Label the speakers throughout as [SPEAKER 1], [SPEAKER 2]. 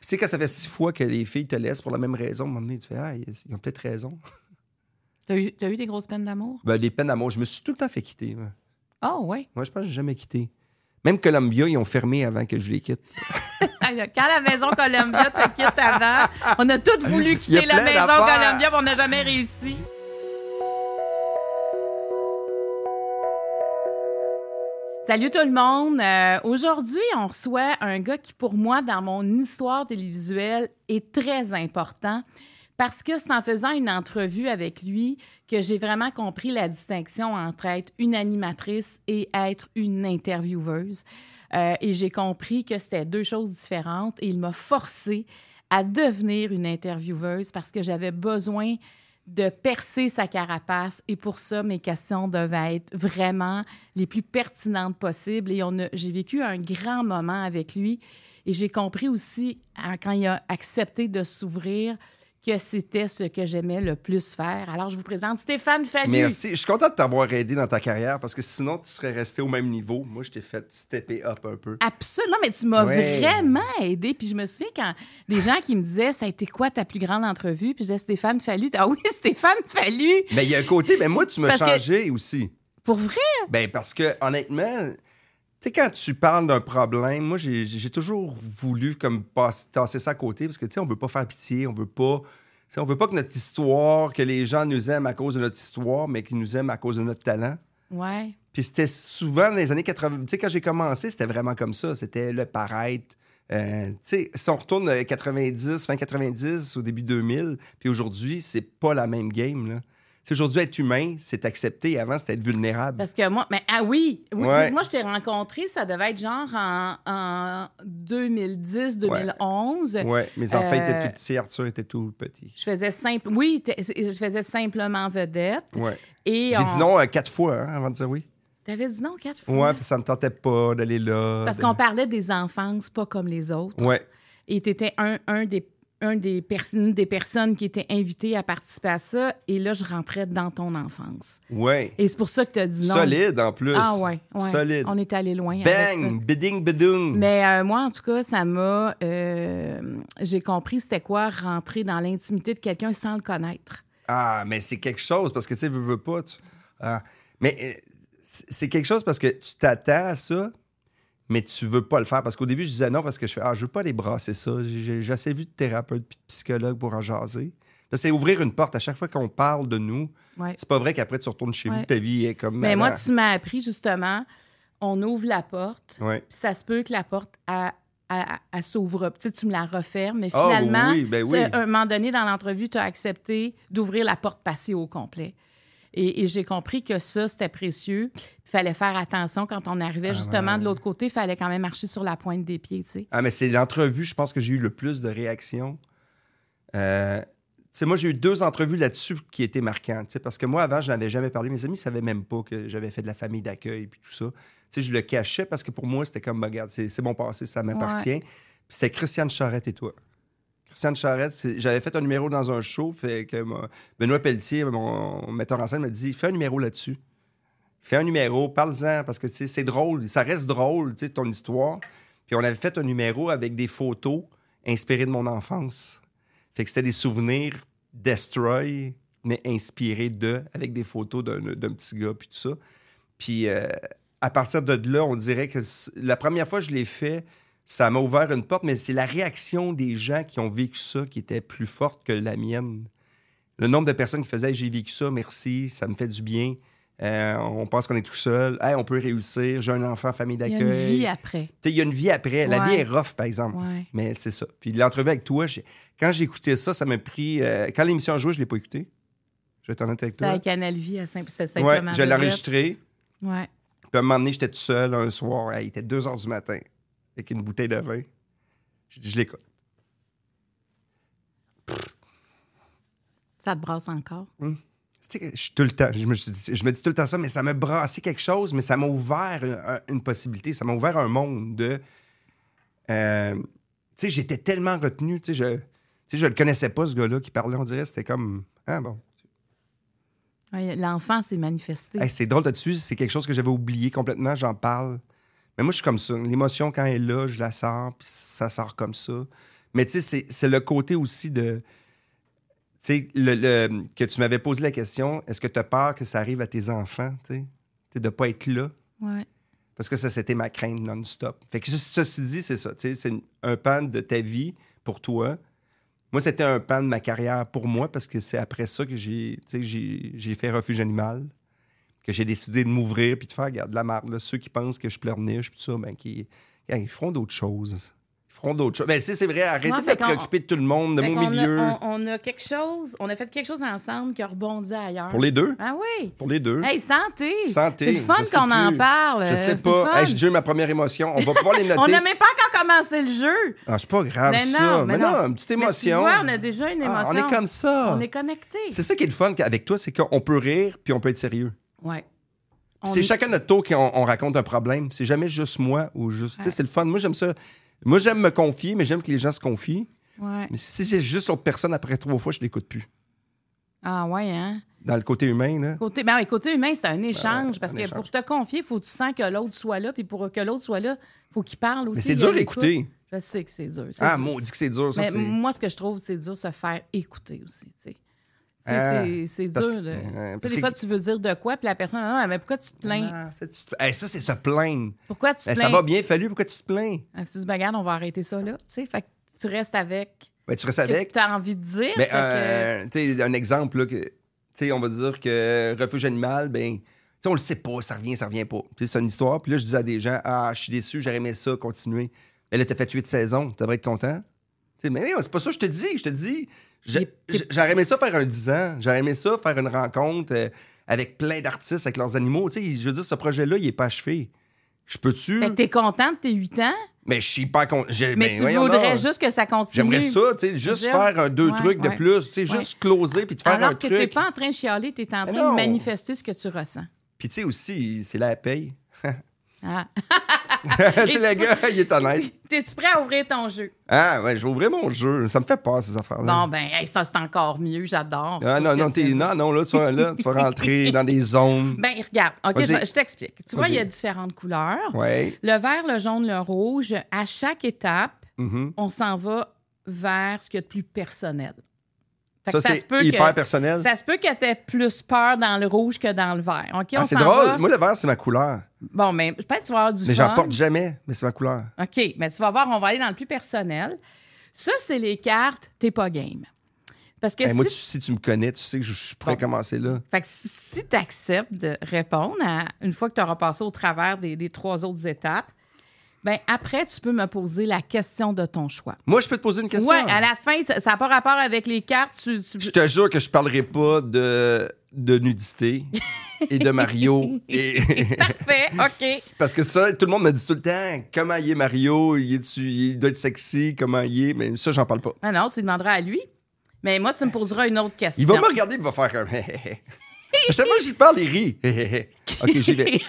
[SPEAKER 1] sais, quand ça fait six fois que les filles te laissent pour la même raison, à un moment donné, tu fais, ah, ils ils ont peut-être raison.
[SPEAKER 2] T'as eu, t'as eu des grosses peines d'amour?
[SPEAKER 1] Ben, les peines d'amour, je me suis tout le temps fait quitter. moi.
[SPEAKER 2] Ah ouais.
[SPEAKER 1] Moi, je pense que j'ai jamais quitté. Même Columbia, ils ont fermé avant que je les quitte.
[SPEAKER 2] Quand la maison Columbia te quitte avant, on a toutes
[SPEAKER 1] Il y
[SPEAKER 2] voulu
[SPEAKER 1] a
[SPEAKER 2] quitter la
[SPEAKER 1] plein
[SPEAKER 2] maison
[SPEAKER 1] d'affaires.
[SPEAKER 2] Columbia, mais on n'a jamais réussi. Salut tout le monde. Euh, Aujourd'hui, on reçoit un gars qui, pour moi, dans mon histoire télévisuelle, est très important parce que c'est en faisant une entrevue avec lui que j'ai vraiment compris la distinction entre être une animatrice et être une intervieweuse. Euh, et j'ai compris que c'était deux choses différentes et il m'a forcé à devenir une intervieweuse parce que j'avais besoin de percer sa carapace et pour ça, mes questions devaient être vraiment les plus pertinentes possibles et on a- j'ai vécu un grand moment avec lui et j'ai compris aussi hein, quand il a accepté de s'ouvrir que c'était ce que j'aimais le plus faire. Alors, je vous présente Stéphane Fallu.
[SPEAKER 1] Merci. euh, Je suis content de t'avoir aidé dans ta carrière parce que sinon, tu serais resté au même niveau. Moi, je t'ai fait stepper up un
[SPEAKER 2] Ah.
[SPEAKER 1] peu.
[SPEAKER 2] Absolument, mais tu m'as
[SPEAKER 1] Ouais.
[SPEAKER 2] vraiment aidé. Puis je me souviens quand des gens qui me disaient ça a été quoi ta plus grande entrevue, puis je disais Stéphane Fallu. Ah oui, Stéphane Fallu.
[SPEAKER 1] Mais il y a un côté, mais moi, tu m'as
[SPEAKER 2] Parce que-
[SPEAKER 1] changé aussi.
[SPEAKER 2] Pour vrai,
[SPEAKER 1] Ben parce que honnêtement, tu sais quand tu parles d'un problème, moi j'ai j'ai toujours voulu comme passer, tasser ça à côté parce que tu sais on veut pas faire pitié, on veut pas tu sais, on veut pas que notre histoire, que les gens nous aiment à cause de notre histoire, mais qu'ils nous aiment à cause de notre talent.
[SPEAKER 2] ouais.
[SPEAKER 1] Puis c'était souvent dans les années 80, tu sais quand j'ai commencé, c'était vraiment comme ça, c'était le paraître euh, tu sais, si on retourne à 90, fin 90, au début 2000, puis aujourd'hui, c'est pas la même game. là. Tu sais, Aujourd'hui, être humain, c'est accepté. Avant, c'était être vulnérable.
[SPEAKER 2] Parce que moi, mais ah oui, oui
[SPEAKER 1] Ouais.
[SPEAKER 2] parce que moi je t'ai rencontré, ça devait être genre en, 2010-2011.
[SPEAKER 1] Ouais, mes enfants étaient
[SPEAKER 2] Euh,
[SPEAKER 1] tout petits, Arthur était tout petit.
[SPEAKER 2] Je faisais simple, oui, t'es- je faisais simplement vedette.
[SPEAKER 1] Ouais.
[SPEAKER 2] Et
[SPEAKER 1] J'ai
[SPEAKER 2] on-
[SPEAKER 1] dit non euh, quatre fois hein, avant de dire oui.
[SPEAKER 2] T'avais dit non quatre fois.
[SPEAKER 1] Ouais, puis ça me tentait pas d'aller là.
[SPEAKER 2] parce
[SPEAKER 1] de-
[SPEAKER 2] qu'on parlait des enfances pas comme les autres.
[SPEAKER 1] Ouais.
[SPEAKER 2] Et tu étais un, un des, un des pers- une des personnes qui était invitée à participer à ça. Et là, je rentrais dans ton enfance.
[SPEAKER 1] Ouais.
[SPEAKER 2] Et c'est pour ça que tu as dit non.
[SPEAKER 1] Solide en plus.
[SPEAKER 2] Ah ouais, ouais.
[SPEAKER 1] Solide.
[SPEAKER 2] On est allé loin. avec ça.
[SPEAKER 1] Bang, bidding, bidoung.
[SPEAKER 2] Mais euh, moi, en tout cas, ça m'a. euh, J'ai compris c'était quoi rentrer dans l'intimité de quelqu'un sans le connaître.
[SPEAKER 1] Ah, mais c'est quelque chose parce que tu sais, veux, veux pas. tu- Ah. Mais euh, c'est c'est quelque chose parce que tu t'attends à ça, mais tu veux pas le faire. Parce qu'au début, je disais non parce que je fais, ah, je veux pas les brasser ça. J'ai- J'ai j'ai assez vu de thérapeutes puis de psychologues pour en jaser. Là, C'est ouvrir une porte. À chaque fois qu'on parle de nous,
[SPEAKER 2] Ouais.
[SPEAKER 1] c'est pas vrai qu'après tu retournes chez vous,
[SPEAKER 2] Ouais.
[SPEAKER 1] ta vie est comme.
[SPEAKER 2] Mais moi,
[SPEAKER 1] Alors,
[SPEAKER 2] tu m'as appris justement, on ouvre la porte,
[SPEAKER 1] Ouais.
[SPEAKER 2] puis ça se peut que la porte à s'ouvre. Tu sais, tu me la refermes, mais
[SPEAKER 1] Ah,
[SPEAKER 2] finalement,
[SPEAKER 1] oui, ben oui.
[SPEAKER 2] tu sais, à un moment donné dans l'entrevue, tu as accepté d'ouvrir la porte passée au complet. Et, et j'ai compris que ça, c'était précieux. Il fallait faire attention quand on arrivait justement de l'autre côté. Il fallait quand même marcher sur la pointe des pieds, tu sais.
[SPEAKER 1] Ah, mais c'est l'entrevue, je pense que j'ai eu le plus de réactions. Euh, tu sais, moi, j'ai eu deux entrevues là-dessus qui étaient marquantes. tu sais, Parce que moi, avant, je n'avais jamais parlé. Mes amis ne savaient même pas que j'avais fait de la famille d'accueil et tout ça. Tu sais, je le cachais parce que pour moi, c'était comme, bah, regarde, c'est c'est mon passé, ça m'appartient. Puis c'était Christiane Charette et toi. Christiane Charette, c'est- j'avais fait un numéro dans un show. Fait que mon- Benoît Pelletier, mon metteur en scène, m'a dit fais un numéro là-dessus. Fais un numéro, parle-en, parce que tu sais, c'est drôle. Ça reste drôle, tu sais, ton histoire. Puis on avait fait un numéro avec des photos inspirées de mon enfance. Fait que c'était des souvenirs Destroy, mais inspirés de, avec des photos d'un d'un petit gars, puis tout ça. Puis euh, à partir de là, on dirait que c- la première fois que je l'ai fait, ça m'a ouvert une porte, mais c'est la réaction des gens qui ont vécu ça qui était plus forte que la mienne. Le nombre de personnes qui faisaient Hey, J'ai vécu ça, merci, ça me fait du bien. Euh, on pense qu'on est tout seul. Hey, on peut réussir. J'ai un enfant, famille
[SPEAKER 2] Il y
[SPEAKER 1] d'accueil.
[SPEAKER 2] a une vie après.
[SPEAKER 1] Tu sais, Il y a une vie après. La
[SPEAKER 2] Ouais.
[SPEAKER 1] vie est rough, par exemple.
[SPEAKER 2] Ouais.
[SPEAKER 1] Mais c'est ça. Puis l'entrevue avec toi, j'ai- quand j'ai écouté ça, ça m'a pris. euh, Quand l'émission a joué, je ne l'ai pas écouté. Je vais être honnête avec
[SPEAKER 2] C'était
[SPEAKER 1] toi.
[SPEAKER 2] à Canal Vie à Saint- c'était
[SPEAKER 1] Ouais,
[SPEAKER 2] simplement.
[SPEAKER 1] je l'ai
[SPEAKER 2] vedette.
[SPEAKER 1] enregistré.
[SPEAKER 2] Ouais.
[SPEAKER 1] Puis à un moment donné, j'étais tout seul un soir. Hey, il était 2 h du matin avec une bouteille de vin. J'ai dit, je l'écoute.
[SPEAKER 2] Ça te brasse encore.
[SPEAKER 1] Tu sais, Je suis tout le temps, je me, suis dit- je me dis tout le temps ça, mais ça m'a brassé quelque chose, mais ça m'a ouvert un- un- une, possibilité, ça m'a ouvert un monde de. euh, tu sais, j'étais tellement retenu, tu sais, je, tu sais, je le connaissais pas, ce gars-là qui parlait, on dirait, c'était comme. Ah bon.
[SPEAKER 2] Ouais, L'enfant s'est manifesté.
[SPEAKER 1] Hey, c'est drôle là-dessus, c'est quelque chose que j'avais oublié complètement, j'en parle. Mais moi, je suis comme ça. L'émotion, quand elle est là, je la sors, puis ça sort comme ça. Mais tu sais, c'est le côté aussi de. Tu sais, le, le- que tu m'avais posé la question, est-ce que tu as peur que ça arrive à tes enfants, tu sais, tu sais, de pas être là?
[SPEAKER 2] Ouais.
[SPEAKER 1] Parce que ça, c'était ma crainte non-stop. Fait que ce- ceci dit, c'est ça. tu sais, C'est une- un pan de ta vie pour toi. Moi, c'était un pan de ma carrière pour moi parce que c'est après ça que j'ai tu sais, j'ai- j'ai fait refuge animal, que j'ai décidé de m'ouvrir puis de faire, regarde, la marde, là, ceux qui pensent que je pleurniche, puis tout ça, ben, qui, regarde, ils feront d'autres choses. Ils feront d'autres choses. Ben, si, c'est vrai, arrêtez
[SPEAKER 2] Ouais,
[SPEAKER 1] de
[SPEAKER 2] fait
[SPEAKER 1] vous préoccuper de tout le monde, de
[SPEAKER 2] Fait
[SPEAKER 1] mon
[SPEAKER 2] qu'on a-
[SPEAKER 1] milieu.
[SPEAKER 2] on, on a quelque chose, on a fait quelque chose ensemble qui a rebondi ailleurs.
[SPEAKER 1] Pour les deux.
[SPEAKER 2] Ah oui!
[SPEAKER 1] Pour les deux.
[SPEAKER 2] Hey, santé!
[SPEAKER 1] Santé,
[SPEAKER 2] C'est le fun
[SPEAKER 1] je sais
[SPEAKER 2] qu'on en
[SPEAKER 1] plus.
[SPEAKER 2] parle.
[SPEAKER 1] je
[SPEAKER 2] euh,
[SPEAKER 1] sais
[SPEAKER 2] c'est le
[SPEAKER 1] pas.
[SPEAKER 2] fun.
[SPEAKER 1] Hey, j'ai déjà eu ma première émotion. On va pouvoir les
[SPEAKER 2] on
[SPEAKER 1] noter.
[SPEAKER 2] n'a même pas encore commencé le jeu.
[SPEAKER 1] Ah, c'est pas grave,
[SPEAKER 2] Mais non,
[SPEAKER 1] ça.
[SPEAKER 2] mais
[SPEAKER 1] mais
[SPEAKER 2] non.
[SPEAKER 1] non, une petite
[SPEAKER 2] Mais tu
[SPEAKER 1] émotion.
[SPEAKER 2] vois, on a déjà une émotion.
[SPEAKER 1] Ah, on est comme ça.
[SPEAKER 2] On est connectés.
[SPEAKER 1] C'est ça qui est le fun avec toi, c'est qu'on peut rire puis on peut être sérieux.
[SPEAKER 2] Ouais. On
[SPEAKER 1] C'est
[SPEAKER 2] est-
[SPEAKER 1] chacun notre tour qu'on on raconte un problème. C'est jamais juste moi ou juste. tu sais,
[SPEAKER 2] Ouais.
[SPEAKER 1] C'est le fun. Moi, j'aime ça. Moi, j'aime me confier, mais j'aime que les gens se confient.
[SPEAKER 2] Ouais.
[SPEAKER 1] Mais si j'ai juste l'autre personne après trois fois, je l'écoute plus.
[SPEAKER 2] Ah ouais, hein?
[SPEAKER 1] Dans le côté humain, là.
[SPEAKER 2] Côté, ben oui, côté humain, c'est un échange.
[SPEAKER 1] ouais,
[SPEAKER 2] parce
[SPEAKER 1] un
[SPEAKER 2] que
[SPEAKER 1] échange.
[SPEAKER 2] pour te confier, il faut que tu sens que l'autre soit là. Puis pour que l'autre soit là, il faut qu'il parle aussi.
[SPEAKER 1] Mais
[SPEAKER 2] euh,
[SPEAKER 1] c'est
[SPEAKER 2] il y a
[SPEAKER 1] dur à
[SPEAKER 2] l'écoute.
[SPEAKER 1] écouter.
[SPEAKER 2] Je sais que c'est dur. c'est
[SPEAKER 1] Ah,
[SPEAKER 2] dur.
[SPEAKER 1] maudit que c'est dur, ça.
[SPEAKER 2] Mais
[SPEAKER 1] c'est-
[SPEAKER 2] moi, ce que je trouve, c'est dur se faire écouter aussi. tu sais. Tu sais,
[SPEAKER 1] Ah,
[SPEAKER 2] c'est- c'est
[SPEAKER 1] parce
[SPEAKER 2] dur.
[SPEAKER 1] que-
[SPEAKER 2] là.
[SPEAKER 1] euh,
[SPEAKER 2] Tu sais,
[SPEAKER 1] parce
[SPEAKER 2] des
[SPEAKER 1] que-
[SPEAKER 2] fois, tu veux dire de quoi, puis la personne, ah, mais pourquoi tu te plains?
[SPEAKER 1] Ah, ça, tu te- Hey, ça, c'est se plaindre.
[SPEAKER 2] Pourquoi tu te
[SPEAKER 1] Hey,
[SPEAKER 2] plains?
[SPEAKER 1] Ben, ça va bien, fallu. Pourquoi tu te plains?
[SPEAKER 2] Ah, tu dis, ben, regarde, on va arrêter ça là. Tu sais, fait que tu restes avec
[SPEAKER 1] Ben, tu restes
[SPEAKER 2] ce que
[SPEAKER 1] avec.
[SPEAKER 2] tu as envie de dire.
[SPEAKER 1] Mais
[SPEAKER 2] fait que-
[SPEAKER 1] euh, tu sais, un exemple, là, que, tu sais, on va dire que refuge animal, ben, tu sais, on le sait pas, ça revient, ça revient pas. Tu sais, C'est une histoire. Puis là, je dis à des gens, ah, je suis déçu, j'aurais aimé ça, continuer. Mais là, t'as fait huit saisons, tu devrais être content. Tu sais, mais non, c'est pas ça, je te dis, je te dis. Je-
[SPEAKER 2] Mais-
[SPEAKER 1] j- J'aurais aimé ça faire un 10 ans, j'aurais aimé ça faire une rencontre euh, avec plein d'artistes, avec leurs animaux. Tu sais, je veux dire, ce projet-là, il est pas achevé. Je peux-tu?
[SPEAKER 2] Fait que Ben, t'es content de tes 8 ans,
[SPEAKER 1] Mais je ben, suis pas content.
[SPEAKER 2] mais tu voudrais juste que ça continue.
[SPEAKER 1] J'aimerais ça, tu sais, juste
[SPEAKER 2] J'aime.
[SPEAKER 1] faire un, deux
[SPEAKER 2] Ouais,
[SPEAKER 1] trucs de
[SPEAKER 2] ouais.
[SPEAKER 1] plus, tu sais,
[SPEAKER 2] Ouais.
[SPEAKER 1] juste closer puis de faire un
[SPEAKER 2] Alors que t'es
[SPEAKER 1] truc.
[SPEAKER 2] pas en train de chialer, t'es en
[SPEAKER 1] Mais
[SPEAKER 2] train de
[SPEAKER 1] non.
[SPEAKER 2] manifester ce que tu ressens.
[SPEAKER 1] Puis tu sais aussi, c'est la paye.
[SPEAKER 2] Ah.
[SPEAKER 1] tu sais, le gars, il est honnête.
[SPEAKER 2] T'es-tu prêt à ouvrir ton jeu?
[SPEAKER 1] Ah ouais, j'ai ouvré mon jeu. Ça me fait peur ces affaires-là.
[SPEAKER 2] Bon, ben, hey, ça, c'est encore mieux, j'adore.
[SPEAKER 1] ah,
[SPEAKER 2] ça,
[SPEAKER 1] non,
[SPEAKER 2] ce que
[SPEAKER 1] non, t'es-
[SPEAKER 2] c'est.
[SPEAKER 1] non, non, là, tu vas, là, tu vas rentrer dans des zones.
[SPEAKER 2] Ben, regarde, OK,
[SPEAKER 1] Vas-y.
[SPEAKER 2] je, je t'explique. Tu vois, il y a
[SPEAKER 1] Vas-y.
[SPEAKER 2] différentes couleurs.
[SPEAKER 1] Ouais.
[SPEAKER 2] Le vert, le jaune, le rouge. À chaque étape,
[SPEAKER 1] mhm.
[SPEAKER 2] on s'en va vers ce qu'il y a de plus personnel. Fait que
[SPEAKER 1] Ça,
[SPEAKER 2] se
[SPEAKER 1] c'est
[SPEAKER 2] peut
[SPEAKER 1] hyper
[SPEAKER 2] que,
[SPEAKER 1] personnel.
[SPEAKER 2] Ça se peut que t'aies plus peur dans le rouge que dans le vert. OK,
[SPEAKER 1] Ah,
[SPEAKER 2] on
[SPEAKER 1] c'est
[SPEAKER 2] s'en
[SPEAKER 1] drôle.
[SPEAKER 2] va.
[SPEAKER 1] Moi, le vert, c'est ma couleur.
[SPEAKER 2] Bon, mais peut-être que tu vas avoir du
[SPEAKER 1] Mais
[SPEAKER 2] fun.
[SPEAKER 1] j'en porte jamais, mais c'est ma couleur.
[SPEAKER 2] OK, mais tu vas voir, on va aller dans le plus personnel. Ça, c'est les cartes, t'es pas game. Parce que
[SPEAKER 1] Eh, moi,
[SPEAKER 2] si,
[SPEAKER 1] tu- si tu me connais, tu sais que je je suis prêt à
[SPEAKER 2] Bon.
[SPEAKER 1] commencer là.
[SPEAKER 2] fait que si- si t'acceptes de répondre, à- une fois que tu auras passé au travers des, des trois autres étapes, ben après, tu peux me poser la question de ton choix.
[SPEAKER 1] Moi, je peux te poser une question. hein?
[SPEAKER 2] Ouais, à la fin, ça n'a pas rapport avec les cartes. Tu, tu-
[SPEAKER 1] Je te jure que je parlerai pas de, de nudité et de Mario. Et...
[SPEAKER 2] Parfait, OK.
[SPEAKER 1] Parce que ça, tout le monde me dit tout le temps comment il est Mario, il, est il doit être sexy, comment il est, mais ça, j'en parle pas.
[SPEAKER 2] Ah non, tu demanderas à lui. Mais moi, tu me poseras une autre question.
[SPEAKER 1] Il va me regarder et va faire comme. À chaque fois que j'y parle, il rit. ok, j'y vais.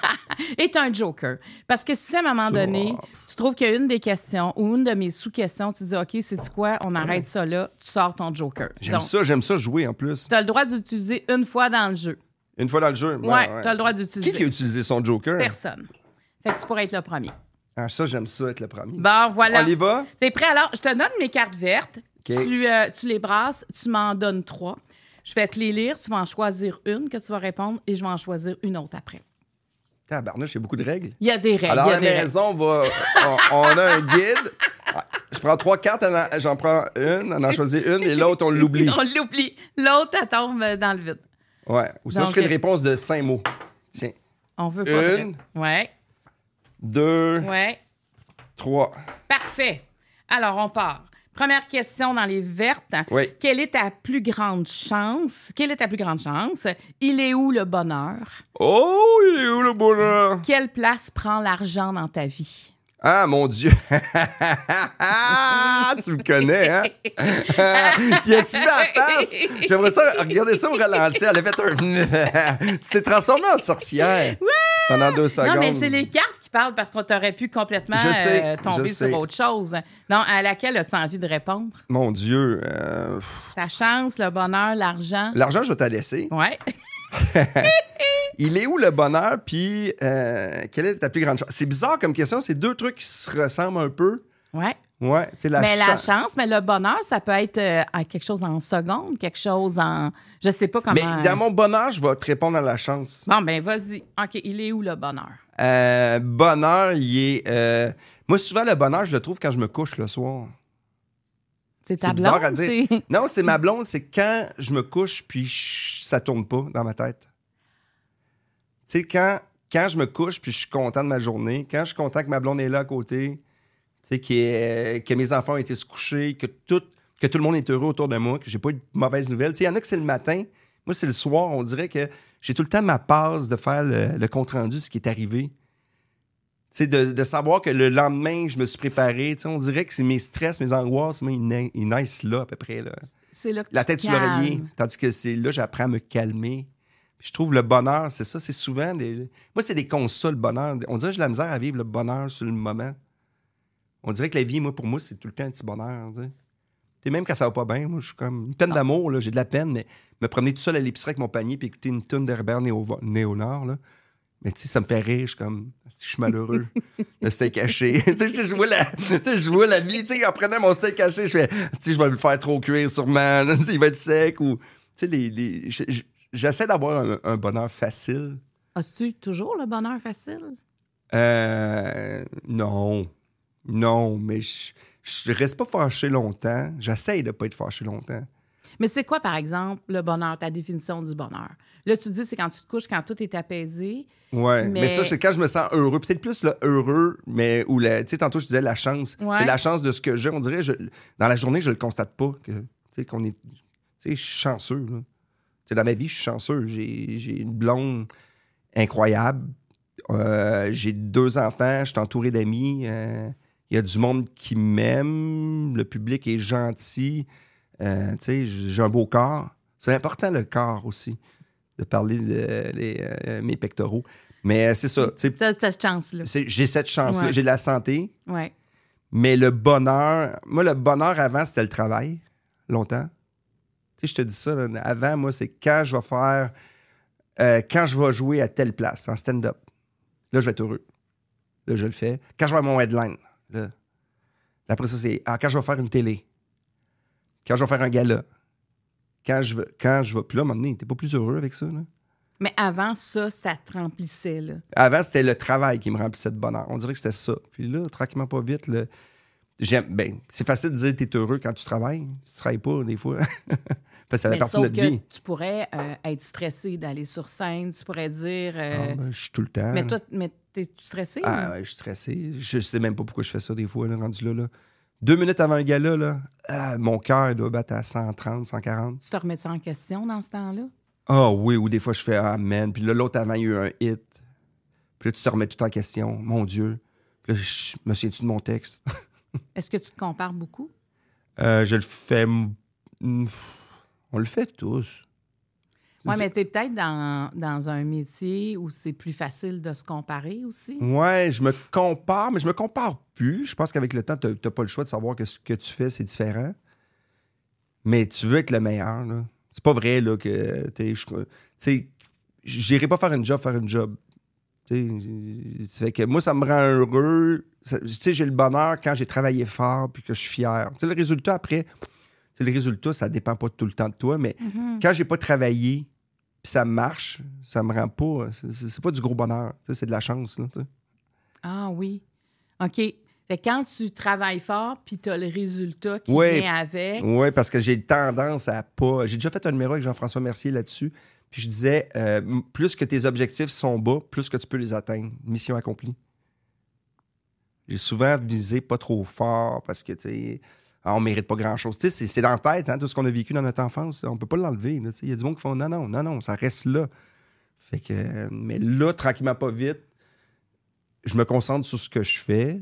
[SPEAKER 2] est un joker. Parce que si à un moment
[SPEAKER 1] Ça.
[SPEAKER 2] donné, tu trouves qu'il y a une des questions ou une de mes sous-questions, tu dis OK, c'est quoi, on arrête ça là, tu sors ton joker.
[SPEAKER 1] J'aime ça, j'aime ça jouer en plus.
[SPEAKER 2] tu as le droit d'utiliser une fois dans le jeu.
[SPEAKER 1] Une fois dans le jeu.
[SPEAKER 2] Ouais, tu as le droit d'utiliser.
[SPEAKER 1] Qui qui a utilisé son Joker?
[SPEAKER 2] Personne. Fait que tu pourrais être le premier.
[SPEAKER 1] Ah, ça, j'aime ça être le premier.
[SPEAKER 2] Bon, voilà.
[SPEAKER 1] On y va?
[SPEAKER 2] T'es prêt? Alors, je te donne mes cartes vertes.
[SPEAKER 1] OK.
[SPEAKER 2] Tu, euh, tu les brasses, tu m'en donnes trois. Je vais te les lire, tu vas en choisir une que tu vas répondre et je vais en choisir une autre après.
[SPEAKER 1] Tabarnouche, il y a beaucoup de règles.
[SPEAKER 2] Il y a des règles.
[SPEAKER 1] Alors,
[SPEAKER 2] il y a
[SPEAKER 1] la
[SPEAKER 2] des règles.
[SPEAKER 1] maison, va, on, on a un guide. Je prends trois cartes, elle en- j'en prends une, on en choisit une, et l'autre, on l'oublie.
[SPEAKER 2] On l'oublie. L'autre, elle tombe euh, dans le vide.
[SPEAKER 1] Ouais. Ou sinon,
[SPEAKER 2] Donc,
[SPEAKER 1] je ferai
[SPEAKER 2] euh,
[SPEAKER 1] une réponse de cinq mots. Tiens.
[SPEAKER 2] On veut pas.
[SPEAKER 1] Une.
[SPEAKER 2] de- Ouais,
[SPEAKER 1] Deux,
[SPEAKER 2] ouais.
[SPEAKER 1] trois.
[SPEAKER 2] Parfait. Alors, on part. Première question dans les vertes.
[SPEAKER 1] Oui.
[SPEAKER 2] Quelle est ta plus grande chance? Quelle est ta plus grande chance? Il est où le bonheur?
[SPEAKER 1] Oh, il est où le bonheur?
[SPEAKER 2] Quelle place prend l'argent dans ta vie?
[SPEAKER 1] Ah, mon Dieu! tu me connais, hein? y a-tu la face? J'aimerais ça, regarder ça au ralenti. Elle a fait un... tu t'es transformée en sorcière. Pendant deux secondes.
[SPEAKER 2] Non, mais c'est les cartes qui parlent parce qu'on t'aurait pu complètement
[SPEAKER 1] Je sais,
[SPEAKER 2] euh, tomber
[SPEAKER 1] je sais.
[SPEAKER 2] sur autre chose. Non, à laquelle as-tu envie de répondre?
[SPEAKER 1] Mon Dieu. euh, pff.
[SPEAKER 2] Ta chance, le bonheur, l'argent?
[SPEAKER 1] L'argent, je vais te la laisser.
[SPEAKER 2] Ouais.
[SPEAKER 1] Il est où le bonheur? Puis, euh, quelle est ta plus grande chance? C'est bizarre comme question. C'est deux trucs qui se ressemblent un peu.
[SPEAKER 2] Ouais.
[SPEAKER 1] Ouais, tu sais, la
[SPEAKER 2] mais
[SPEAKER 1] chan-
[SPEAKER 2] la chance, mais le bonheur, ça peut être euh, à quelque chose en seconde, quelque chose en. Je sais pas comment.
[SPEAKER 1] Mais dans mon bonheur, je vais te répondre à la chance.
[SPEAKER 2] Bon, ben vas-y. OK, il est où le bonheur?
[SPEAKER 1] Euh, bonheur, il est. euh, Moi, souvent, le bonheur, je le trouve quand je me couche le soir.
[SPEAKER 2] C'est ta
[SPEAKER 1] C'est bizarre
[SPEAKER 2] blonde?
[SPEAKER 1] à dire.
[SPEAKER 2] c'est-
[SPEAKER 1] Non, c'est ma blonde, c'est quand je me couche, puis je- ça tourne pas dans ma tête. Tu sais, quand, quand je me couche, puis je suis content de ma journée, quand je suis content que ma blonde est là à côté, tu sais, que, que mes enfants ont été se coucher, que tout, que tout le monde est heureux autour de moi, que j'ai pas eu de mauvaises nouvelles. Tu sais, il y en a que c'est le matin, moi, c'est le soir. On dirait que j'ai tout le temps ma passe de faire le, le compte-rendu, ce qui est arrivé. Tu sais, de, de savoir que le lendemain, je me suis préparé. Tu sais, on dirait que c'est mes stress, mes angoisses, moi, ils, na- ils naissent là, à peu près. Là.
[SPEAKER 2] C'est là que
[SPEAKER 1] La
[SPEAKER 2] tu
[SPEAKER 1] tête
[SPEAKER 2] te
[SPEAKER 1] sur l'oreiller.
[SPEAKER 2] calmes.
[SPEAKER 1] Tandis que c'est là, j'apprends à me calmer. Puis je trouve le bonheur, c'est ça. C'est souvent. des- Moi, c'est des consoles, le bonheur. On dirait que j'ai de la misère à vivre le bonheur sur le moment. On dirait que la vie, moi, pour moi, c'est tout le temps un petit bonheur. Tu sais. Tu sais, même quand ça va pas bien, moi, je suis comme une peine d'amour, là, j'ai de la peine, mais me promener tout seul à l'épicerie avec mon panier puis écouter une tonne d'Herbert Néo- Léonard, là. Mais tu sais, ça me fait rire, je suis comme, je suis malheureux. le steak haché. tu sais, je vois la, tu sais, je vois la vie, tu sais, en prenant mon steak haché, je fais, tu sais, je vais le faire trop cuire sûrement, là, tu sais, il va être sec ou, tu sais, les, les- je- je- j'essaie d'avoir un, un bonheur facile.
[SPEAKER 2] As-tu toujours le bonheur facile?
[SPEAKER 1] Euh, non. Non, mais je, je reste pas fâché longtemps. J'essaie de pas être fâché longtemps.
[SPEAKER 2] Mais c'est quoi, par exemple, le bonheur, ta définition du bonheur? Là, tu dis, c'est quand tu te couches, quand tout est apaisé.
[SPEAKER 1] Ouais, mais,
[SPEAKER 2] Mais-
[SPEAKER 1] ça, c'est quand je me sens heureux. Peut-être plus le heureux, mais ou la. Tu sais, tantôt, je disais la chance.
[SPEAKER 2] Ouais.
[SPEAKER 1] C'est la chance de ce que j'ai. On dirait, je- dans la journée, je le constate pas. que Tu sais, qu'on est. Tu sais, je suis chanceux. là. Tu sais, dans ma vie, je suis chanceux. J'ai j'ai une blonde incroyable. Euh, j'ai deux enfants. Je suis entouré d'amis. Euh, Il y a du monde qui m'aime. Le public est gentil. Euh, tu sais, j'ai un beau corps. C'est important, le corps aussi, de parler de les, euh, mes pectoraux. Mais euh, c'est ça. tu sais,
[SPEAKER 2] T'as t'as cette chance-là.
[SPEAKER 1] c'est- J'ai cette chance-là.
[SPEAKER 2] Ouais.
[SPEAKER 1] J'ai de la santé.
[SPEAKER 2] Ouais.
[SPEAKER 1] Mais le bonheur, moi, le bonheur avant, c'était le travail, longtemps. Tu sais, je te dis ça, là, avant, moi, c'est quand je vais faire, euh, quand je vais jouer à telle place, en stand-up. Là, je vais être heureux. Là, je le fais. Quand je vais à mon headline, là. Là, Après ça, c'est ah, quand je vais faire une télé. Quand je vais faire un gala. Quand je vais. Quand je vais. Puis là, à un moment donné, t'es pas plus heureux avec ça, là?
[SPEAKER 2] Mais avant ça, ça te remplissait, là.
[SPEAKER 1] Avant, c'était le travail qui me remplissait de bonheur. On dirait que c'était ça. Puis là, tranquillement, pas vite, le... j'aime. Ben, c'est facile de dire que t'es heureux quand tu travailles. Si tu travailles pas, des fois. Parce que ça fait
[SPEAKER 2] Mais
[SPEAKER 1] partie de
[SPEAKER 2] sauf
[SPEAKER 1] notre
[SPEAKER 2] que
[SPEAKER 1] vie.
[SPEAKER 2] tu pourrais euh, être stressé d'aller sur scène, tu pourrais dire...
[SPEAKER 1] Ah,
[SPEAKER 2] euh,
[SPEAKER 1] ben, je suis tout le temps.
[SPEAKER 2] Mais
[SPEAKER 1] là.
[SPEAKER 2] toi, hum. mais t'es-tu stressé?
[SPEAKER 1] Ah, ouais, je suis stressé. Je sais même pas pourquoi je fais ça des fois, là, rendu là. là. Deux minutes avant le gala, là, ah, mon cœur il doit battre à 130, 140.
[SPEAKER 2] Tu te remets-tu en question dans ce temps-là?
[SPEAKER 1] Ah oui, ou des fois je fais Ah man. Puis là, l'autre avant, il y a eu un hit. Puis là, tu te remets tout en question. Mon Dieu. Puis là, je me souviens-tu de mon texte?
[SPEAKER 2] Est-ce que tu te compares beaucoup?
[SPEAKER 1] Euh, je le fais. m- m- On le fait tous.
[SPEAKER 2] Oui,
[SPEAKER 1] Tu-
[SPEAKER 2] mais tu es peut-être dans, dans un métier où c'est plus facile de se comparer aussi.
[SPEAKER 1] Ouais, je me compare, mais je me compare plus. Je pense qu'avec le temps, tu n'as pas le choix de savoir que ce que tu fais, c'est différent. Mais tu veux être le meilleur. là. C'est pas vrai là, que. t'es- je- Tu sais, j'irai pas faire une job, faire une job. Tu sais, ça fait que moi, ça me rend heureux. Ça- Tu sais, j'ai le bonheur quand j'ai travaillé fort puis que je suis fier. Tu sais, le résultat après, tu sais, le résultat, ça dépend pas tout le temps de toi, mais
[SPEAKER 2] Mm-hmm.
[SPEAKER 1] quand j'ai pas travaillé puis ça marche, ça me rend pas. c'est- C'est c'est pas du gros bonheur. Tu sais, C'est de la chance. Là, tu sais.
[SPEAKER 2] Ah oui. OK. Fait que quand tu travailles fort, puis tu as le résultat qui
[SPEAKER 1] Ouais.
[SPEAKER 2] vient avec.
[SPEAKER 1] Oui, parce que j'ai tendance à pas. J'ai déjà fait un numéro avec Jean-François Mercier là-dessus. Puis je disais, euh, m- plus que tes objectifs sont bas, plus que tu peux les atteindre. Mission accomplie. J'ai souvent visé pas trop fort parce que, tu sais, ah, on mérite pas grand-chose. Tu sais, c'est- c'est dans la tête, hein, tout ce qu'on a vécu dans notre enfance. On peut pas l'enlever. là, tu sais. Il y a du monde qui font non, non, non, non, ça reste là. Fait que, euh, mais là, tranquillement, pas vite, je me concentre sur ce que je fais.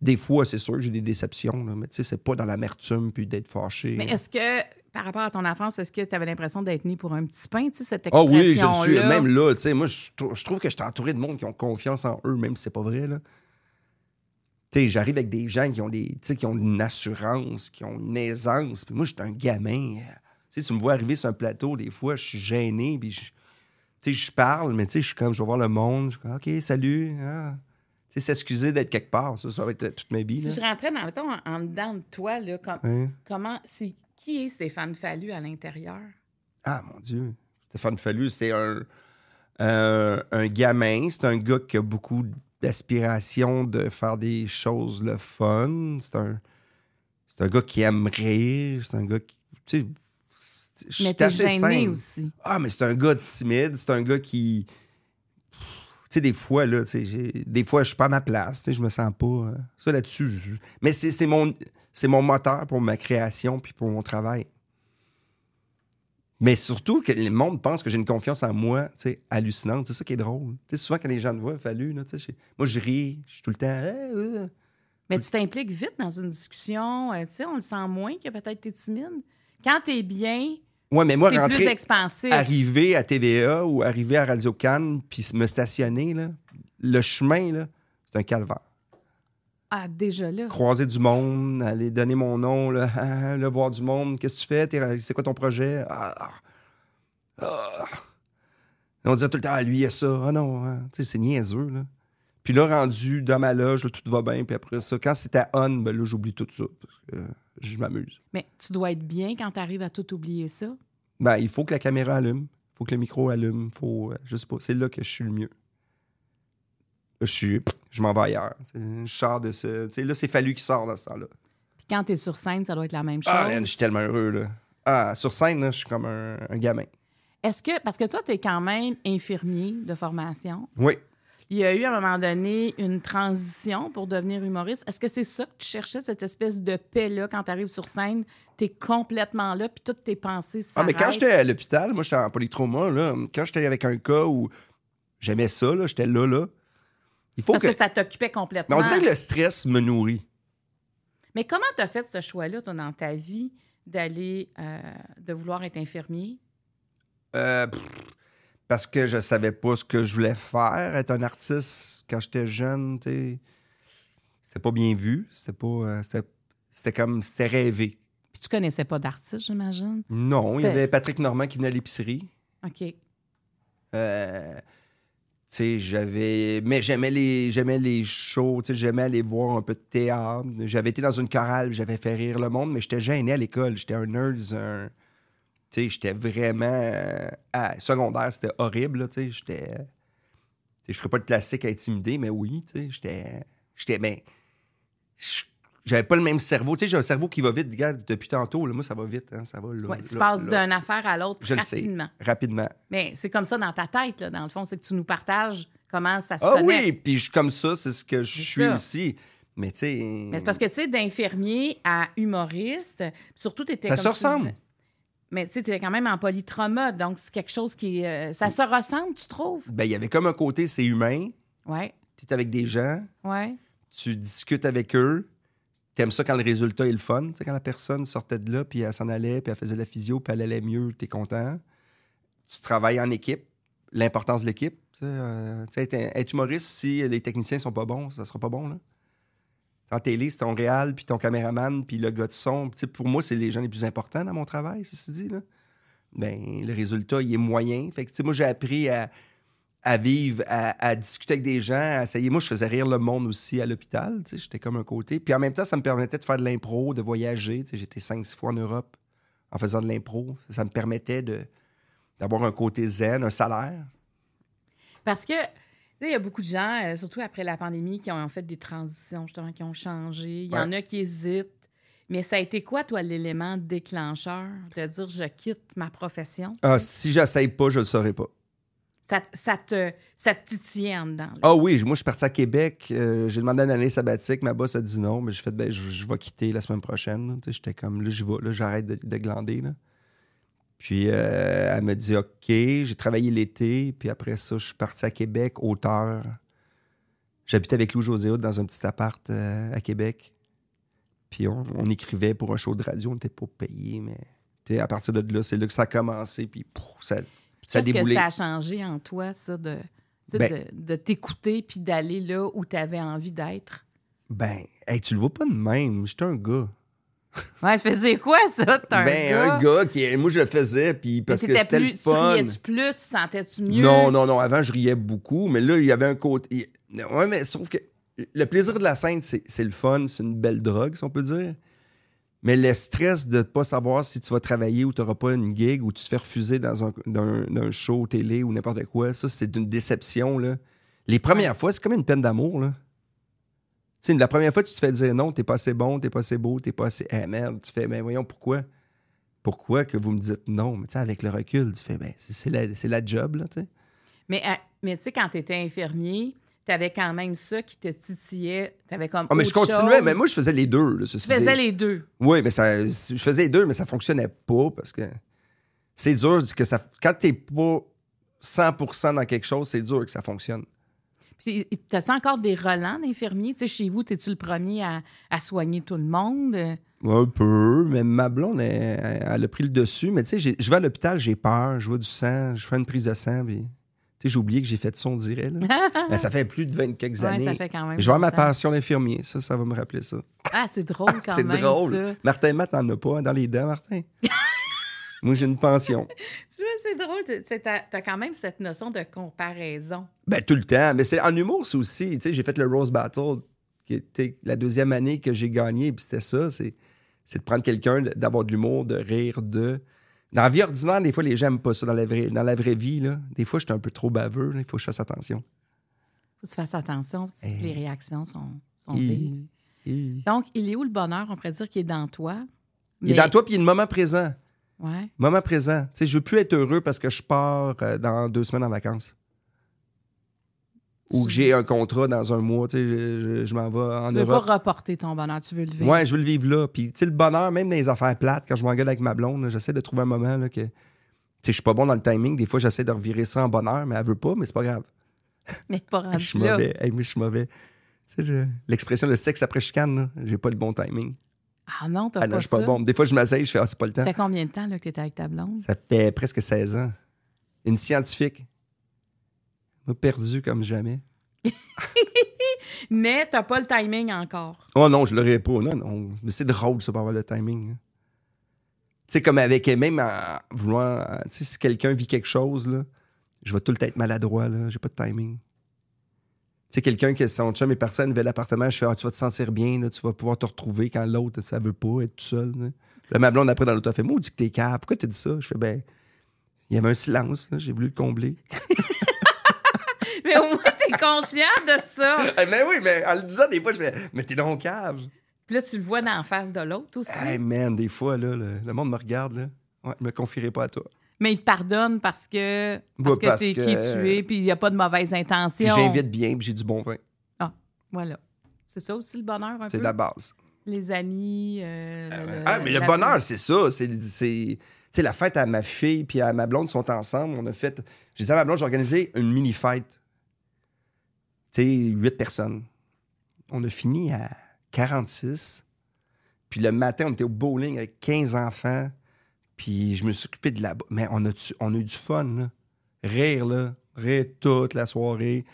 [SPEAKER 1] Des fois, c'est sûr, que j'ai des déceptions, là, mais tu sais, c'est pas dans l'amertume puis d'être fâché.
[SPEAKER 2] Mais est-ce que, par rapport à ton enfance, est-ce que tu avais l'impression d'être né pour un petit pain, tu sais, cette
[SPEAKER 1] Ah
[SPEAKER 2] expression
[SPEAKER 1] oui, je le suis. Même là, tu sais, moi, je, trou- je trouve que je suis entouré de monde qui ont confiance en eux, même si c'est pas vrai, là. Tu sais, j'arrive avec des gens qui ont des, tu sais, qui ont une assurance, qui ont une aisance. Puis moi, je suis un gamin. Tu sais, tu me vois arriver sur un plateau, des fois, je suis gêné, puis je, tu sais, je parle, mais tu sais, je suis comme, je vais voir le monde, je suis comme, OK, salut. ah. sais, s'excuser d'être quelque part, ça, ça va être toute ma vie.
[SPEAKER 2] Si je
[SPEAKER 1] là.
[SPEAKER 2] rentrais dans, mettons, en, en dedans de toi, là, com-
[SPEAKER 1] Hein?
[SPEAKER 2] comment, c'est qui est Stéphane Fallu à l'intérieur?
[SPEAKER 1] Ah, mon Dieu. Stéphane Fallu, c'est un, euh, un gamin. C'est un gars qui a beaucoup d'aspiration de faire des choses le fun. C'est un, c'est un gars qui aime rire. C'est un gars qui. Tu sais, je
[SPEAKER 2] Mais
[SPEAKER 1] suis
[SPEAKER 2] t'es
[SPEAKER 1] assez
[SPEAKER 2] gêné
[SPEAKER 1] simple.
[SPEAKER 2] aussi.
[SPEAKER 1] Ah, mais c'est un gars timide. C'est un gars qui. Pff, Tu sais, des fois, là, tu sais, j'ai- des fois, je suis pas à ma place. Tu sais, je me sens pas. euh, Ça, là-dessus. je- Mais c'est c'est mon, c'est mon moteur pour ma création puis pour mon travail. Mais surtout que le monde pense que j'ai une confiance en moi, tu sais, hallucinante. C'est ça qui est drôle. Tu sais, souvent, quand les gens me voient, fallu, là, tu sais, je- moi, je ris. Je suis tout le temps. Ah, ah.
[SPEAKER 2] Mais tu t'impliques vite dans une discussion. euh, tu sais, on le sent moins que peut-être t'es timide. Quand t'es bien,
[SPEAKER 1] Ouais, mais moi,
[SPEAKER 2] t'es plus
[SPEAKER 1] rentrer.
[SPEAKER 2] expansif.
[SPEAKER 1] arriver à TVA ou arriver à Radio Cannes puis me stationner, là, le chemin, là, c'est un calvaire.
[SPEAKER 2] Ah, déjà là.
[SPEAKER 1] Croiser du monde, aller donner mon nom, là, ah, là, voir du monde. Qu'est-ce que tu fais? T'es- C'est quoi ton projet? Ah, ah, ah. On disait tout le temps, ah, lui, il y a ça. Ah non, ah. Tu sais, c'est niaiseux. Là. Puis là, rendu dans ma loge, là, tout va bien. Puis après ça, quand c'est à on, ben là, j'oublie tout ça. Parce que euh, je m'amuse.
[SPEAKER 2] Mais tu dois être bien quand t'arrives à tout oublier ça.
[SPEAKER 1] Ben, il faut que la caméra allume. Il faut que le micro allume. Faut, euh, je sais pas. C'est là que je suis le mieux. Là, je suis. Je m'en vais ailleurs. tu sais, Je sors de ce. tu sais, là, c'est Fallu qui sort dans ce temps-là.
[SPEAKER 2] Puis quand t'es sur scène, ça doit être la même chose.
[SPEAKER 1] Ah, man, je suis tellement heureux, là. Ah, sur scène, là, je suis comme un, un gamin.
[SPEAKER 2] Est-ce que, parce que toi, t'es quand même infirmier de formation.
[SPEAKER 1] Oui.
[SPEAKER 2] Il y a eu à un moment donné une transition pour devenir humoriste. Est-ce que c'est ça que tu cherchais, cette espèce de paix-là, quand tu arrives sur scène, tu es complètement là, puis toutes tes pensées
[SPEAKER 1] Ah, mais quand
[SPEAKER 2] s'arrêtent?
[SPEAKER 1] j'étais à l'hôpital, moi, j'étais en polytrauma, là. Quand j'étais avec un cas où j'aimais ça, là, j'étais là, là. Il faut
[SPEAKER 2] Parce
[SPEAKER 1] que.
[SPEAKER 2] que... ça t'occupait
[SPEAKER 1] Mais
[SPEAKER 2] complètement.
[SPEAKER 1] on dirait que le stress me nourrit.
[SPEAKER 2] Mais comment t'as fait ce choix-là, toi, dans ta vie, d'aller, euh, de vouloir être infirmier?
[SPEAKER 1] Euh, pff, parce que je savais pas ce que je voulais faire, être un artiste quand j'étais jeune, tu sais. C'était pas bien vu, c'était pas euh, c'était, c'était comme c'était rêvé.
[SPEAKER 2] Puis tu connaissais pas d'artiste, j'imagine.
[SPEAKER 1] Non, il y
[SPEAKER 2] C'était-
[SPEAKER 1] avait Patrick Normand qui venait à l'épicerie.
[SPEAKER 2] OK.
[SPEAKER 1] Euh, tu sais, j'avais mais j'aimais les j'aimais les shows, tu sais, j'aimais aller voir un peu de théâtre. J'avais été dans une chorale, j'avais fait rire le monde, mais j'étais gêné à l'école, j'étais un nerd, un tu sais, j'étais vraiment euh, ah, secondaire, c'était horrible, là, tu sais, j'étais tu sais, je ferais pas de classique à intimider, mais oui, tu sais, j'étais j'étais mais je- j'avais pas le même cerveau, tu sais, j'ai un cerveau qui va vite, regarde, depuis tantôt, là, moi ça va vite, hein, ça va là,
[SPEAKER 2] Ouais, tu
[SPEAKER 1] là,
[SPEAKER 2] passes
[SPEAKER 1] là,
[SPEAKER 2] d'une affaire à l'autre
[SPEAKER 1] Je le sais.
[SPEAKER 2] rapidement.
[SPEAKER 1] rapidement.
[SPEAKER 2] Mais c'est comme ça dans ta tête, là, dans le fond. C'est que tu nous partages comment ça se
[SPEAKER 1] Ah
[SPEAKER 2] connecte.
[SPEAKER 1] oui, puis je suis comme ça, c'est ce que je
[SPEAKER 2] C'est
[SPEAKER 1] suis
[SPEAKER 2] ça.
[SPEAKER 1] aussi. Mais tu sais.
[SPEAKER 2] Mais c'est parce que, tu sais, d'infirmier à humoriste, surtout, tu étais.
[SPEAKER 1] Ça se ressemble.
[SPEAKER 2] Mais tu sais, tu quand même en polytrauma, donc c'est quelque chose qui. euh, ça se ressemble, tu trouves?
[SPEAKER 1] Ben, il y avait comme un côté, c'est humain.
[SPEAKER 2] Oui,
[SPEAKER 1] Tu es avec des gens,
[SPEAKER 2] oui.
[SPEAKER 1] tu discutes avec eux. T'aimes ça quand le résultat est le fun. Tu sais, quand la personne sortait de là, puis elle s'en allait, puis elle faisait de la physio, puis elle allait mieux, t'es content. Tu travailles en équipe. L'importance de l'équipe. Tu sais, euh, tu sais, être, être humoriste, si les techniciens sont pas bons, ça sera pas bon, là. En télé, c'est ton réal, puis ton caméraman, puis le gars de son. Tu sais, pour moi, c'est les gens les plus importants dans mon travail, ceci dit, là. Ben, le résultat, il est moyen. Fait que, tu sais, moi, j'ai appris à à vivre, à, à discuter avec des gens, à essayer. Moi, je faisais rire le monde aussi à l'hôpital. tu sais, J'étais comme un côté. Puis en même temps, ça me permettait de faire de l'impro, de voyager. tu sais, J'étais cinq, six fois en Europe en faisant de l'impro. Ça me permettait de d'avoir un côté zen, un salaire.
[SPEAKER 2] Parce que, tu sais, il y a beaucoup de gens, euh, surtout après la pandémie, qui ont fait des transitions, justement, qui ont changé. Il y en a qui hésitent. Mais ça a été quoi, toi, l'élément déclencheur de dire je quitte ma profession?
[SPEAKER 1] Ah, si j'essaye pas, je le saurais pas.
[SPEAKER 2] Ça, ça te, ça te titillait en dedans. là.
[SPEAKER 1] Ah oui, moi, je suis parti à Québec. euh, j'ai demandé une année sabbatique. Ma boss a dit non. Mais j'ai fait, ben, je, je vais quitter la semaine prochaine. Tu sais, J'étais comme, là, j'y vais. Là, j'arrête de, de glander. Là. Puis, euh, elle me dit, OK, j'ai travaillé l'été. Puis après ça, je suis parti à Québec, auteur. J'habitais avec Lou José Hood dans un petit appart euh, à Québec. Puis on, on écrivait pour un show de radio. On n'était pas payé, mais... Puis à partir de là, c'est là que ça a commencé. Puis pouf, ça, ça a
[SPEAKER 2] Qu'est-ce que
[SPEAKER 1] déboulé.
[SPEAKER 2] ça a changé en toi, ça, de, tu sais,
[SPEAKER 1] Ben-
[SPEAKER 2] de, de t'écouter puis d'aller là où tu avais envie d'être?
[SPEAKER 1] Ben, hey, tu le vois pas de même. J'étais un gars.
[SPEAKER 2] Ouais, faisais quoi, ça? T'es un
[SPEAKER 1] ben,
[SPEAKER 2] gars.
[SPEAKER 1] un gars qui. Moi, je le faisais, puis parce
[SPEAKER 2] Mais
[SPEAKER 1] que
[SPEAKER 2] t'étais
[SPEAKER 1] c'était le
[SPEAKER 2] plus-
[SPEAKER 1] fun.
[SPEAKER 2] Tu riais-tu plus? Tu sentais-tu mieux?
[SPEAKER 1] Non, non, non. Avant, je riais beaucoup, mais là, il y avait un côté. il- Ouais, mais sauf que le plaisir de la scène, c'est c'est le fun, c'est une belle drogue, si on peut dire. Mais le stress de ne pas savoir si tu vas travailler ou tu n'auras pas une gig ou tu te fais refuser dans un, d'un- d'un show télé ou n'importe quoi, ça, c'est une déception. Là. Les premières fois, c'est comme une peine d'amour. Là. Tu sais, la première fois, tu te fais dire non, t'es pas assez bon, t'es pas assez beau, t'es pas assez. Eh merde, tu fais, mais voyons pourquoi. Pourquoi que vous me dites non? Mais tu sais, avec le recul, tu fais, ben, c'est- c'est la, c'est la job, là, tu sais.
[SPEAKER 2] Mais, euh, mais tu sais, quand tu étais infirmier, tu avais quand même ça qui te titillait. Tu avais comme.
[SPEAKER 1] Ah, mais je
[SPEAKER 2] autre
[SPEAKER 1] continuais,
[SPEAKER 2] chose.
[SPEAKER 1] mais moi, je faisais les deux. Là, ceci
[SPEAKER 2] Tu faisais
[SPEAKER 1] dit.
[SPEAKER 2] les deux.
[SPEAKER 1] Oui, mais ça, je faisais les deux, mais ça fonctionnait pas parce que c'est dur que ça. Quand t'es pas 100% dans quelque chose, c'est dur que ça fonctionne.
[SPEAKER 2] Puis, t'as-tu encore des relents d'infirmiers? Tu sais, chez vous, t'es-tu le premier à, à soigner tout le monde?
[SPEAKER 1] Un peu, mais ma blonde, elle, elle a pris le dessus. Mais tu sais, j'ai- je vais à l'hôpital, j'ai peur, je vois du sang, je fais une prise de sang, puis tu sais, j'ai oublié que j'ai fait ça, on dirait. là. Mais ça fait plus de 20 quelques
[SPEAKER 2] Ah. Ouais,
[SPEAKER 1] années.
[SPEAKER 2] ça fait quand même
[SPEAKER 1] Je vais avoir ma
[SPEAKER 2] longtemps.
[SPEAKER 1] passion d'infirmier, ça, ça va me rappeler ça.
[SPEAKER 2] Ah, c'est drôle quand
[SPEAKER 1] C'est
[SPEAKER 2] même.
[SPEAKER 1] drôle.
[SPEAKER 2] ça.
[SPEAKER 1] Martin Matt n'en a pas hein, dans les dents, Martin. Moi, j'ai une pension.
[SPEAKER 2] Tu vois, c'est drôle. Tu sais, t'as t'as quand même cette notion de comparaison.
[SPEAKER 1] Ben, tout le temps. Mais c'est en humour, c'est aussi. Tu sais, j'ai fait le Rose Battle, qui était la deuxième année que j'ai gagné, puis c'était ça. C'est, c'est de prendre quelqu'un, de- d'avoir de l'humour, de rire, de. Dans la vie ordinaire, des fois, les gens n'aiment pas ça. Dans la vraie, dans la vraie vie, là, des fois, j'étais un peu trop baveux. là. Il faut que je fasse attention.
[SPEAKER 2] Faut que tu fasses attention, parce que
[SPEAKER 1] Eh.
[SPEAKER 2] les réactions sont, sont
[SPEAKER 1] Il,
[SPEAKER 2] vives.
[SPEAKER 1] il-
[SPEAKER 2] Donc, il est où le bonheur? On pourrait dire qu'il est dans toi.
[SPEAKER 1] il est
[SPEAKER 2] mais-
[SPEAKER 1] dans toi, puis il est le moment présent.
[SPEAKER 2] Ouais.
[SPEAKER 1] Moment présent. Tu sais, je veux plus être heureux parce que je pars euh, dans deux semaines en vacances. Ou que j'ai un contrat dans un mois. Tu sais, je, je- je m'en vais en
[SPEAKER 2] tu veux
[SPEAKER 1] Europe.
[SPEAKER 2] pas reporter ton bonheur, tu veux le vivre.
[SPEAKER 1] Ouais, je veux le vivre là. Puis, tu sais, le bonheur, même dans les affaires plates, quand je m'engueule avec ma blonde, là, j'essaie de trouver un moment là, que. Tu sais, je suis pas bon dans le timing. Des fois, j'essaie de revirer ça en bonheur, mais elle veut pas, mais c'est pas grave.
[SPEAKER 2] Mais pas
[SPEAKER 1] Je suis
[SPEAKER 2] rendu là.
[SPEAKER 1] mauvais. Hey, moi, je suis mauvais. Tu sais, je- l'expression le sexe après chicane, là, j'ai pas le bon timing.
[SPEAKER 2] Ah non, t'as
[SPEAKER 1] Ah
[SPEAKER 2] pas
[SPEAKER 1] non, je suis
[SPEAKER 2] ça.
[SPEAKER 1] pas bon. Des fois, je m'asseye, je fais, ah, c'est pas le
[SPEAKER 2] Ça
[SPEAKER 1] temps.
[SPEAKER 2] fait combien de temps là, que t'étais avec ta blonde?
[SPEAKER 1] Ça fait presque 16 ans. Une scientifique m'a perdu comme jamais.
[SPEAKER 2] Mais t'as pas le timing encore.
[SPEAKER 1] Oh non, je l'aurais pas. Non, non. Mais c'est drôle, ça, pour avoir le timing. hein. Tu sais, comme avec même en voulant. en- Tu sais, si quelqu'un vit quelque chose, là, je vais tout le temps être maladroit, là. J'ai pas de timing. Tu sais, quelqu'un qui son chum est parti à un nouvel appartement, je fais ah, tu vas te sentir bien, là, tu vas pouvoir te retrouver quand l'autre, ça veut pas être tout seul. Là, Là, ma blonde, après, dans l'auto, elle fait Maudit que t'es capable. Pourquoi t'as dit ça Je fais Ben, il y avait un silence, là, j'ai voulu le combler.
[SPEAKER 2] Mais au moins, t'es conscient de ça.
[SPEAKER 1] Eh, mais oui, mais en le disant, des fois, je fais Mais t'es donc cave.
[SPEAKER 2] Puis là, tu le vois dans la face de l'autre aussi.
[SPEAKER 1] Hey man, des fois, là, le, le monde me regarde, là. Ouais, je me confierai pas à toi.
[SPEAKER 2] Mais il te pardonne parce que,
[SPEAKER 1] Bah,
[SPEAKER 2] parce que
[SPEAKER 1] parce
[SPEAKER 2] t'es
[SPEAKER 1] que-
[SPEAKER 2] qui tu es, puis il n'y a pas de mauvaise
[SPEAKER 1] Puis
[SPEAKER 2] intention.
[SPEAKER 1] j'invite bien, puis j'ai du bon vin.
[SPEAKER 2] Voilà. C'est ça aussi le bonheur un
[SPEAKER 1] C'est
[SPEAKER 2] peu.
[SPEAKER 1] la base.
[SPEAKER 2] Les amis. euh, le-
[SPEAKER 1] ah, mais le
[SPEAKER 2] la-
[SPEAKER 1] bonheur, c'est ça. C'est, c'est, tu sais, la fête à ma fille puis à ma blonde sont ensemble. On a fait... Je disais à ma blonde, j'ai organisé une mini-fête. Tu sais, huit personnes. On a fini à 46. Puis le matin, on était au bowling avec 15 enfants. Puis je me suis occupé de la... bo- Mais on a, tu- on a eu du fun, là. Rire, là. Rire toute la soirée.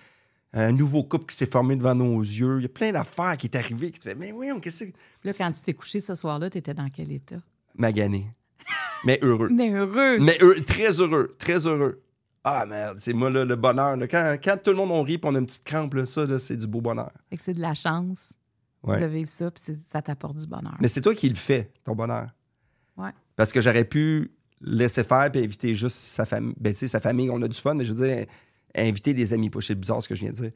[SPEAKER 1] Un nouveau couple qui s'est formé devant nos yeux. Il y a plein d'affaires qui est arrivé. Qui te fait, mais oui, qu'est-ce que...
[SPEAKER 2] Là, quand tu t'es couché ce soir-là, t'étais dans quel état?
[SPEAKER 1] magané. Mais heureux.
[SPEAKER 2] Mais heureux.
[SPEAKER 1] Mais heureux- très heureux, très heureux. Ah merde, c'est moi là, le bonheur. là. Quand, quand tout le monde on rit puis on a une petite crampe, là, ça, là, c'est du beau bonheur.
[SPEAKER 2] Fait que c'est de la chance
[SPEAKER 1] Ouais.
[SPEAKER 2] de vivre ça, puis c'est- ça t'apporte du bonheur.
[SPEAKER 1] Mais c'est toi qui le fais, ton bonheur.
[SPEAKER 2] Ouais.
[SPEAKER 1] Parce que j'aurais pu laisser faire puis inviter juste sa famille. Ben, tu sais, sa famille, on a du fun, mais je veux dire, inviter des amis. Pas- C'est bizarre ce que je viens de dire.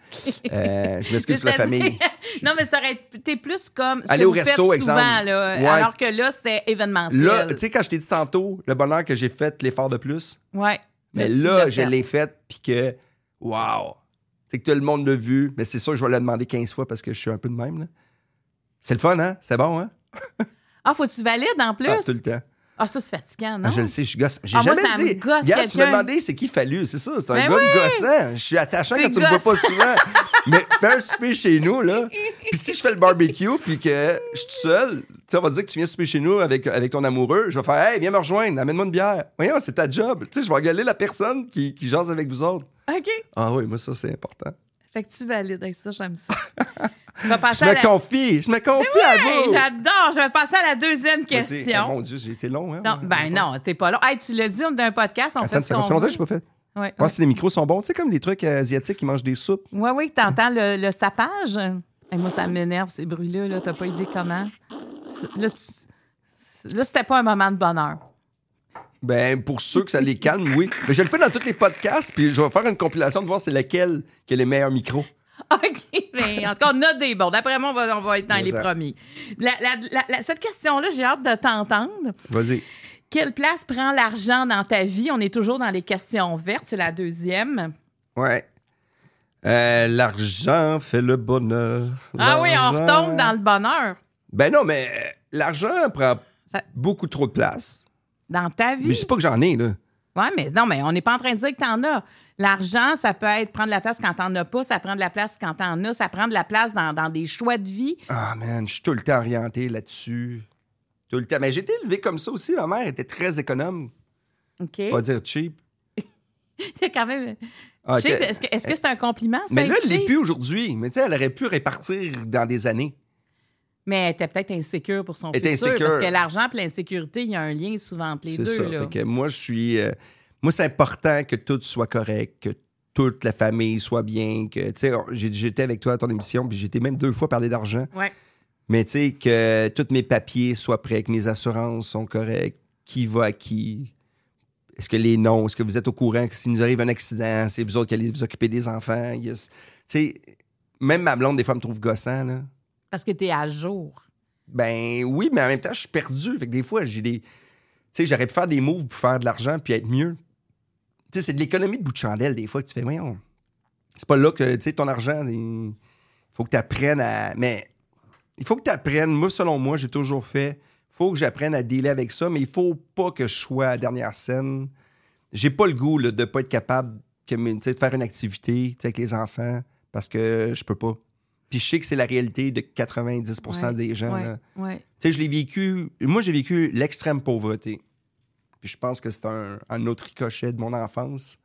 [SPEAKER 1] Euh, je m'excuse pour la
[SPEAKER 2] C'est-à-dire-
[SPEAKER 1] famille.
[SPEAKER 2] non, mais ça aurait été t'es plus comme. ce
[SPEAKER 1] Aller
[SPEAKER 2] que
[SPEAKER 1] au
[SPEAKER 2] vous
[SPEAKER 1] resto,
[SPEAKER 2] faites
[SPEAKER 1] exemple.
[SPEAKER 2] Souvent, là,
[SPEAKER 1] Ouais.
[SPEAKER 2] Alors que là, c'était événementiel.
[SPEAKER 1] Là, tu sais, quand je t'ai dit tantôt, le bonheur que j'ai fait, l'effort de plus,
[SPEAKER 2] Ouais.
[SPEAKER 1] Mais
[SPEAKER 2] tu
[SPEAKER 1] là,
[SPEAKER 2] l'as
[SPEAKER 1] je
[SPEAKER 2] fait.
[SPEAKER 1] l'ai faite, puis que, waouh! C'est que tout le monde l'a vu, mais c'est sûr que je vais la demander 15 fois parce que je suis un peu de même. là. C'est le fun, hein? C'est bon, hein?
[SPEAKER 2] Ah, faut que tu valides en plus?
[SPEAKER 1] Ah, tout le temps.
[SPEAKER 2] Ah, ça, c'est fatigant, non?
[SPEAKER 1] Ah, je le sais, je suis gosse. J'ai
[SPEAKER 2] Ah, moi,
[SPEAKER 1] jamais
[SPEAKER 2] ça me
[SPEAKER 1] dit.
[SPEAKER 2] gosse
[SPEAKER 1] Regarde, tu m'as
[SPEAKER 2] quelqu'un.
[SPEAKER 1] demandé c'est qui Fallu, c'est ça. C'est un
[SPEAKER 2] Ben
[SPEAKER 1] gars
[SPEAKER 2] oui!
[SPEAKER 1] gossant. Je suis attachant
[SPEAKER 2] T'es
[SPEAKER 1] quand tu me vois pas
[SPEAKER 2] gossant.
[SPEAKER 1] souvent. mais fais un souper chez nous, là. Puis si je fais le barbecue, puis que je suis tout seul, tu sais, on va dire que tu viens souper chez nous avec, avec ton amoureux. Je vais faire, hey, viens me rejoindre, amène-moi une bière. Voyons, c'est ta job. Tu sais, je vais engueuler la personne qui, qui jase avec vous autres.
[SPEAKER 2] OK.
[SPEAKER 1] Ah oui, moi, ça, c'est important.
[SPEAKER 2] Fait que tu valides. Hey, ça, j'aime ça. Je vais passer
[SPEAKER 1] Je
[SPEAKER 2] à
[SPEAKER 1] me
[SPEAKER 2] la...
[SPEAKER 1] confie, je me confie à
[SPEAKER 2] Hey,
[SPEAKER 1] vous.
[SPEAKER 2] J'adore. Je vais passer à la deuxième
[SPEAKER 1] Mais c'est- eh,
[SPEAKER 2] question.
[SPEAKER 1] mon Dieu, j'ai été long. Hein,
[SPEAKER 2] Non,
[SPEAKER 1] on-
[SPEAKER 2] ben
[SPEAKER 1] on pense.
[SPEAKER 2] non, t'es pas long. Hey, tu l'as dit on- d'un podcast, on
[SPEAKER 1] Attends,
[SPEAKER 2] fait ce
[SPEAKER 1] ça
[SPEAKER 2] qu'on
[SPEAKER 1] fait longtemps que
[SPEAKER 2] veut.
[SPEAKER 1] je n'ai pas fait.
[SPEAKER 2] Ouais,
[SPEAKER 1] Voir si les micros sont bons. Tu sais, comme les trucs euh, asiatiques qui mangent des soupes.
[SPEAKER 2] ouais. Ouais, oui, t'entends le, le sapage? Et moi, ça m'énerve, ces bruits-là. Là, T'as pas idée comment. C'est- Là, tu- là, c'était pas un moment de bonheur.
[SPEAKER 1] Ben, pour ceux que ça les calme, oui. Mais je le fais dans tous les podcasts, puis je vais faire une compilation de voir c'est lequel qui a les meilleurs micros.
[SPEAKER 2] OK, mais en tout cas, on a des bons. D'après moi, on va, on va être dans
[SPEAKER 1] Mais
[SPEAKER 2] les
[SPEAKER 1] ça.
[SPEAKER 2] premiers. La- la- la- la- cette question-là, j'ai hâte de t'entendre.
[SPEAKER 1] Vas-y.
[SPEAKER 2] Quelle place prend l'argent dans ta vie? On est toujours dans les questions vertes, c'est la deuxième.
[SPEAKER 1] Ouais. Euh, l'argent fait le bonheur.
[SPEAKER 2] Ah oui, on
[SPEAKER 1] L'argent-
[SPEAKER 2] retombe dans le bonheur.
[SPEAKER 1] Ben non, mais euh, l'argent prend
[SPEAKER 2] Ça-
[SPEAKER 1] beaucoup trop de place.
[SPEAKER 2] Dans ta
[SPEAKER 1] Mais je
[SPEAKER 2] vie.
[SPEAKER 1] sais pas que j'en ai, là.
[SPEAKER 2] Oui, mais non, mais on n'est pas en train de dire que t'en as. L'argent, ça peut être prendre de la place quand t'en as pas, ça prend de la place quand t'en as, ça prend de la place dans, dans des choix de vie.
[SPEAKER 1] Ah, man, je suis tout le temps orienté là-dessus. Tout le temps. Mais j'ai été élevé comme ça aussi. Ma mère était très économe.
[SPEAKER 2] OK?
[SPEAKER 1] Pas dire cheap.
[SPEAKER 2] C'est quand même.
[SPEAKER 1] Ah,
[SPEAKER 2] Je sais que-
[SPEAKER 1] t'es-
[SPEAKER 2] Est-ce que est-ce que c'est un compliment, ça?
[SPEAKER 1] Mais là,
[SPEAKER 2] être
[SPEAKER 1] elle l'est
[SPEAKER 2] cheap?
[SPEAKER 1] plus aujourd'hui. Mais tu sais, elle aurait pu répartir dans des années.
[SPEAKER 2] Mais elle était peut-être insécure pour son
[SPEAKER 1] Elle était
[SPEAKER 2] futur.
[SPEAKER 1] insécure.
[SPEAKER 2] Parce que l'argent et l'insécurité, il y a un lien souvent entre les
[SPEAKER 1] C'est
[SPEAKER 2] deux.
[SPEAKER 1] ça.
[SPEAKER 2] là.
[SPEAKER 1] Fait que moi, je suis. euh, moi, c'est important que tout soit correct, que toute la famille soit bien, que tu sais, on- j'ai- j'étais avec toi à ton émission, puis j'étais même deux fois parlé d'argent.
[SPEAKER 2] Ouais.
[SPEAKER 1] Mais tu sais, que tous mes papiers soient prêts, que mes assurances sont correctes, qui va à qui. Est-ce que les noms, est-ce que vous êtes au courant que s'il nous arrive un accident, c'est vous autres qui allez vous occuper des enfants? Il y a- Tu sais, même ma blonde, des fois, me trouve gossant, là.
[SPEAKER 2] Parce que tu es à jour.
[SPEAKER 1] Ben oui, mais en même temps, je suis perdu. Fait que des fois, j'ai des. Tu sais, j'aurais pu faire des moves pour faire de l'argent puis être mieux. Tu sais, c'est de l'économie de bout de chandelle, des fois, que tu fais, voyons. C'est pas là que, tu sais, ton argent, il faut que tu apprennes à. Mais il faut que tu apprennes. Moi, selon moi, j'ai toujours fait. faut que j'apprenne à dealer avec ça, mais il faut pas que je sois à la dernière scène. J'ai pas le goût là, de pas être capable que, mes- tu sais, de faire une activité tu sais, avec les enfants parce que je peux pas. Puis je sais que c'est la réalité de 90
[SPEAKER 2] Ouais,
[SPEAKER 1] des gens.
[SPEAKER 2] Ouais,
[SPEAKER 1] là.
[SPEAKER 2] ouais.
[SPEAKER 1] Tu sais, je l'ai vécu. Moi, j'ai vécu l'extrême pauvreté. Puis je pense que c'est un, un autre ricochet de mon enfance.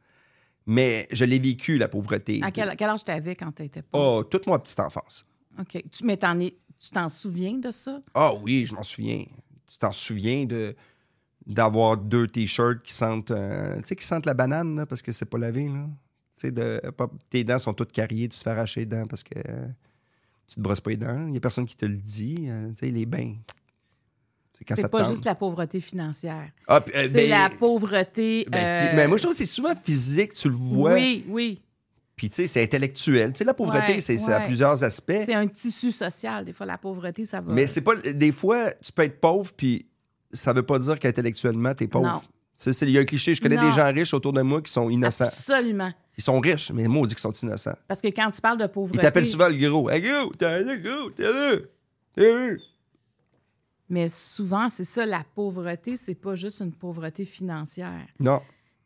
[SPEAKER 1] Mais je l'ai vécu, la pauvreté.
[SPEAKER 2] À quel, quel âge t'avais quand t'étais pas?
[SPEAKER 1] Oh, toute ma petite enfance.
[SPEAKER 2] OK. Tu, mais t'en es- tu t'en souviens de ça?
[SPEAKER 1] Ah oui, je m'en souviens. Tu t'en souviens de d'avoir deux t-shirts qui sentent euh, tu sais qui sentent la banane là, parce que c'est pas lavé là. Tu sais de pas- tes dents sont toutes carriées, tu te fais arracher les dents parce que euh, tu te brosses pas les dents, il y a personne qui te le dit, euh, tu sais les bains. C'est quand ça
[SPEAKER 2] C'est
[SPEAKER 1] te
[SPEAKER 2] pas
[SPEAKER 1] tente.
[SPEAKER 2] juste la pauvreté financière.
[SPEAKER 1] Ah, puis, euh,
[SPEAKER 2] c'est
[SPEAKER 1] ben-
[SPEAKER 2] la pauvreté.
[SPEAKER 1] Ben, fi-
[SPEAKER 2] euh,
[SPEAKER 1] mais moi, je trouve que c'est souvent physique, tu le vois.
[SPEAKER 2] Oui, oui.
[SPEAKER 1] Puis, tu sais, c'est intellectuel. Tu sais, la pauvreté,
[SPEAKER 2] Ouais,
[SPEAKER 1] c'est, ça a
[SPEAKER 2] ouais.
[SPEAKER 1] plusieurs aspects.
[SPEAKER 2] C'est un tissu social. Des fois, la pauvreté, ça va.
[SPEAKER 1] Mais c'est pas. Des fois, tu peux être pauvre, puis ça veut pas dire qu'intellectuellement, t'es pauvre.
[SPEAKER 2] Non.
[SPEAKER 1] Ça, c'est, il y a un cliché. Je connais
[SPEAKER 2] Non. Ah.
[SPEAKER 1] des gens riches autour de moi qui sont innocents.
[SPEAKER 2] Absolument.
[SPEAKER 1] Ils sont riches, mais moi, on dit qu'ils sont innocents.
[SPEAKER 2] Parce que quand tu parles de pauvreté.
[SPEAKER 1] Ils t'appellent souvent le gros. Hey, gros, t'es le gros, t'es le. T'es le.
[SPEAKER 2] Mais souvent, c'est ça, la pauvreté, c'est pas juste une pauvreté financière.
[SPEAKER 1] Non.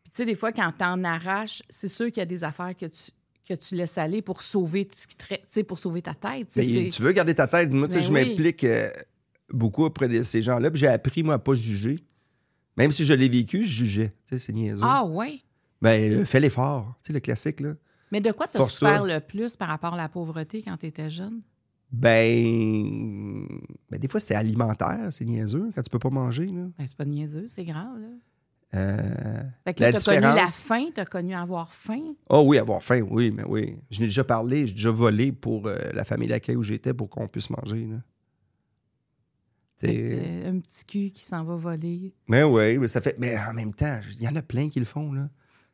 [SPEAKER 2] Puis tu sais, des fois, quand t'en arraches, c'est sûr qu'il y a des affaires que tu, que tu laisses aller pour sauver, ce qui te reste, tu sais, pour sauver ta tête. tu sais,
[SPEAKER 1] Mais
[SPEAKER 2] c'est-
[SPEAKER 1] tu veux garder ta tête. Moi, tu sais,
[SPEAKER 2] Ben
[SPEAKER 1] je
[SPEAKER 2] oui.
[SPEAKER 1] m'implique euh, beaucoup auprès de ces gens-là, puis j'ai appris, moi, à pas juger. Même si je l'ai vécu, je jugeais. Tu sais, c'est niaiseux.
[SPEAKER 2] Ah oui?
[SPEAKER 1] Ben, euh, fais l'effort. Tu sais, le classique, là.
[SPEAKER 2] Mais de quoi tu as
[SPEAKER 1] Force-toi.
[SPEAKER 2] souffert le plus par rapport à la pauvreté quand tu étais jeune?
[SPEAKER 1] Ben, ben des fois, c'est alimentaire, c'est niaiseux, quand tu peux pas manger, là.
[SPEAKER 2] Ben, c'est pas niaiseux, c'est grave. Là.
[SPEAKER 1] Euh,
[SPEAKER 2] Fait que là,
[SPEAKER 1] La
[SPEAKER 2] t'as connu la
[SPEAKER 1] différence-
[SPEAKER 2] faim, t'as connu avoir faim.
[SPEAKER 1] Oh oui, avoir faim, oui, mais oui. Je n'ai déjà parlé, j'ai déjà volé pour euh, la famille d'accueil où j'étais pour qu'on puisse manger, là.
[SPEAKER 2] Fait
[SPEAKER 1] T'sais,
[SPEAKER 2] que, euh, un petit cul qui s'en va voler.
[SPEAKER 1] Mais oui, mais ça fait... Mais en même temps, il y en a plein qui le font, là.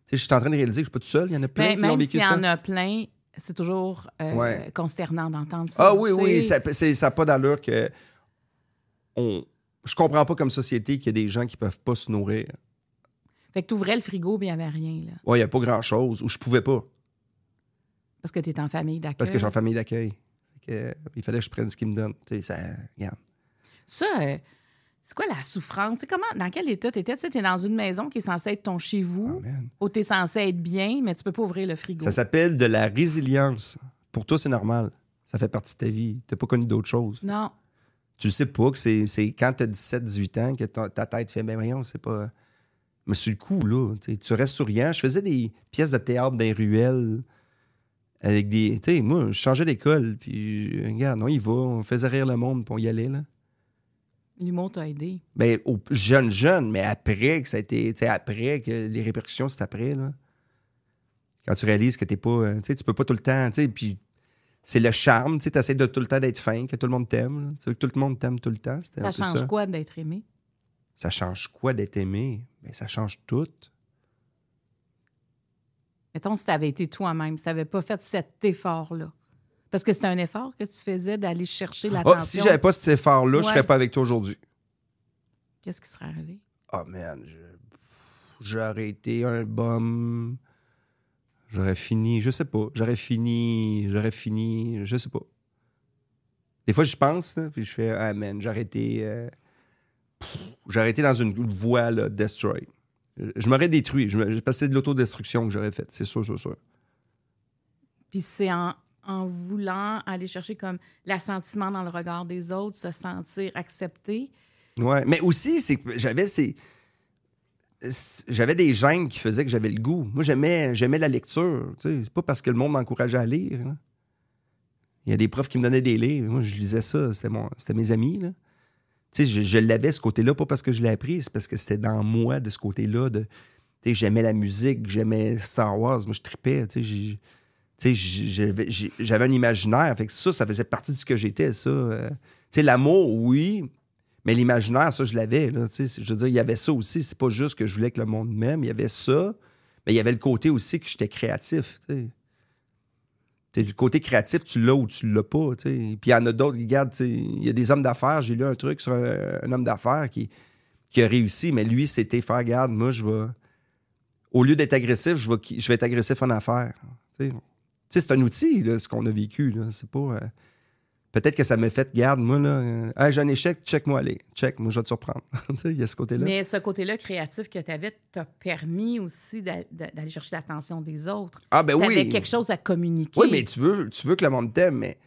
[SPEAKER 1] Tu sais, je suis en train de réaliser que je suis pas tout seul, il y en a plein
[SPEAKER 2] Ben,
[SPEAKER 1] qui l'ont
[SPEAKER 2] même
[SPEAKER 1] vécu,
[SPEAKER 2] s'il y
[SPEAKER 1] ça.
[SPEAKER 2] en a plein, c'est toujours euh,
[SPEAKER 1] Ouais.
[SPEAKER 2] consternant d'entendre ça.
[SPEAKER 1] Ah oui,
[SPEAKER 2] tu sais.
[SPEAKER 1] oui, ça c'est- ça n'a pas d'allure que... On... Je comprends pas comme société qu'il y a des gens qui peuvent pas se nourrir.
[SPEAKER 2] Fait que t'ouvrais le frigo, mais il n'y avait rien. Là,
[SPEAKER 1] Ouais, il n'y a pas grand-chose, ou je pouvais pas.
[SPEAKER 2] parce que t'es en famille d'accueil.
[SPEAKER 1] Parce que je suis en famille d'accueil. Fait que, euh, il fallait que je prenne ce qu'ils me donnent. Tu sais, ça, regarde.
[SPEAKER 2] Ça, euh, c'est quoi la souffrance? C'est comment, dans quel état t'étais? Tu sais, t'es dans une maison qui est censée être ton chez-vous,
[SPEAKER 1] Amen.
[SPEAKER 2] où t'es censé être bien, mais tu peux pas ouvrir le frigo.
[SPEAKER 1] oh, Ah. Ça s'appelle de la résilience. Pour toi, c'est normal. Ça fait partie de ta vie. T'as pas connu d'autres choses.
[SPEAKER 2] Non.
[SPEAKER 1] Tu sais pas que c'est, c'est quand t'as 17, 18 ans que ta, ta tête fait, ben voyons, c'est pas. Mais sur le coup, là, tu sais, tu restes souriant. Je faisais des pièces de théâtre dans les ruelles avec des. Tu sais, moi, je changeais d'école, puis euh, regarde, on y va, on faisait rire le monde, puis on y allait, là.
[SPEAKER 2] L'humour t'a aidé.
[SPEAKER 1] Ben, au jeune, jeune, mais après que ça a été. tu sais, après que les répercussions, c'est après, là. Quand tu réalises que t'es pas. euh, Tu sais, tu peux pas tout le temps. Tu sais, puis c'est le charme. Tu essaies de tout le temps d'être fin, que tout le monde t'aime. là. Tu veux que tout le monde t'aime tout le temps. c'était
[SPEAKER 2] Ça
[SPEAKER 1] un peu
[SPEAKER 2] change quoi d'être aimé?
[SPEAKER 1] Ça change quoi d'être aimé? Ben, ça change tout.
[SPEAKER 2] Mettons, si t'avais été toi-même, si t'avais pas fait cet effort-là. Parce que c'était un effort que tu faisais d'aller chercher
[SPEAKER 1] Oh,
[SPEAKER 2] l'attention.
[SPEAKER 1] si j'avais pas cet effort-là, je
[SPEAKER 2] Ouais.
[SPEAKER 1] serais pas avec toi aujourd'hui.
[SPEAKER 2] Qu'est-ce qui serait arrivé?
[SPEAKER 1] Oh man, je- j'aurais été un bum. J'aurais fini, je sais pas. J'aurais fini, j'aurais fini, je sais pas. Des fois, je pense, là, puis je fais, ah man, j'aurais été. euh, pff, j'aurais été dans une voie, là, destroy. Je- Je m'aurais détruit. Je me- parce que c'est de l'autodestruction que j'aurais faite, c'est sûr, sûr, sûr.
[SPEAKER 2] Puis c'est en, en voulant aller chercher comme l'assentiment dans le regard des autres, se sentir accepté.
[SPEAKER 1] Ouais, mais aussi, c'est que j'avais ces. c'est- J'avais des gènes qui faisaient que j'avais le goût. Moi, j'aimais, j'aimais la lecture. tu sais. C'est pas parce que le monde m'encourageait à lire. là. Il y a des profs qui me donnaient des livres. Moi, je lisais ça. C'était, mon, c'était mes amis. Là. Tu sais, Je, je l'avais, ce côté-là, pas parce que je l'ai appris, c'est parce que c'était dans moi, de ce côté-là. De, tu sais, j'aimais la musique, j'aimais Star Wars. Moi, je tripais. tu sais, j'ai- tu sais, j'ai- j'avais j'ai- j'avais un imaginaire. Fait que ça, ça faisait partie de ce que j'étais, ça. Euh, tu sais, l'amour, oui, mais l'imaginaire, ça, je l'avais. là, tu sais. Je veux dire, il y avait ça aussi. C'est pas juste que je voulais que le monde m'aime. Il y avait ça, mais il y avait le côté aussi que j'étais créatif. tu sais. Tu sais, Le côté créatif, tu l'as ou tu l'as pas. tu sais. Puis il y en a d'autres, regarde, tu sais, il y a des hommes d'affaires. J'ai lu un truc sur un, un homme d'affaires qui, qui a réussi, mais lui, c'était faire, regarde, moi, je vais. Au lieu d'être agressif, je vais, qui- je vais être agressif en affaires. Tu sais. Tu sais, c'est un outil, là, ce qu'on a vécu. là. C'est pas. euh, Peut-être que ça m'a fait, garde, moi, là, euh, Hey, j'ai un échec, check-moi, allez, check, moi, je vais te surprendre. Tu sais, Il y a ce côté-là.
[SPEAKER 2] Mais ce côté-là créatif que tu avais t'a permis aussi d'a- d'a- d'aller chercher l'attention des autres.
[SPEAKER 1] Ah, ben
[SPEAKER 2] T'avais
[SPEAKER 1] oui.
[SPEAKER 2] quelque chose à communiquer.
[SPEAKER 1] Oui, mais tu veux, tu veux que le monde t'aime, mais.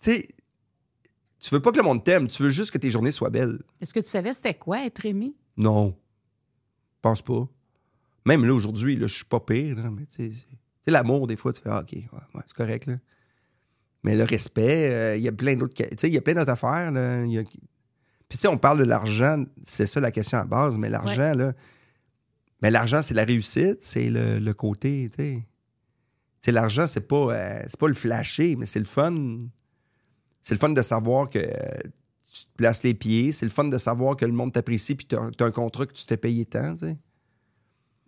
[SPEAKER 1] Tu sais, tu veux pas que le monde t'aime, tu veux juste que tes journées soient belles.
[SPEAKER 2] Est-ce que tu savais c'était quoi être aimé?
[SPEAKER 1] Non. Je pense pas. Même là, aujourd'hui, là, je suis pas pire, là, mais tu sais, c'est- tu sais, l'amour, des fois, tu fais, ah, OK, ouais, ouais, c'est correct, là. Mais le respect, euh, il y a plein d'autres... ca- Tu sais, il y a plein d'autres affaires, là. il y a- Puis tu sais, on parle de l'argent, c'est ça la question à base, mais l'argent, là... Mais l'argent, c'est la réussite, c'est le, le côté, tu sais. Tu sais, l'argent, c'est pas, euh, c'est pas le flasher, mais c'est le fun. C'est le fun de savoir que euh, tu te places les pieds. C'est le fun de savoir que le monde t'apprécie puis t'as t'as un contrat que tu t'es payé tant, tu sais.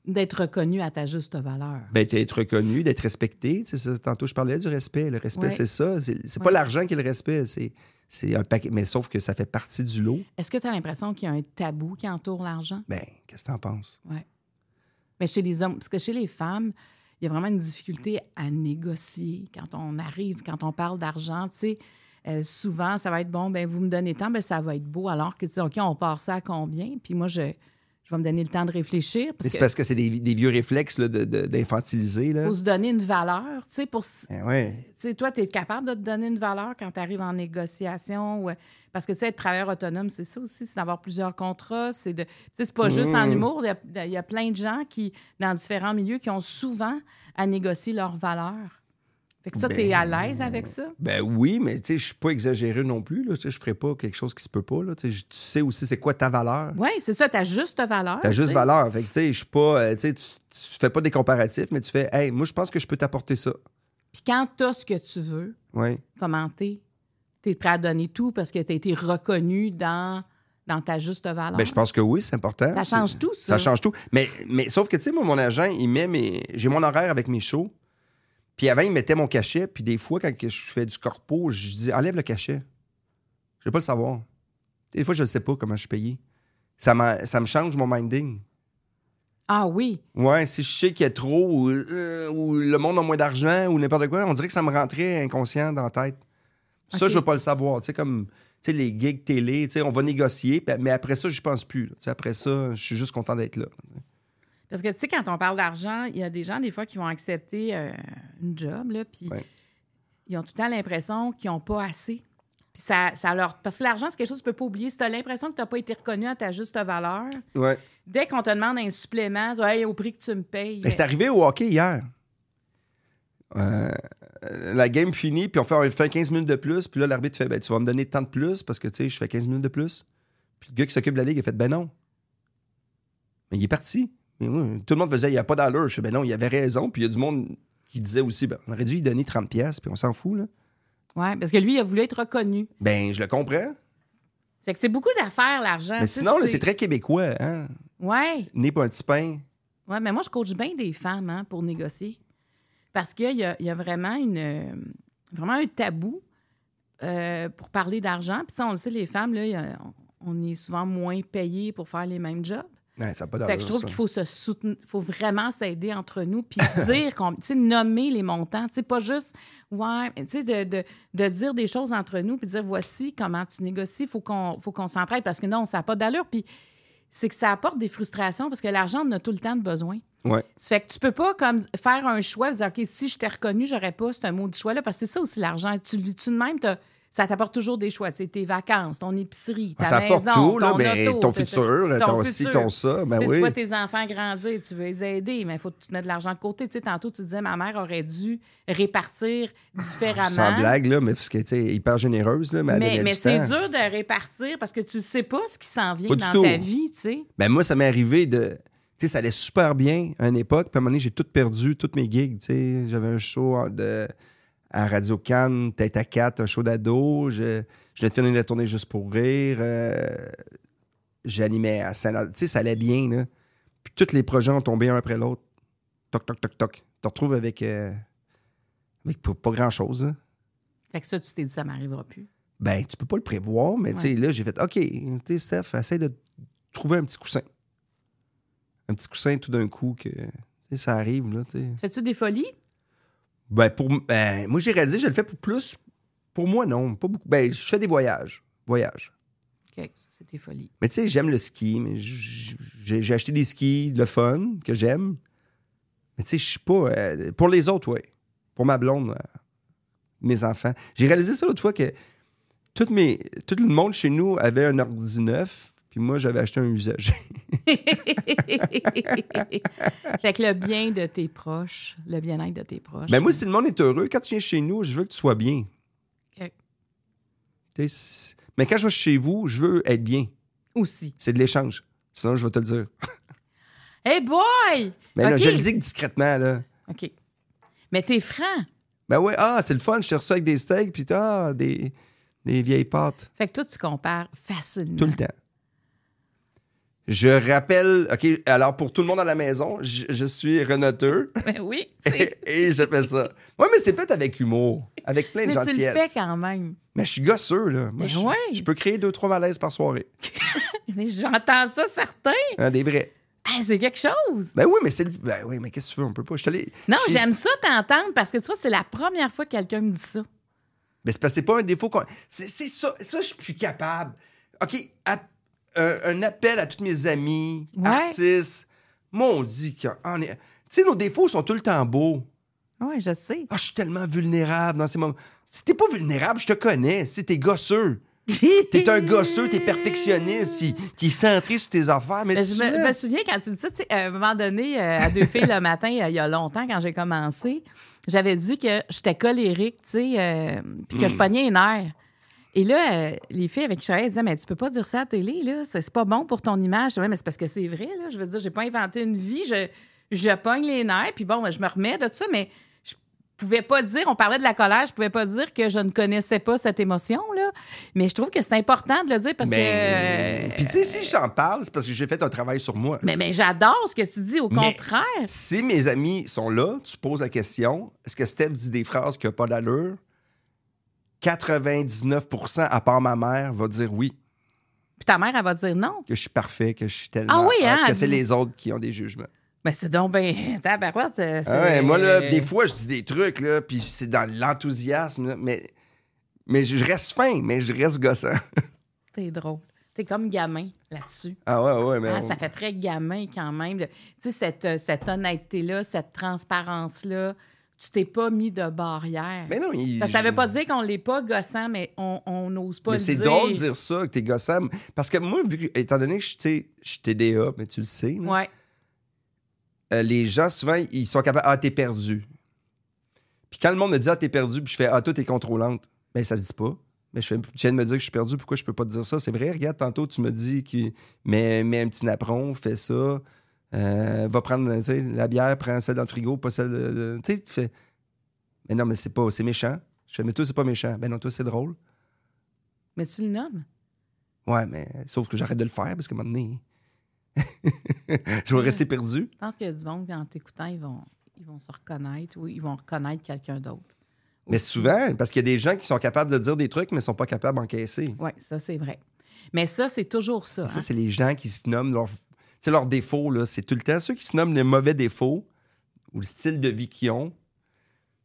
[SPEAKER 2] D'être reconnu à ta juste valeur.
[SPEAKER 1] Ben, d'être reconnu, d'être respecté, tu sais, ça, Tantôt, je parlais du respect. Le respect,
[SPEAKER 2] Ouais.
[SPEAKER 1] c'est ça. C'est c'est pas
[SPEAKER 2] Ouais.
[SPEAKER 1] l'argent qui est le respect, c'est c'est un paquet. Mais sauf que ça fait partie du lot.
[SPEAKER 2] Est-ce que tu as l'impression qu'il y a un tabou qui entoure l'argent?
[SPEAKER 1] Ben, qu'est-ce que t'en penses?
[SPEAKER 2] Mais chez les hommes, parce que chez les femmes, il y a vraiment une difficulté à négocier quand on arrive, quand on parle d'argent, tu sais. euh, souvent, ça va être bon, ben vous me donnez tant, ben ça va être beau. Alors que tu dis, OK, on part ça à combien? Puis moi, je, je vais me donner le temps de réfléchir.
[SPEAKER 1] Mais
[SPEAKER 2] Parce
[SPEAKER 1] C'est
[SPEAKER 2] que
[SPEAKER 1] parce que c'est des, des vieux réflexes là, de- de- d'infantiliser, là.
[SPEAKER 2] faut se donner une valeur, tu sais, pour. s-
[SPEAKER 1] Ben, ouais.
[SPEAKER 2] Tu sais, toi, tu es capable de te donner une valeur quand tu arrives en négociation. ou- euh, Parce que, tu sais, être travailleur autonome, c'est ça aussi, c'est d'avoir plusieurs contrats. C'est de... tu sais, c'est pas juste en
[SPEAKER 1] Mhm.
[SPEAKER 2] humour. Il y a- il y, a plein de gens qui, dans différents milieux, qui ont souvent à négocier leur valeur. Fait que ça, tu es à l'aise avec ça?
[SPEAKER 1] Ben oui, mais tu sais, je suis pas exagéré non plus, là. Tu sais, je ferais pas quelque chose qui se peut pas, là. Tu sais, je- tu sais aussi c'est quoi ta valeur.
[SPEAKER 2] Oui, c'est ça, ta juste valeur.
[SPEAKER 1] T'as
[SPEAKER 2] tu
[SPEAKER 1] juste
[SPEAKER 2] sais.
[SPEAKER 1] valeur. Fait que, tu sais, je suis pas. euh, tu sais, tu, tu fais pas des comparatifs, mais tu fais, hey, moi, je pense que je peux t'apporter ça.
[SPEAKER 2] Puis quand tu as ce que tu veux,
[SPEAKER 1] Ouais.
[SPEAKER 2] commenter, tu es prêt à donner tout parce que tu as été reconnu dans, dans ta juste valeur.
[SPEAKER 1] Ben, je pense que oui, c'est important.
[SPEAKER 2] Ça
[SPEAKER 1] C'est-
[SPEAKER 2] change tout, ça.
[SPEAKER 1] Ça change tout. Mais, mais sauf que, tu sais, moi, mon agent, il met mes. J'ai mon horaire avec mes shows. Puis avant, il mettait mon cachet. Puis des fois, quand que je fais du corpo, je dis, enlève le cachet. Je vais pas le savoir. Des fois, je ne sais pas comment je suis payé. Ça, m'en- ça me change mon minding.
[SPEAKER 2] Ah oui,
[SPEAKER 1] Ouais, si je sais qu'il y a trop, ou, euh, ou le monde a moins d'argent, ou n'importe quoi, on dirait que ça me rentrait inconscient dans la tête. Ça,
[SPEAKER 2] Ok.
[SPEAKER 1] je veux pas le savoir. Tu sais, comme tu sais, les gigs télé, tu sais, on va négocier, puis- mais après ça, je pense plus. là. Tu sais, après ça, je suis juste content d'être là.
[SPEAKER 2] Parce que, tu sais, quand on parle d'argent, il y a des gens, des fois, qui vont accepter euh, une job, là, puis
[SPEAKER 1] Ouais.
[SPEAKER 2] ils ont tout le temps l'impression qu'ils n'ont pas assez. Puis ça, ça leur... Parce que l'argent, c'est quelque chose que tu peux pas oublier. Si tu as l'impression que tu n'as pas été reconnu à ta juste valeur,
[SPEAKER 1] Ouais.
[SPEAKER 2] dès qu'on te demande un supplément, tu dis, Hey, au prix que tu me payes.
[SPEAKER 1] Ben, c'est arrivé au hockey hier. Euh, la game finie, puis on fait, on fait 15 minutes de plus, puis là, l'arbitre fait ben, Tu vas me donner tant de plus parce que tu sais, je fais 15 minutes de plus. Puis le gars qui s'occupe de la ligue, il a fait Ben non. Mais il est parti. Mais oui, tout le monde faisait Il n'y a pas d'allure. Je fais Ben non, il avait raison, puis il y a du monde qui disait aussi, ben, on aurait dû lui donner 30 pièces puis on s'en fout, là.
[SPEAKER 2] Ouais, parce que lui, il a voulu être reconnu.
[SPEAKER 1] Ben, je le comprends.
[SPEAKER 2] C'est que c'est beaucoup d'affaires, l'argent.
[SPEAKER 1] Mais
[SPEAKER 2] Ah, Ça,
[SPEAKER 1] sinon, là, c'est très québécois, hein?
[SPEAKER 2] Ouais.
[SPEAKER 1] Né pour un petit pain.
[SPEAKER 2] Oui, mais moi, je coach bien des femmes hein, pour négocier. Parce qu'il y a, il y a vraiment, une, euh, vraiment un tabou euh, pour parler d'argent. Puis ça, on le sait, les femmes, là, il y a- on on est souvent moins payées pour faire les mêmes jobs.
[SPEAKER 1] Non, ça n'a pas
[SPEAKER 2] fait
[SPEAKER 1] d'allure,
[SPEAKER 2] que je
[SPEAKER 1] Ah,
[SPEAKER 2] trouve
[SPEAKER 1] ben, ça.
[SPEAKER 2] qu'il faut se soutenir, faut vraiment s'aider entre nous, puis dire, qu'on- tu sais, nommer les montants, tu sais, pas juste, ouais, mais tu sais, de, de- de dire des choses entre nous, puis dire, voici comment tu négocies, faut qu'on faut qu'on s'entraide, parce que non, ça n'a pas d'allure, puis c'est que ça apporte des frustrations, parce que l'argent, on en a tout le temps de besoin.
[SPEAKER 1] Ouais.
[SPEAKER 2] Ça fait que tu peux pas comme faire un choix, dire, OK, si je t'ai reconnu, j'aurais pas ce mot de choix-là, parce que c'est ça aussi l'argent. Tu le vis-tu de même, t'as- ça t'apporte toujours des choix. Tu sais, tes vacances, ton épicerie, ta
[SPEAKER 1] Ah, ça apporte
[SPEAKER 2] maison,
[SPEAKER 1] tout, là,
[SPEAKER 2] ton,
[SPEAKER 1] ben,
[SPEAKER 2] auto,
[SPEAKER 1] ton
[SPEAKER 2] c'est ça.
[SPEAKER 1] futur,
[SPEAKER 2] Ton
[SPEAKER 1] ton ci,
[SPEAKER 2] futur.
[SPEAKER 1] ton ça. Ben
[SPEAKER 2] Tu sais, Tu
[SPEAKER 1] oui.
[SPEAKER 2] vois tes enfants grandir, tu veux les aider, mais il faut que tu te mettes de l'argent de côté. Tu sais, tantôt, tu disais, ma mère aurait dû répartir différemment.
[SPEAKER 1] Ah, Sans blague, là, mais parce que, tu sais, hyper généreuse, là, mais, elle
[SPEAKER 2] Mais,
[SPEAKER 1] donnait
[SPEAKER 2] mais
[SPEAKER 1] du
[SPEAKER 2] c'est
[SPEAKER 1] temps.
[SPEAKER 2] dur de répartir parce que tu sais pas ce qui s'en vient
[SPEAKER 1] Pas du
[SPEAKER 2] dans
[SPEAKER 1] tout.
[SPEAKER 2] ta vie, tu sais.
[SPEAKER 1] Ben, moi, ça m'est arrivé de. Tu sais, ça allait super bien à une époque. Puis à un moment donné, j'ai tout perdu, toutes mes gigs. Tu sais, j'avais un show en- de, à Radio Cannes, tête à quatre, un show d'ado. Je, je venais de finir la tournée juste pour rire. euh, J'animais à saint Tu sais, ça allait bien, là. Puis tous les projets ont tombé un après l'autre. Toc, toc, toc, toc. Tu te retrouves avec. euh, avec pas, pas grand-chose, hein. là.
[SPEAKER 2] Fait que ça, tu t'es dit, ça m'arrivera plus.
[SPEAKER 1] ben tu peux pas le prévoir, mais tu sais, là, j'ai fait OK, tu sais, Steph, essaie de trouver un petit coussin. Un petit coussin tout d'un coup que tu sais, ça arrive, là, tu sais.
[SPEAKER 2] Fais-tu des folies?
[SPEAKER 1] Ben, pour ben, moi, j'ai réalisé, je le fais pour plus. Pour moi, non, pas beaucoup. Ben, je fais des voyages. Voyages.
[SPEAKER 2] OK, ça, c'est tes folies.
[SPEAKER 1] Mais tu sais, j'aime le ski, mais j- j- j'ai j'ai acheté des skis, le fun, que j'aime. Mais tu sais, je suis pas. euh, pour les autres, oui. Pour ma blonde, euh, mes enfants. J'ai réalisé ça l'autre fois que tout, mes, tout le monde chez nous avait un ordi neuf, puis moi, j'avais acheté un usage.
[SPEAKER 2] fait que le bien de tes proches, le bien-être de tes proches.
[SPEAKER 1] Mais Ben, moi, si le monde est heureux, quand tu viens chez nous, je veux que tu sois bien.
[SPEAKER 2] Ok.
[SPEAKER 1] Tu sais, c'est- Mais quand je vais chez vous, je veux être bien.
[SPEAKER 2] Aussi.
[SPEAKER 1] C'est de l'échange. Sinon, je vais te le dire.
[SPEAKER 2] Hey boy!
[SPEAKER 1] Mais là,
[SPEAKER 2] OK.
[SPEAKER 1] je le dis discrètement, là.
[SPEAKER 2] OK. Mais t'es franc.
[SPEAKER 1] Ben ouais, ah, c'est le fun, je cherche ça avec des steaks, puis ah, des, des vieilles pâtes,
[SPEAKER 2] Fait que toi, tu compares facilement.
[SPEAKER 1] tout le temps. Je rappelle, OK, alors pour tout le monde à la maison, je, je suis renoteux
[SPEAKER 2] Ben oui, tu sais.
[SPEAKER 1] et, et je fais ça. Ouais, mais c'est fait avec humour, avec plein de
[SPEAKER 2] Mais tu le fais
[SPEAKER 1] gentillesse.
[SPEAKER 2] quand même.
[SPEAKER 1] Mais je suis gosseux, là. Moi,
[SPEAKER 2] Ben
[SPEAKER 1] je,
[SPEAKER 2] ouais.
[SPEAKER 1] je peux créer deux, trois malaises par soirée.
[SPEAKER 2] Mais J'entends ça, certain.
[SPEAKER 1] Hein, des vrais.
[SPEAKER 2] Ah, c'est quelque chose.
[SPEAKER 1] Ben oui, mais c'est le. Ben oui, mais qu'est-ce que tu veux? On peut pas. Je suis allé-
[SPEAKER 2] Non,
[SPEAKER 1] j'ai-
[SPEAKER 2] j'aime ça t'entendre parce que tu vois, c'est la première fois que quelqu'un me dit ça.
[SPEAKER 1] Mais c'est parce que c'est pas un défaut. qu'on- C'est c'est ça, ça, je suis plus capable. OK, app- un, un appel à tous mes amis,
[SPEAKER 2] Ouais.
[SPEAKER 1] artistes. Mon dit que. on est- Tu sais, nos défauts sont tout le temps beaux.
[SPEAKER 2] Oui, je sais.
[SPEAKER 1] Ah, je suis tellement vulnérable dans ces moments. Si t'es pas vulnérable, je te connais. Si t'es gosseux. T'es un gosseux, t'es perfectionniste, qui, qui est centré sur tes affaires. Mais,
[SPEAKER 2] Mais
[SPEAKER 1] tu
[SPEAKER 2] Ben, je me,
[SPEAKER 1] l'as.
[SPEAKER 2] me souviens quand tu dis ça, tu sais, à un moment donné, euh, à deux filles le matin, euh, il y a longtemps, quand j'ai commencé, j'avais dit que j'étais colérique, tu sais, euh, puis
[SPEAKER 1] Hmm.
[SPEAKER 2] que je pognais les nerfs. Et là, euh, les filles avec qui je travaillais disaient Mais tu peux pas dire ça à la télé, là, c'est c'est pas bon pour ton image. Je disais, Ouais, mais c'est parce que c'est vrai, là. Je veux dire, j'ai pas inventé une vie, je, je pogne les nerfs, puis bon, ben, je me remets de ça, mais je pouvais pas dire, on parlait de la colère, je pouvais pas dire que je ne connaissais pas cette émotion, là. Mais je trouve que c'est important de le dire parce euh,
[SPEAKER 1] Mais-
[SPEAKER 2] que.
[SPEAKER 1] Puis tu sais, si j'en parle, c'est parce que j'ai fait un travail sur moi.
[SPEAKER 2] Mais, mais j'adore ce que tu dis, au
[SPEAKER 1] Mais-
[SPEAKER 2] contraire.
[SPEAKER 1] Si mes amis sont là, tu poses la question est-ce que Steph dit des phrases qui n'ont pas d'allure 99 à part ma mère, va dire oui,
[SPEAKER 2] Puis ta mère, elle va dire non.
[SPEAKER 1] que je suis parfait, que je suis tellement.
[SPEAKER 2] Ah oui, hein,
[SPEAKER 1] que
[SPEAKER 2] elle
[SPEAKER 1] c'est
[SPEAKER 2] dit-
[SPEAKER 1] les autres qui ont des jugements.
[SPEAKER 2] Mais Ben, c'est donc bien. hein, Tabarouette, c'est.
[SPEAKER 1] Ah ouais, moi, là, des fois, je dis des trucs, là, puis c'est dans l'enthousiasme, là, mais, mais je reste fin, mais je reste gossant.
[SPEAKER 2] T'es drôle. T'es comme gamin là-dessus.
[SPEAKER 1] Ah ouais, ouais, mais.
[SPEAKER 2] Ah,
[SPEAKER 1] on-
[SPEAKER 2] ça fait très gamin quand même. le- Tu sais, cette, euh, cette honnêteté-là, cette transparence-là, tu t'es pas mis de barrière.
[SPEAKER 1] Mais non, il.
[SPEAKER 2] Ça ne veut pas dire qu'on l'est pas gossant, mais on on n'ose pas
[SPEAKER 1] Mais
[SPEAKER 2] le
[SPEAKER 1] c'est
[SPEAKER 2] dire.
[SPEAKER 1] drôle de dire ça, que t'es gossant. Parce que moi, vu que, étant donné que je tu sais, je suis TDA, mais tu le sais, là,
[SPEAKER 2] Ouais.
[SPEAKER 1] Euh, les gens, souvent, ils sont capables. Ah, t'es perdu. Puis quand le monde me dit Ah, t'es perdu, puis je fais Ah, toi, t'es contrôlante. Mais ça se dit pas. Mais je fais, tu viens de me dire que je suis perdu, pourquoi je peux pas te dire ça? C'est vrai, regarde, tantôt, tu me dis que mets, mets un petit napperon, fais ça, Euh, va prendre tu sais, la bière, prends celle dans le frigo, pas celle. euh, tu sais, tu fais. Mais non, mais c'est pas. C'est méchant. Je fais, mais toi, c'est pas méchant. Ben non, toi, c'est drôle.
[SPEAKER 2] Mais tu le nommes.
[SPEAKER 1] Ouais, mais sauf que j'arrête de le faire parce qu'à un moment donné. je vais rester perdu.
[SPEAKER 2] Je pense qu'il y a du monde, quand t'écoutant, ils vont, ils vont se reconnaître ou ils vont reconnaître quelqu'un d'autre.
[SPEAKER 1] Mais souvent, parce qu'il y a des gens qui sont capables de dire des trucs, mais ne sont pas capables d'encaisser.
[SPEAKER 2] Oui, ça, c'est vrai. Mais ça, c'est toujours ça.
[SPEAKER 1] Ça,
[SPEAKER 2] hein.
[SPEAKER 1] c'est les gens qui se nomment leurs leur défauts. là, C'est tout le temps ceux qui se nomment les mauvais défauts ou le style de vie qu'ils ont.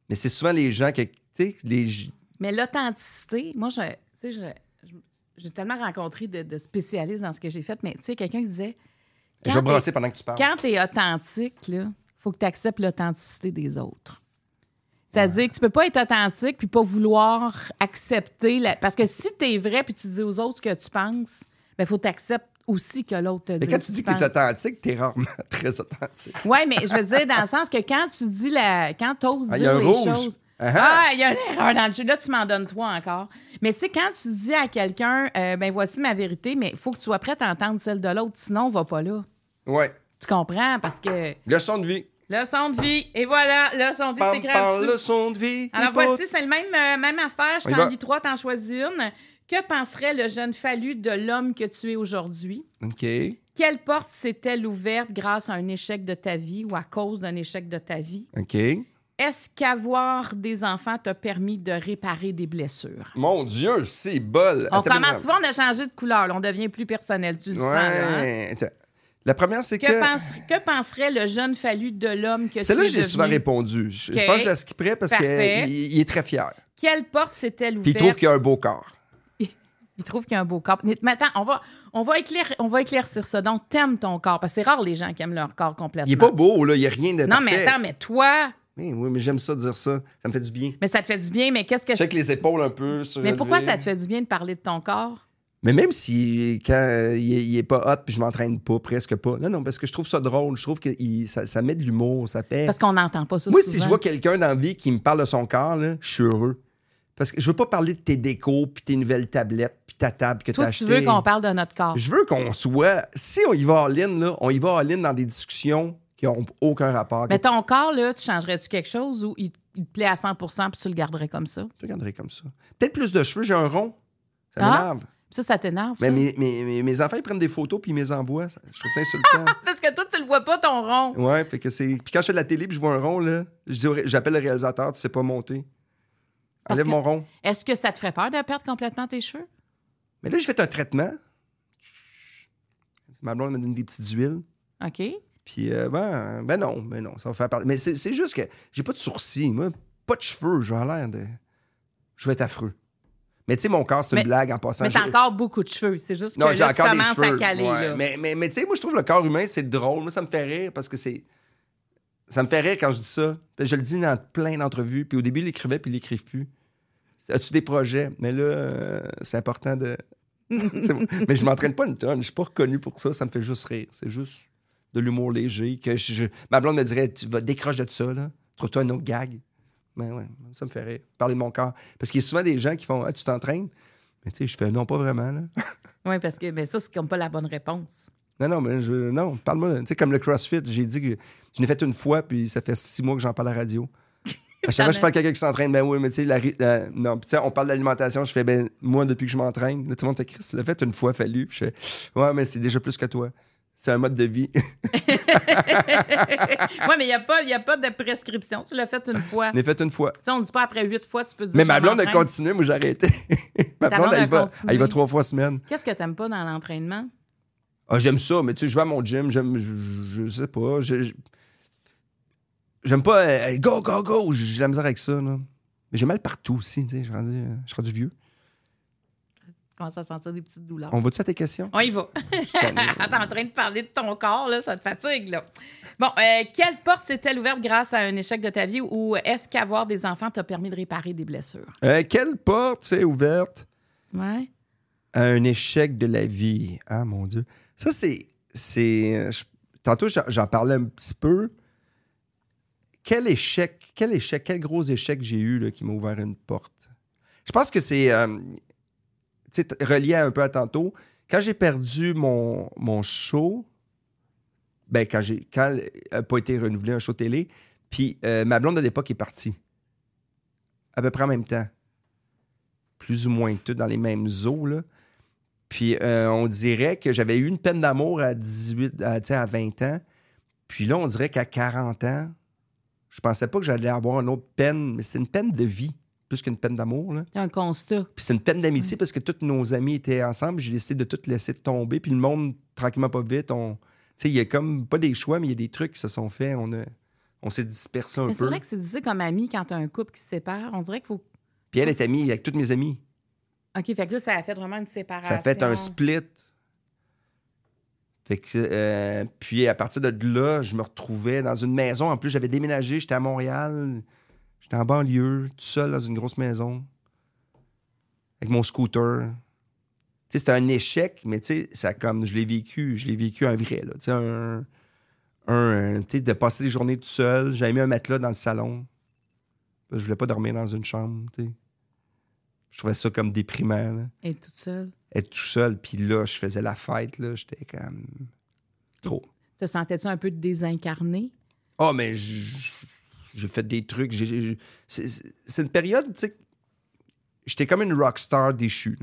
[SPEAKER 1] Mais c'est souvent les gens que. tu sais, Les... j-
[SPEAKER 2] Mais l'authenticité, moi, je, tu sais, je- je- j'ai tellement rencontré de, de spécialistes dans ce que j'ai fait, mais tu sais, quelqu'un qui disait.
[SPEAKER 1] Je vais brasser pendant que tu parles.
[SPEAKER 2] Quand tu es authentique, il faut que tu acceptes l'authenticité des autres. C'est-à-dire que tu peux pas être authentique puis pas vouloir accepter. La... Parce que si tu es vrai puis tu dis aux autres ce que tu penses, il faut que tu acceptes aussi que l'autre te dise.
[SPEAKER 1] Mais quand tu dis que tu es authentique, tu es rarement très authentique.
[SPEAKER 2] Oui, mais je veux dire, dans le sens que quand tu dis la. Quand tu oses
[SPEAKER 1] Ah, il y a
[SPEAKER 2] dire
[SPEAKER 1] un
[SPEAKER 2] les
[SPEAKER 1] rouge.
[SPEAKER 2] choses.
[SPEAKER 1] Ah, ah.
[SPEAKER 2] Ah, il y a une erreur dans le jeu. Là, tu m'en donnes trois encore. Mais tu sais, quand tu dis à quelqu'un, euh, ben voici ma vérité, mais il faut que tu sois prêt à entendre celle de l'autre, sinon, on va pas là.
[SPEAKER 1] Ouais.
[SPEAKER 2] Tu comprends? Parce que.
[SPEAKER 1] Leçon de vie.
[SPEAKER 2] Leçon de vie. Et voilà, leçon de vie,
[SPEAKER 1] Pam,
[SPEAKER 2] c'est grave.
[SPEAKER 1] pam, leçon de vie. il
[SPEAKER 2] Alors
[SPEAKER 1] faut-
[SPEAKER 2] voici, c'est le même, euh, même affaire. Je
[SPEAKER 1] On y
[SPEAKER 2] t'en
[SPEAKER 1] va.
[SPEAKER 2] lis trois, t'en choisis une. Que penserait le jeune fallu de l'homme que tu es aujourd'hui?
[SPEAKER 1] OK.
[SPEAKER 2] Quelle porte s'est-elle ouverte grâce à un échec de ta vie ou à cause d'un échec de ta vie?
[SPEAKER 1] OK.
[SPEAKER 2] Est-ce qu'avoir des enfants t'a permis de réparer des blessures?
[SPEAKER 1] Mon Dieu, c'est bol.
[SPEAKER 2] On
[SPEAKER 1] Attends,
[SPEAKER 2] commence
[SPEAKER 1] mais-
[SPEAKER 2] souvent, on a changé de couleur, là, on devient plus personnel, tu le sens. là, hein?
[SPEAKER 1] Ouais. Attends. La première, c'est que.
[SPEAKER 2] Que, pense- que penserait le jeune fallu de l'homme que tu es
[SPEAKER 1] Celle-là, j'ai
[SPEAKER 2] devenu?
[SPEAKER 1] souvent répondu. Je, je
[SPEAKER 2] OK.
[SPEAKER 1] pense que je la skipperais parce
[SPEAKER 2] Parfait.
[SPEAKER 1] qu'il il est très fier.
[SPEAKER 2] Quelle porte s'est-elle
[SPEAKER 1] Puis
[SPEAKER 2] ouverte?
[SPEAKER 1] il trouve qu'il a un beau corps.
[SPEAKER 2] Il trouve qu'il y a un beau corps. Mais mais attends, on va, on va, éclair- on va éclaircir ça. Donc, t'aimes ton corps, parce que c'est rare les gens qui aiment leur corps complètement.
[SPEAKER 1] Il est pas beau, là. Il n'y a rien de
[SPEAKER 2] non, mais
[SPEAKER 1] parfait.
[SPEAKER 2] attends, mais toi,
[SPEAKER 1] Mais oui, mais j'aime ça dire ça. Ça me fait du bien.
[SPEAKER 2] mais ça te fait du bien, mais qu'est-ce que c'est?
[SPEAKER 1] Check les épaules un peu. surélevées.
[SPEAKER 2] Mais pourquoi ça te fait du bien de parler de ton corps?
[SPEAKER 1] Mais même si quand euh, il, est, il est pas hot puis je m'entraîne pas, presque pas. Non, non, parce que je trouve ça drôle. Je trouve que il- ça, ça met de l'humour. Ça fait.
[SPEAKER 2] Parce qu'on n'entend pas ça
[SPEAKER 1] Moi,
[SPEAKER 2] souvent.
[SPEAKER 1] si je vois quelqu'un dans la vie qui me parle de son corps, là, je suis heureux. Parce que je veux pas parler de tes décos, puis tes nouvelles tablettes, puis ta table que
[SPEAKER 2] Toi,
[SPEAKER 1] t'as
[SPEAKER 2] tu
[SPEAKER 1] achetée.
[SPEAKER 2] veux qu'on parle de notre corps.
[SPEAKER 1] Je veux qu'on soit. Si on y va en ligne, là, on y va en ligne dans des discussions qui n'ont aucun rapport.
[SPEAKER 2] Mais
[SPEAKER 1] Que
[SPEAKER 2] ton corps, là, tu changerais-tu quelque chose ou il, il te plaît à 100 puis tu le garderais comme ça?
[SPEAKER 1] Je regarderais comme ça. Peut-être plus de cheveux, j'ai un rond. Ça
[SPEAKER 2] Ah.
[SPEAKER 1] m'énerve.
[SPEAKER 2] Ça, ça t'énerve,
[SPEAKER 1] Mais
[SPEAKER 2] ça?
[SPEAKER 1] mes, mes- mes- mes enfants, ils prennent des photos puis ils me les envoient. Ça- Je trouve ça insultant.
[SPEAKER 2] Parce que toi, tu le vois pas, ton rond.
[SPEAKER 1] ouais, fait que c'est. Puis quand je fais de la télé puis je vois un rond, là, je dis au ré- j'appelle le réalisateur, tu sais pas monter.
[SPEAKER 2] Parce
[SPEAKER 1] Enlève
[SPEAKER 2] que-
[SPEAKER 1] mon rond.
[SPEAKER 2] Est-ce que ça te ferait peur de perdre complètement tes cheveux?
[SPEAKER 1] Mais là, j'ai fait un traitement. Ma blonde me donne des petites huiles.
[SPEAKER 2] OK.
[SPEAKER 1] Puis, euh, ben, ben non, ben non, ça va faire parler. Mais c'est c'est juste que j'ai pas de sourcils, moi, pas de cheveux, j'ai l'air de. Je vais être affreux. Mais tu sais, mon corps, c'est une
[SPEAKER 2] Mais-
[SPEAKER 1] blague en passant.
[SPEAKER 2] Mais t'as
[SPEAKER 1] J'ai-
[SPEAKER 2] encore beaucoup de cheveux. C'est juste que
[SPEAKER 1] Non, j'ai
[SPEAKER 2] là, tu
[SPEAKER 1] encore des
[SPEAKER 2] commences
[SPEAKER 1] cheveux.
[SPEAKER 2] à caler.
[SPEAKER 1] ouais.
[SPEAKER 2] là.
[SPEAKER 1] Mais, mais, mais tu sais, moi, je trouve le corps humain, c'est drôle. Moi, ça me fait rire parce que c'est. Ça me fait rire quand je dis ça. Je le dis dans plein d'entrevues. Puis au début, ils l'écrivaient, puis ils l'écrivent plus. As-tu des projets? Mais là, euh, c'est important de. C'est bon. mais je m'entraîne pas une tonne. Je suis pas reconnu pour ça. Ça me fait juste rire. C'est juste de l'humour léger. que je- je- Ma blonde me dirait Tu vas décroche de ça, là. Trouve-toi un autre gag. Mais ouais, ça me fait rire. Parler de mon corps. Parce qu'il y a souvent des gens qui font Ah, Tu t'entraînes? Mais tu sais, je fais Non, pas vraiment, là.
[SPEAKER 2] Oui, parce que ben, ça, c'est comme pas la bonne réponse.
[SPEAKER 1] Non, non, mais je, non, parle-moi. Tu sais, comme le CrossFit, j'ai dit que je l'ai fait une fois, puis ça fait six mois que j'en parle à la radio. À chaque fois, je parle à quelqu'un qui s'entraîne. Ben oui, mais tu sais, la ri- la- non, puis tu sais, on parle d'alimentation. Je fais, ben moi, depuis que je m'entraîne, là, tout le monde te crie, tu l'as fait une fois, fallu. Puis je fais, ouais, mais c'est déjà plus que toi. C'est un mode de vie.
[SPEAKER 2] Ah.
[SPEAKER 1] Ah.
[SPEAKER 2] oui, mais il n'y a, pas- y a pas de prescription. Tu l'as fait une fois.
[SPEAKER 1] Je l'ai fait une fois.
[SPEAKER 2] Tu sais, on ne dit pas après huit fois, tu peux dire.
[SPEAKER 1] Mais ma blonde a
[SPEAKER 2] de
[SPEAKER 1] continué, moi, j'ai arrêté. ma
[SPEAKER 2] Ta
[SPEAKER 1] blonde,
[SPEAKER 2] blonde a
[SPEAKER 1] elle, y va,
[SPEAKER 2] continué.
[SPEAKER 1] elle y va trois fois semaine.
[SPEAKER 2] Qu'est-ce que tu n'aimes pas dans l'entraînement?
[SPEAKER 1] Ah, j'aime ça, mais tu sais, je vais à mon gym, j'aime, je, je- je sais pas, je- je- j'aime pas, euh, go, go, go, j'ai de la misère avec ça, là. Mais j'ai mal partout aussi, tu sais, je suis rendu, euh, je suis rendu vieux.
[SPEAKER 2] Tu commences à sentir des petites douleurs.
[SPEAKER 1] On va-tu à tes questions?
[SPEAKER 2] On y va.
[SPEAKER 1] tanné, là.
[SPEAKER 2] T'es en train de parler de ton corps, là, ça te fatigue. Là. Bon, euh, quelle porte s'est-elle ouverte grâce à un échec de ta vie ou est-ce qu'avoir des enfants t'a permis de réparer des blessures?
[SPEAKER 1] Euh, quelle porte s'est ouverte
[SPEAKER 2] Oui.
[SPEAKER 1] à un échec de la vie? Ah, mon Dieu. Ça, c'est, c'est, euh, je- tantôt, j'en- j'en parlais un petit peu. Quel échec, quel échec, quel gros échec j'ai eu, là, qui m'a ouvert une porte? Je pense que c'est, euh, tu sais, t- relié un peu à tantôt. Quand j'ai perdu mon, mon show, ben, ben, quand j'ai quand a pas été renouvelé un show télé, puis euh, ma blonde de l'époque est partie. À peu près en même temps. Plus ou moins tout dans les mêmes eaux, là. Puis euh, on dirait que j'avais eu une peine d'amour à 18, à, tu sais, à 20 ans. Puis là, on dirait qu'à 40 ans, je pensais pas que j'allais avoir une autre peine, mais c'est une peine de vie, plus qu'une peine d'amour. là.
[SPEAKER 2] C'est un constat.
[SPEAKER 1] Puis c'est une peine
[SPEAKER 2] Mm.
[SPEAKER 1] d'amitié parce que tous nos amis étaient ensemble. J'ai décidé de tout laisser tomber. Puis le monde, tranquillement, pas vite, on. Tu sais, il y a comme pas des choix, mais il y a des trucs qui se sont faits. On, a- on s'est dispersé un
[SPEAKER 2] Mais c'est
[SPEAKER 1] peu.
[SPEAKER 2] vrai que c'est difficile comme ami quand t'as un couple qui se sépare. On dirait qu'il faut.
[SPEAKER 1] Puis elle est amie avec toutes mes amies.
[SPEAKER 2] OK, fait que là, ça a fait vraiment une séparation.
[SPEAKER 1] Ça a fait un split. Fait que, euh, puis à partir de là, je me retrouvais dans une maison. En plus, j'avais déménagé, j'étais à Montréal, j'étais en banlieue, tout seul dans une grosse maison, avec mon scooter. Tu sais, c'était un échec, mais tu sais, ça comme je l'ai vécu, je l'ai vécu un vrai là. Tu sais, un, un- tu sais, de passer des journées tout seul. J'avais mis un matelas dans le salon. Je voulais pas dormir dans une chambre. tu sais. Je trouvais ça comme déprimant. là
[SPEAKER 2] Et toute seule.
[SPEAKER 1] être tout seul. Puis là, je faisais la fête, là, j'étais comme trop.
[SPEAKER 2] Te sentais-tu un peu désincarné?
[SPEAKER 1] Oh, mais j- j'ai fait des trucs. j'ai- j'ai- C'est c'est une période, tu sais, j'étais comme une rockstar déchue.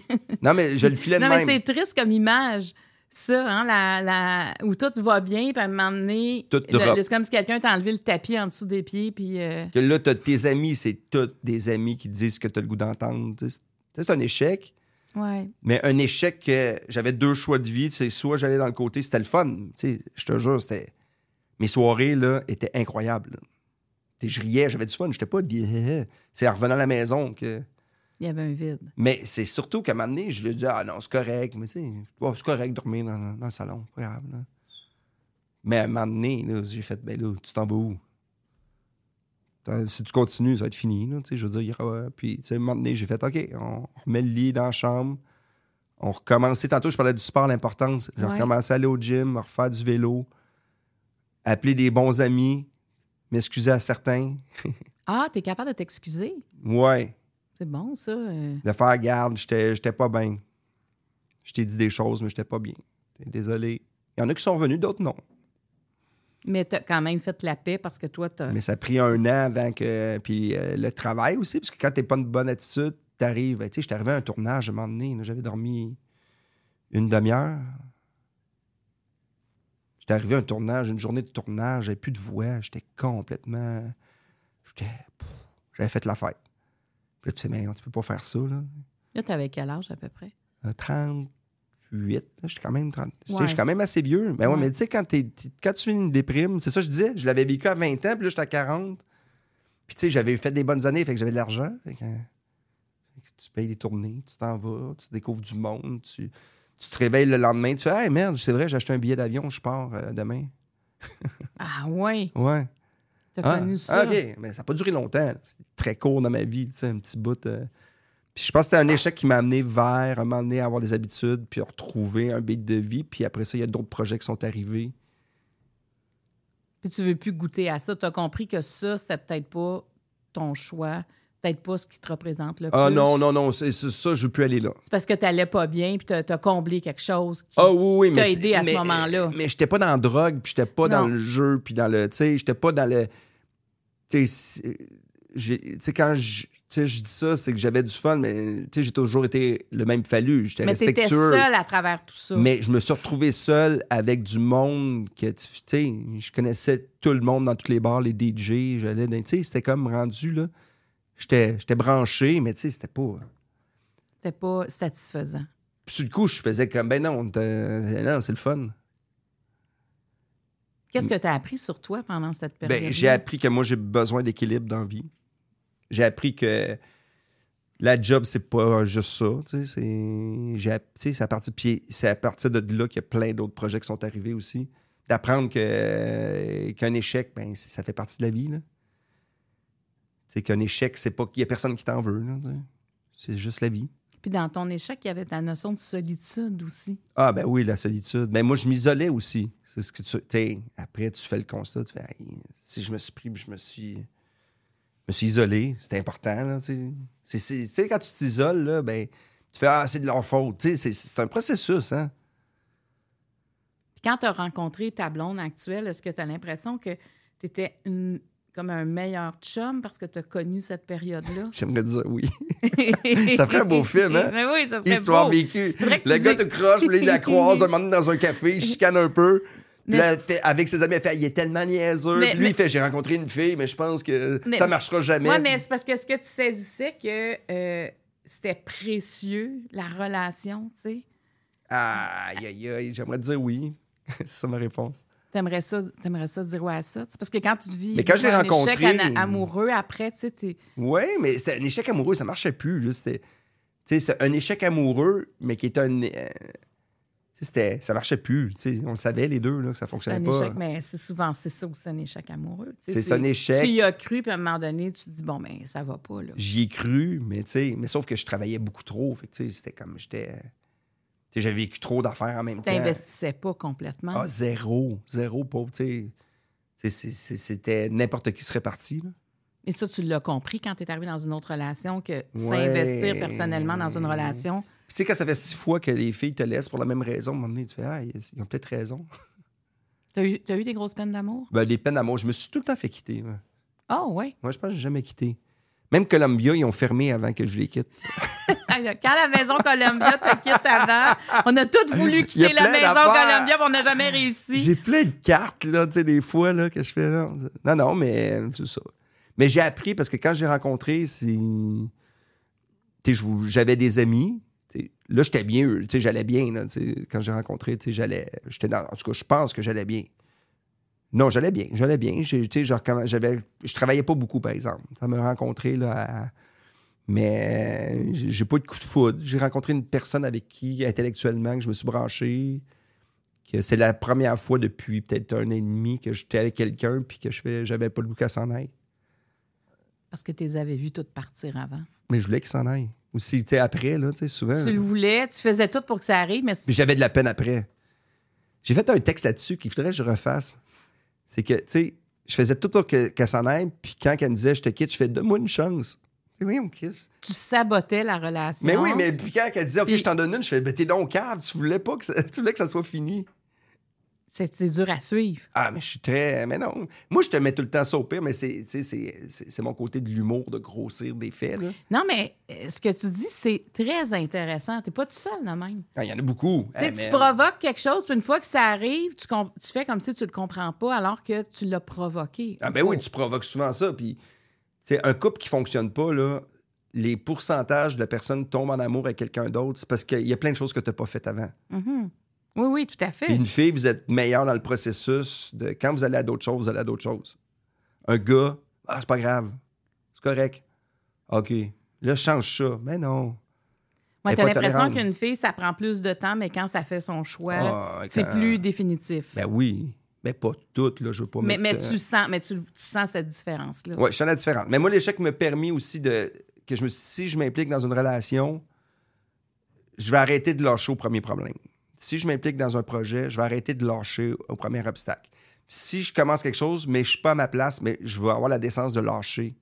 [SPEAKER 1] là. non, mais je le filais de
[SPEAKER 2] Non, mais
[SPEAKER 1] même.
[SPEAKER 2] c'est triste comme image, ça, hein, la, la- où tout va bien, puis à un moment donné,
[SPEAKER 1] Tout
[SPEAKER 2] le-
[SPEAKER 1] drop.
[SPEAKER 2] le- c'est comme si quelqu'un t'a enlevé le tapis en dessous des pieds, puis euh,
[SPEAKER 1] Que là, t'as tes amis, c'est tous des amis qui disent ce que t'as le goût d'entendre. tu sais. C'est c'est un échec.
[SPEAKER 2] ouais.
[SPEAKER 1] Mais un échec que j'avais deux choix de vie. tu sais, Soit j'allais dans le côté, c'était le fun. tu sais, Je te jure, c'était. Mes soirées là, étaient incroyables. là. Tu sais, Je riais, j'avais du fun. J'étais pas. C'est en revenant à la maison que.
[SPEAKER 2] il y avait un vide.
[SPEAKER 1] Mais c'est surtout qu'à m'amener, je lui ai dit Ah non, c'est correct, mais tu sais, oh, c'est correct de dormir dans, dans le salon, pas grave. là. Mais à m'amener, là, j'ai fait Ben là, tu t'en vas où T'as- Si tu continues, ça va être fini. Là, tu sais, je veux dire, il y aura- puis tu sais, à un moment donné, j'ai fait OK, on remet le lit dans la chambre, on recommence. Tu sais, Tantôt, je parlais du sport, l'importance. J'ai
[SPEAKER 2] Ouais.
[SPEAKER 1] recommencé à aller au gym, à refaire du vélo, appeler des bons amis, m'excuser à certains.
[SPEAKER 2] Ah, t'es capable de t'excuser?
[SPEAKER 1] Ouais.
[SPEAKER 2] C'est bon, ça. euh.
[SPEAKER 1] de faire garde, j'étais j'étais pas bien. Je t'ai dit des choses, mais j'étais pas bien. Désolé. Il y en a qui sont venus, d'autres non.
[SPEAKER 2] Mais t'as quand même fait la paix parce que toi, t'as...
[SPEAKER 1] Mais ça a pris un an avant que. Puis euh, le travail aussi, parce que quand t'es pas une bonne attitude, t'arrives. Tu sais, j'étais arrivé à un tournage à un moment donné, là, j'avais dormi une demi-heure. J'étais arrivé à un tournage, une journée de tournage, j'avais plus de voix, j'étais complètement. J'étais. pff, J'avais fait la fête. Puis là, tu fais, mais tu peux pas faire ça, là.
[SPEAKER 2] Là, t'avais quel âge à peu près?
[SPEAKER 1] Euh, 38. Je suis quand même 30. tu sais,
[SPEAKER 2] Ouais.
[SPEAKER 1] Je suis quand même assez vieux. Ben ouais,
[SPEAKER 2] Ouais.
[SPEAKER 1] mais tu sais, quand, t'es- t'es- quand tu finis une déprime, c'est ça que je disais. Je l'avais vécu à 20 ans, puis là, j'étais à 40. Puis tu sais, j'avais fait des bonnes années, fait que j'avais de l'argent. Fait que, fait que tu payes des tournées, tu t'en vas, tu découvres du monde, tu, tu te réveilles le lendemain, tu fais Hey merde, c'est vrai, j'ai acheté un billet d'avion, je pars euh, demain.
[SPEAKER 2] Ah ouais,
[SPEAKER 1] Ouais.
[SPEAKER 2] t'as
[SPEAKER 1] Ah,
[SPEAKER 2] connu ça.
[SPEAKER 1] OK, mais ça n'a pas duré longtemps. C'était très court dans ma vie, tu sais, un petit bout. euh. Puis je pense que c'était un échec qui m'a amené vers, un moment donné, à avoir des habitudes, puis à retrouver un bit de vie. Puis après ça, il y a d'autres projets qui sont arrivés.
[SPEAKER 2] Puis tu veux plus goûter à ça. T'as compris que ça, c'était peut-être pas ton choix, peut-être pas ce qui te représente le plus.
[SPEAKER 1] Ah non, non, non, c'est, c'est ça, je veux plus aller là.
[SPEAKER 2] C'est parce que t'allais pas bien, puis t'as t'as comblé quelque chose qui...
[SPEAKER 1] Ah oui, oui,
[SPEAKER 2] t'a
[SPEAKER 1] mais
[SPEAKER 2] aidé à ce
[SPEAKER 1] mais-
[SPEAKER 2] moment-là.
[SPEAKER 1] Mais j'étais pas dans la drogue, puis j'étais pas dans
[SPEAKER 2] Non.
[SPEAKER 1] le jeu, puis dans le. Tu sais, j'étais pas dans le. Tu sais, c'est- j'ai- tu sais, quand je. Tu sais, je dis ça, c'est que j'avais du fun, mais tu sais, j'ai toujours été le même fallu. J'étais
[SPEAKER 2] Mais t'étais
[SPEAKER 1] respectueux.
[SPEAKER 2] seul à travers tout ça.
[SPEAKER 1] Mais je me suis retrouvé seul avec du monde que, tu tu sais, je connaissais tout le monde dans tous les bars, les DJ, j'allais, dans- tu sais, c'était comme rendu, là. J'étais j'étais branché, mais tu sais, c'était pas...
[SPEAKER 2] C'était pas satisfaisant.
[SPEAKER 1] Puis sur le coup, je faisais comme, ben non, t'as- non c'est le fun.
[SPEAKER 2] Qu'est-ce que tu as appris sur toi pendant cette période?
[SPEAKER 1] Ben, j'ai appris que moi, j'ai besoin d'équilibre dans la vie. J'ai appris que la job, c'est pas juste ça. Tu sais, c'est j'ai app- tu sais, c'est à, partir... puis c'est à partir de là qu'il y a plein d'autres projets qui sont arrivés aussi. D'apprendre que qu'un échec, ben, c'est- ça fait partie de la vie. là. Tu sais, qu'un échec, c'est pas qu'il y a personne qui t'en veut. là, tu sais. C'est juste la vie.
[SPEAKER 2] Puis dans ton échec, il y avait ta notion de solitude aussi.
[SPEAKER 1] Ah, ben oui, la solitude. Ben moi, je m'isolais aussi. C'est ce que tu. t'sais, après, tu fais le constat, tu fais, Aïe, si je me suis pris, puis je me suis. Je me suis isolé. C'était important, là, tu sais. C'est- c'est- Tu sais, quand tu t'isoles, là, ben, tu fais, ah, c'est de leur faute. Tu sais, c'est- c'est un processus, hein.
[SPEAKER 2] Puis quand tu as rencontré ta blonde actuelle, est-ce que tu as l'impression que tu étais une- comme un meilleur chum parce que tu as connu cette période-là?
[SPEAKER 1] J'aimerais dire oui. Ça ferait un beau film, hein?
[SPEAKER 2] Mais oui, ça serait
[SPEAKER 1] Histoire
[SPEAKER 2] beau.
[SPEAKER 1] vécue.
[SPEAKER 2] Faudrait que
[SPEAKER 1] Le
[SPEAKER 2] tu
[SPEAKER 1] gars
[SPEAKER 2] dises-
[SPEAKER 1] te croche, puis là, il la croise un moment donné dans un café, il chicane un peu. Puis
[SPEAKER 2] Mais-
[SPEAKER 1] là, elle fait- avec ses amis, elle fait, il est tellement niaiseux.
[SPEAKER 2] Mais-
[SPEAKER 1] Puis lui,
[SPEAKER 2] mais-
[SPEAKER 1] il fait, j'ai rencontré une fille, mais je pense que
[SPEAKER 2] Mais-
[SPEAKER 1] ça marchera jamais.
[SPEAKER 2] Oui, mais c'est parce que ce que tu saisissais que euh, c'était précieux, la relation, tu sais.
[SPEAKER 1] Aïe, aïe, aïe, j'aimerais dire oui. C'est ça ma réponse.
[SPEAKER 2] T'aimerais ça, t'aimerais ça dire ouais à ça. tu sais, Parce que quand tu vis
[SPEAKER 1] Mais quand je l'ai
[SPEAKER 2] un
[SPEAKER 1] rencontré-
[SPEAKER 2] échec ana- amoureux, après, tu sais, t'es-
[SPEAKER 1] Oui, mais c'est un échec amoureux, ça marchait plus. là, C'était, tu sais, c'est un échec amoureux, mais qui est un. euh, tu sais, c'était, ça marchait plus. tu sais, On le savait, les deux, là, que ça
[SPEAKER 2] c'est
[SPEAKER 1] fonctionnait
[SPEAKER 2] un
[SPEAKER 1] pas.
[SPEAKER 2] échec, mais c'est souvent c'est ça aussi un échec amoureux. tu sais,
[SPEAKER 1] C'est ça, un échec.
[SPEAKER 2] Tu y as cru, puis à un moment donné, tu te dis bon, ben ça va pas là.
[SPEAKER 1] J'y ai cru, mais tu sais, mais sauf que je travaillais beaucoup trop. Fait que tu sais, c'était comme j'étais. Tu sais, j'avais vécu trop d'affaires en même temps.
[SPEAKER 2] T'investissais pas complètement.
[SPEAKER 1] Ah, zéro, zéro pauvre, tu sais. Tu sais, c'est- c'est- C'était n'importe qui serait parti. Là.
[SPEAKER 2] Et ça, tu l'as compris quand tu es arrivé dans une autre relation que
[SPEAKER 1] Ouais.
[SPEAKER 2] s'investir personnellement dans une relation.
[SPEAKER 1] Puis tu sais, quand ça fait six fois que les filles te laissent pour la même raison, à un moment donné, tu fais Ah, ils ont peut-être raison.
[SPEAKER 2] T'as eu, t'as eu des grosses peines d'amour?
[SPEAKER 1] Ben, les peines d'amour, je me suis tout le temps fait quitter. Moi,
[SPEAKER 2] Oh oui.
[SPEAKER 1] Moi, je pense que j'ai jamais quitté. Même Columbia, ils ont fermé avant que je les quitte.
[SPEAKER 2] Quand la maison Columbia te quitte avant, on a tous voulu
[SPEAKER 1] Il y a
[SPEAKER 2] quitter la
[SPEAKER 1] plein
[SPEAKER 2] maison
[SPEAKER 1] d'affaires.
[SPEAKER 2] Columbia, mais on n'a jamais réussi.
[SPEAKER 1] J'ai plein de cartes, là, tu sais, des fois, là, que je fais. là. Non, non, mais c'est ça. Mais j'ai appris parce que quand j'ai rencontré, c'est. tu sais, je vous- j'avais des amis. tu sais, Là, j'étais bien, tu sais, j'allais bien. Là, tu sais, quand j'ai rencontré, tu sais, j'allais. j'étais dans- En tout cas, je pense que j'allais bien. Non, j'allais bien, j'allais bien. J'ai- tu sais, genre, quand j'avais- je travaillais pas beaucoup, par exemple. Ça me rencontré, là, à- mais euh, j'ai j'ai pas eu de coup de foudre. J'ai rencontré une personne avec qui, intellectuellement, que je me suis branché que c'est la première fois depuis peut-être un an et demi que j'étais avec quelqu'un puis que je fais j'avais pas le goût qu'elle s'en aille.
[SPEAKER 2] Parce que tu les avais vus toutes partir avant.
[SPEAKER 1] Mais je voulais qu'il s'en aille. Aussi, tu sais, après, là, tu sais, souvent.
[SPEAKER 2] Tu le voulais, tu faisais tout pour que ça arrive, mais
[SPEAKER 1] Mais j'avais de la peine après. J'ai fait un texte là-dessus qu'il faudrait que je refasse. C'est que, tu sais, je faisais tout pour que- qu'elle s'en aille, puis quand elle me disait je te quitte, je fais donne-moi une chance. Tu sais, voyons, Chris.
[SPEAKER 2] tu sabotais la relation.
[SPEAKER 1] Mais oui, mais puis quand elle disait OK,
[SPEAKER 2] Puis-
[SPEAKER 1] je t'en donne une, je fais ben, t'es donc cave, tu voulais pas que ça, tu voulais que ça soit fini.
[SPEAKER 2] C'était dur à suivre.
[SPEAKER 1] Ah, mais je suis très. Mais non. Moi, je te mets tout le temps ça au pire, mais c'est, tu sais, c'est, c'est, c'est mon côté de l'humour, de grossir des faits. là.
[SPEAKER 2] Non, mais euh, ce que tu dis, c'est très intéressant. T'es pas tout seul, là, même.
[SPEAKER 1] Ah, Il y en a beaucoup.
[SPEAKER 2] Tu sais,
[SPEAKER 1] Ah, man.
[SPEAKER 2] tu provoques quelque chose, puis une fois que ça arrive, tu, com- tu fais comme si tu le comprends pas, alors que tu l'as provoqué.
[SPEAKER 1] Ah, ben oui, tu provoques souvent ça. Puis, tu sais, un couple qui fonctionne pas, là, les pourcentages de personnes tombent en amour avec quelqu'un d'autre, c'est parce qu'il y a plein de choses que tu n'as pas faites avant.
[SPEAKER 2] Mhm. Oui, oui, tout à fait.
[SPEAKER 1] Puis une fille, vous êtes meilleur dans le processus de quand vous allez à d'autres choses, vous allez à d'autres choses. Un gars, ah, c'est pas grave. C'est correct. OK. Là, change ça. Mais non.
[SPEAKER 2] Ouais,
[SPEAKER 1] elle
[SPEAKER 2] t'as
[SPEAKER 1] est pas
[SPEAKER 2] l'impression
[SPEAKER 1] tolérante.
[SPEAKER 2] qu'une fille, ça prend plus de temps, mais quand ça fait son choix,
[SPEAKER 1] Ah,
[SPEAKER 2] c'est
[SPEAKER 1] quand-
[SPEAKER 2] plus définitif.
[SPEAKER 1] Ben oui. Mais pas toutes, là. Je veux pas
[SPEAKER 2] mais, mais
[SPEAKER 1] mettre, euh,
[SPEAKER 2] tu sens, mais tu, tu sens cette différence-là.
[SPEAKER 1] Oui, je sens la différence. Mais moi, l'échec me permet aussi de. que je me suis si je m'implique dans une relation, je vais arrêter de lâcher au premier problème. Si je m'implique dans un projet, je vais arrêter de lâcher au premier obstacle. Si je commence quelque chose, mais je suis pas à ma place, mais je vais avoir la décence de lâcher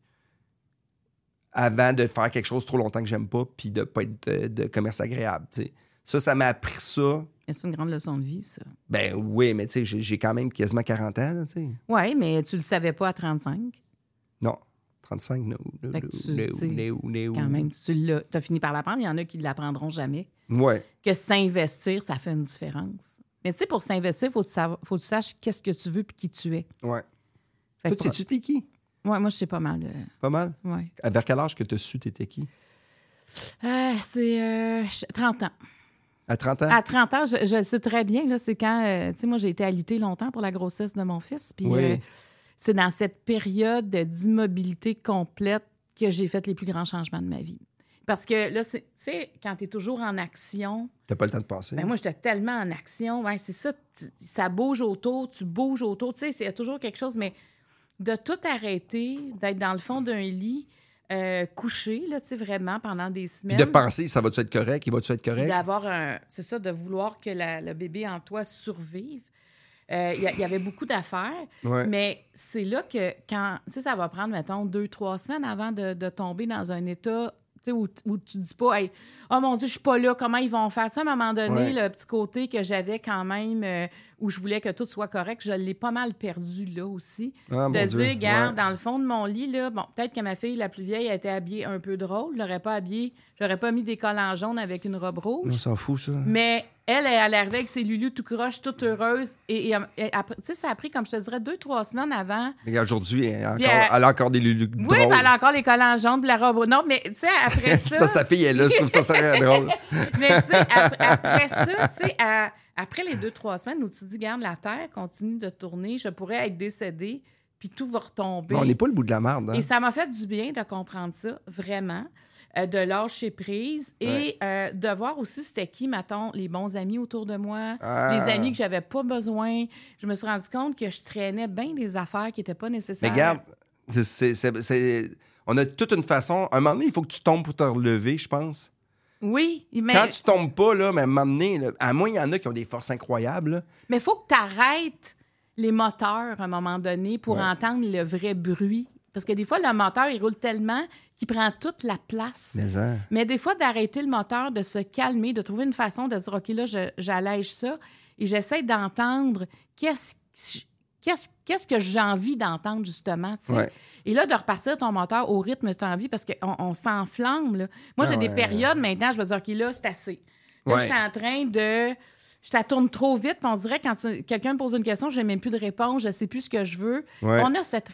[SPEAKER 1] avant de faire quelque chose trop longtemps que j'aime pas, puis de pas être de, de commerce agréable. tu sais. Ça, ça m'a appris ça.
[SPEAKER 2] Mais C'est une grande leçon de vie, ça.
[SPEAKER 1] Ben oui, mais tu sais, j'ai- j'ai quand même quasiment 40 ans, là, tu sais.
[SPEAKER 2] Oui, mais tu le savais pas à 35.
[SPEAKER 1] Non, 35, no, no,
[SPEAKER 2] Fait que tu-
[SPEAKER 1] no,
[SPEAKER 2] tu sais,
[SPEAKER 1] no, no,
[SPEAKER 2] Quand
[SPEAKER 1] no.
[SPEAKER 2] même, tu as fini par l'apprendre. Il y en a qui ne l'apprendront jamais.
[SPEAKER 1] Ouais.
[SPEAKER 2] Que s'investir, ça fait une différence. Mais tu sais, pour s'investir, il faut, que tu savo- faut que tu saches qu'est-ce que tu veux puis qui tu es.
[SPEAKER 1] Ouais.
[SPEAKER 2] Fait
[SPEAKER 1] Toi,
[SPEAKER 2] que
[SPEAKER 1] tu sais-tu t'es qui?
[SPEAKER 2] pour- ouais, moi, je sais pas mal de.
[SPEAKER 1] Pas mal.
[SPEAKER 2] ouais.
[SPEAKER 1] À- Vers quel âge que tu as su t'étais qui?
[SPEAKER 2] Euh, c'est euh, je- 30 ans.
[SPEAKER 1] À 30 ans?
[SPEAKER 2] À 30 ans, je, je le sais très bien. là, C'est quand. euh, tu sais, moi, j'ai été alitée longtemps pour la grossesse de mon fils. Puis
[SPEAKER 1] Oui.
[SPEAKER 2] euh, c'est dans cette période d'immobilité complète que j'ai fait les plus grands changements de ma vie. Parce que là, c'est- tu sais, quand tu es toujours en action,
[SPEAKER 1] T'as pas le temps de penser.
[SPEAKER 2] Ben moi, j'étais tellement en action. Ouais, c'est ça. tu- ça bouge autour, tu bouges autour. Tu sais, il y a toujours quelque chose, mais de tout arrêter, d'être dans le fond d'un lit, euh, couché, là, tu sais, vraiment pendant des
[SPEAKER 1] Puis
[SPEAKER 2] semaines.
[SPEAKER 1] de penser, ça va-tu être correct? Il va-tu être
[SPEAKER 2] puis
[SPEAKER 1] correct?
[SPEAKER 2] d'avoir un. C'est ça, de vouloir que la- le bébé en toi survive. Euh, Il y, a- il y avait beaucoup d'affaires,
[SPEAKER 1] Ouais.
[SPEAKER 2] mais c'est là que quand. Tu sais, ça va prendre, mettons, deux, trois semaines avant de, de tomber dans un état sais, où, t- où tu dis pas, Hey, oh mon Dieu, je suis pas là, comment ils vont faire? Tu sais, à un moment donné, le petit côté que j'avais quand même, euh, où je voulais que tout soit correct, je l'ai pas mal perdu là aussi.
[SPEAKER 1] Ah,
[SPEAKER 2] de
[SPEAKER 1] mon
[SPEAKER 2] dire,
[SPEAKER 1] Dieu,
[SPEAKER 2] regarde,
[SPEAKER 1] ouais.
[SPEAKER 2] dans le fond de mon lit, là, bon, peut-être que ma fille, la plus vieille, a été habillée un peu drôle. Je l'aurais pas habillée, j'aurais pas mis des collants jaunes avec une robe
[SPEAKER 1] On
[SPEAKER 2] rouge.
[SPEAKER 1] s'en fout, ça.
[SPEAKER 2] Mais elle, elle est arrivée avec ses Lulu tout croche, toute heureuse. Et, et, euh, et après- tu sais, ça a pris, comme je te dirais, deux, trois semaines avant.
[SPEAKER 1] Mais aujourd'hui, elle, a encore-
[SPEAKER 2] Puis elle-
[SPEAKER 1] elle a encore des lulus
[SPEAKER 2] Oui,
[SPEAKER 1] drôles.
[SPEAKER 2] ben, elle a encore les collants jaunes, puis la robe rouge. Non, mais tu sais, après
[SPEAKER 1] C'est
[SPEAKER 2] ça.
[SPEAKER 1] parce que ta fille est là, je trouve ça, ça drôle.
[SPEAKER 2] Mais tu sais, après, après ça, tu sais, à- après les deux, trois semaines où tu dis, garde, la Terre continue de tourner, je pourrais être décédée, puis tout va retomber.
[SPEAKER 1] Mais on n'est pas le bout de la merde. hein.
[SPEAKER 2] Et ça m'a fait du bien de comprendre ça, vraiment, euh, de lâcher prise et
[SPEAKER 1] Ouais.
[SPEAKER 2] euh, de voir aussi c'était qui, mettons, les bons amis autour de moi,
[SPEAKER 1] Ah.
[SPEAKER 2] les amis que j'avais pas besoin. Je me suis rendu compte que je traînais bien des affaires qui n'étaient pas
[SPEAKER 1] Mais
[SPEAKER 2] nécessaires.
[SPEAKER 1] regarde, c'est- c'est- c'est- c'est- on a toute une façon. À un moment donné, il faut que tu tombes pour te relever, je pense.
[SPEAKER 2] Oui, mais
[SPEAKER 1] Quand tu tombes pas, là, mais à un moment donné, là, à moins il y en a qui ont des forces incroyables. là.
[SPEAKER 2] mais faut que tu arrêtes les moteurs à un moment donné pour
[SPEAKER 1] Ouais.
[SPEAKER 2] entendre le vrai bruit. Parce que des fois, le moteur, il roule tellement qu'il prend toute la place.
[SPEAKER 1] Mais hein,
[SPEAKER 2] Mais des fois, d'arrêter le moteur, de se calmer, de trouver une façon de dire, OK, là, je- j'allège ça et j'essaie d'entendre qu'est-ce que je- qu'est-ce qu'est-ce que j'ai envie d'entendre, justement. tu sais.
[SPEAKER 1] Ouais.
[SPEAKER 2] Et là, de repartir ton moteur au rythme que tu as envie parce qu'on on, s'enflamme. là. Moi,
[SPEAKER 1] Ah
[SPEAKER 2] j'ai des
[SPEAKER 1] ouais.
[SPEAKER 2] périodes maintenant, je vais dire, OK, là, c'est assez. Là,
[SPEAKER 1] Ouais.
[SPEAKER 2] je suis en train de. Je la tourne trop vite, puis on dirait quand tu- quelqu'un me pose une question, je n'ai même plus de réponse, je ne sais plus ce que je veux.
[SPEAKER 1] Ouais.
[SPEAKER 2] On a cette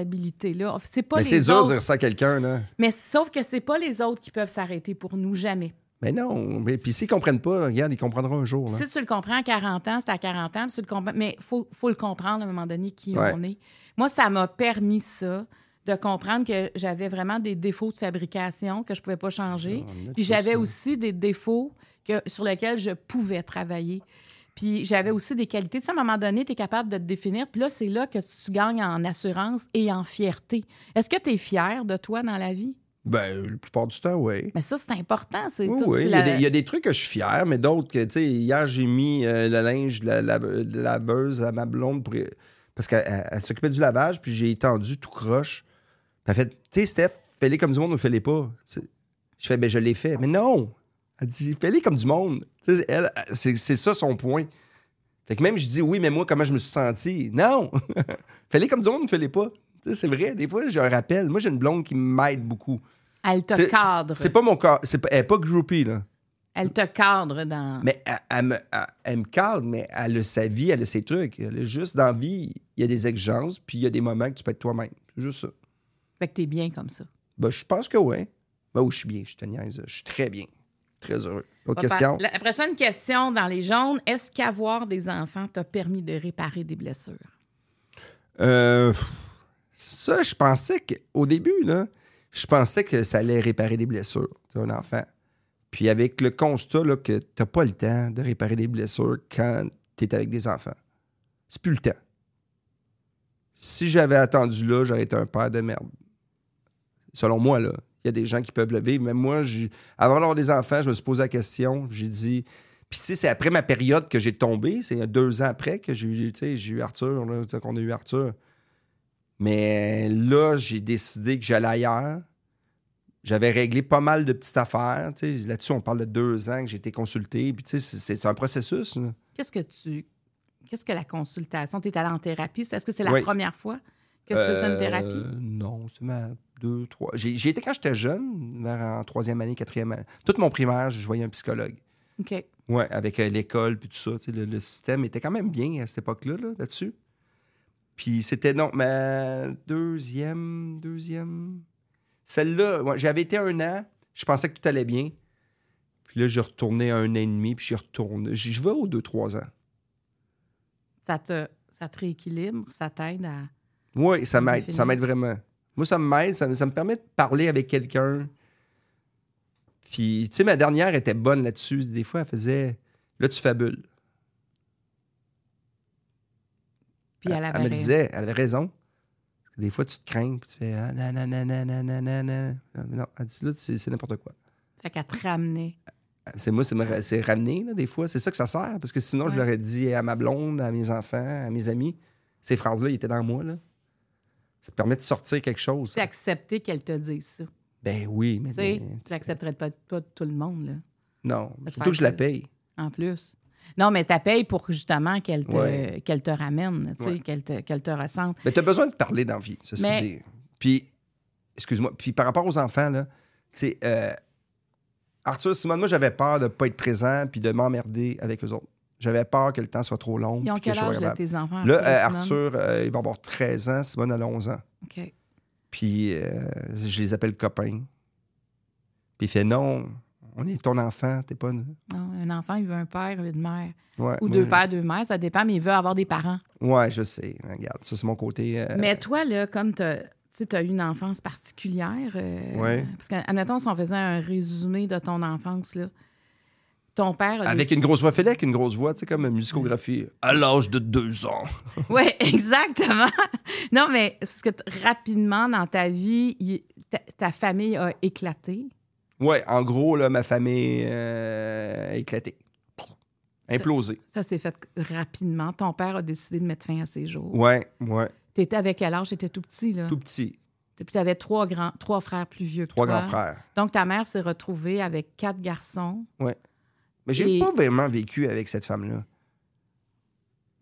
[SPEAKER 2] responsabilité-là. C'est pas
[SPEAKER 1] mais
[SPEAKER 2] les
[SPEAKER 1] c'est dur
[SPEAKER 2] autres.
[SPEAKER 1] de dire ça à quelqu'un. là.
[SPEAKER 2] Mais sauf que c'est pas les autres qui peuvent s'arrêter pour nous, jamais.
[SPEAKER 1] Mais non. Mais, puis s'ils comprennent pas, regarde, ils comprendront un jour. là.
[SPEAKER 2] Si tu le comprends à 40 ans, c'est à 40 ans, puis tu le comprends- mais il faut, faut le comprendre à un moment donné qui
[SPEAKER 1] Ouais.
[SPEAKER 2] on est. Moi, ça m'a permis ça, de comprendre que j'avais vraiment des défauts de fabrication que je pouvais pas changer.
[SPEAKER 1] Ah, on en a
[SPEAKER 2] Puis
[SPEAKER 1] tous,
[SPEAKER 2] j'avais
[SPEAKER 1] là.
[SPEAKER 2] aussi des défauts que, sur lesquels je pouvais travailler. Puis j'avais aussi des qualités. Tu sais, à un moment donné, tu es capable de te définir. Puis là, c'est là que tu gagnes en assurance et en fierté. Est-ce que tu es fier de toi dans la vie?
[SPEAKER 1] Ben, la plupart du temps, oui.
[SPEAKER 2] Mais ça, c'est important. C'est
[SPEAKER 1] Oui,
[SPEAKER 2] tu-
[SPEAKER 1] oui.
[SPEAKER 2] tu
[SPEAKER 1] Il, y a
[SPEAKER 2] la-
[SPEAKER 1] des, il y a des trucs que je suis fier, mais d'autres que, tu sais, hier, j'ai mis euh, le linge de la, la- de la laveuse à ma blonde pour- parce qu'elle elle- elle s'occupait du lavage, puis j'ai étendu tout croche. Elle fait, tu sais, Steph, fais-les comme du monde ou fais-les pas. Tu sais, Je fais, ben, je l'ai fait. Mais non! Elle dit, fais-les comme du monde. Tu sais, elle, elle- c'est c'est ça son point. Fait que même, je dis, oui, mais moi, comment je me suis senti? Non! fais-les comme du monde ou fais-les pas. Tu sais, c'est vrai, des fois, j'ai un rappel. Moi, j'ai une blonde qui m'aide beaucoup.
[SPEAKER 2] Elle te
[SPEAKER 1] C'est-
[SPEAKER 2] cadre.
[SPEAKER 1] C'est pas mon corps. c'est pas- Elle est pas groupie, là.
[SPEAKER 2] Elle te cadre dans.
[SPEAKER 1] Mais elle, elle me, elle- elle me calme, mais elle a sa vie, elle a ses trucs. Elle a juste dans la vie, il y a des exigences, puis il y a des moments que tu peux être toi-même. C'est juste ça.
[SPEAKER 2] Fait que t'es bien comme ça.
[SPEAKER 1] Ben, je pense que oui. Ben, oui, je suis bien, je te niaise. Je suis très bien. Très heureux. Autre
[SPEAKER 2] Papa,
[SPEAKER 1] question?
[SPEAKER 2] La prochaine question dans les jaunes. Est-ce qu'avoir des enfants t'a permis de réparer des blessures?
[SPEAKER 1] Euh, ça, je pensais qu'au début, là, je pensais que ça allait réparer des blessures d'un enfant. Puis avec le constat là, que t'as pas le temps de réparer des blessures quand tu es avec des enfants. C'est plus le temps. Si j'avais attendu là, j'aurais été un père de merde. Selon moi, là. Il y a des gens qui peuvent le vivre. Mais moi, j'ai- avant d'avoir des enfants, je me suis posé la question. J'ai dit, puis tu sais, c'est après ma période que j'ai tombé. C'est deux ans après que j'ai eu, tu sais, j'ai eu Arthur, là, tu sais, qu'on a eu Arthur. Mais là, j'ai décidé que j'allais ailleurs. J'avais réglé pas mal de petites affaires. tu sais. Là-dessus, on parle de deux ans que j'ai été consulté. Puis tu sais, c'est- c'est c'est un processus. là.
[SPEAKER 2] Qu'est-ce que tu. Qu'est-ce que la consultation? T'es allé en thérapie? Est-ce que c'est la
[SPEAKER 1] Oui.
[SPEAKER 2] première fois que tu faisais une thérapie?
[SPEAKER 1] Euh, Non, c'est ma deux, trois. J'ai j'ai été quand j'étais jeune, vers en troisième année, quatrième année. Tout mon primaire, je voyais un psychologue.
[SPEAKER 2] OK.
[SPEAKER 1] Ouais, avec euh, l'école puis tout ça. tu sais, Le, le système était quand même bien à cette époque-là, là, là-dessus. puis c'était, non, ma deuxième, deuxième. Celle-là, ouais, j'avais été un an, je pensais que tout allait bien. Puis là, j'ai retourné un an et demi, puis j'y retourne. J- Je vais aux deux, trois ans.
[SPEAKER 2] Ça te, ça te rééquilibre, ça t'aide à.
[SPEAKER 1] Oui, ça m'aide.
[SPEAKER 2] Définir.
[SPEAKER 1] Ça m'aide vraiment. Moi, ça m'aide. Ça, me- ça me permet de parler avec quelqu'un. Puis, tu sais, ma dernière était bonne là-dessus. Des fois, elle faisait Là, tu fabules.
[SPEAKER 2] Puis elle,
[SPEAKER 1] elle,
[SPEAKER 2] avait
[SPEAKER 1] me le
[SPEAKER 2] raison.
[SPEAKER 1] disait, elle avait raison. Parce que des fois, tu te crains, puis tu fais ah, nanana, nanana, nanana. Non, mais non, elle dit là, c'est c'est n'importe quoi.
[SPEAKER 2] Fait qu'elle te ramenait.
[SPEAKER 1] C'est moi, c'est me ra- c'est ramener, là, des fois. C'est ça que ça sert, parce que sinon,
[SPEAKER 2] Ouais.
[SPEAKER 1] je l'aurais dit à ma blonde, à mes enfants, à mes amis. Ces phrases-là, ils étaient dans moi, là. Ça te permet de sortir quelque chose.
[SPEAKER 2] C'est accepter qu'elle te dise ça.
[SPEAKER 1] Ben oui, mais.
[SPEAKER 2] Tu sais,
[SPEAKER 1] ben,
[SPEAKER 2] tu l'accepterais pas, pas de tout le monde, là,
[SPEAKER 1] Non,
[SPEAKER 2] te
[SPEAKER 1] surtout que je la
[SPEAKER 2] faire-
[SPEAKER 1] paye.
[SPEAKER 2] en plus. Non, mais tu payes pour justement qu'elle te,
[SPEAKER 1] Ouais.
[SPEAKER 2] qu'elle te ramène, tu sais,
[SPEAKER 1] Ouais.
[SPEAKER 2] qu'elle te, qu'elle te ressente.
[SPEAKER 1] Mais t'as besoin de parler dans la vie, ceci
[SPEAKER 2] Mais-
[SPEAKER 1] dit. Puis, excuse-moi, puis par rapport aux enfants, là, tu sais, euh, Arthur, Simone, moi, j'avais peur de pas être présent puis de m'emmerder avec eux autres. J'avais peur que le temps soit trop long.
[SPEAKER 2] Ils ont
[SPEAKER 1] puis que
[SPEAKER 2] quel
[SPEAKER 1] je sois
[SPEAKER 2] âge, là,
[SPEAKER 1] capable.
[SPEAKER 2] tes enfants?
[SPEAKER 1] Là, euh,
[SPEAKER 2] et Simone?
[SPEAKER 1] Arthur, euh, il va avoir 13 ans, Simone a 11 ans.
[SPEAKER 2] OK.
[SPEAKER 1] Puis, euh, je les appelle copains. Puis il fait non, on est ton enfant, t'es pas. une-
[SPEAKER 2] Non, un enfant, il veut un père, il veut une mère.
[SPEAKER 1] Ouais,
[SPEAKER 2] Ou
[SPEAKER 1] moi,
[SPEAKER 2] deux
[SPEAKER 1] je-
[SPEAKER 2] pères, deux mères, ça dépend, mais il veut avoir des parents.
[SPEAKER 1] Ouais, je sais. Regarde, ça, c'est mon côté. euh,
[SPEAKER 2] Mais toi, là, comme tu as eu une enfance particulière, euh,
[SPEAKER 1] Ouais.
[SPEAKER 2] parce que, admettons, si on faisait un résumé de ton enfance, là, ton père... a
[SPEAKER 1] Avec
[SPEAKER 2] décidé-
[SPEAKER 1] une grosse voix, fais avec une grosse voix, tu sais, comme une musicographie. À l'âge de deux ans.
[SPEAKER 2] Oui, exactement. Non, mais parce que t- rapidement, dans ta vie, il- ta, ta famille a éclaté.
[SPEAKER 1] Ouais, en gros, là, ma famille euh, éclatée. Implosée.
[SPEAKER 2] Ça s'est fait rapidement. Ton père a décidé de mettre fin à ses jours.
[SPEAKER 1] Ouais, ouais.
[SPEAKER 2] T'étais avec quel âge? T'étais tout petit, là.
[SPEAKER 1] Tout petit.
[SPEAKER 2] Puis t'avais trois, grands, trois frères plus vieux que
[SPEAKER 1] Trois
[SPEAKER 2] toi.
[SPEAKER 1] grands frères.
[SPEAKER 2] Donc, ta mère s'est retrouvée avec quatre garçons,
[SPEAKER 1] Mais j'ai
[SPEAKER 2] Et-
[SPEAKER 1] pas vraiment vécu avec cette femme-là.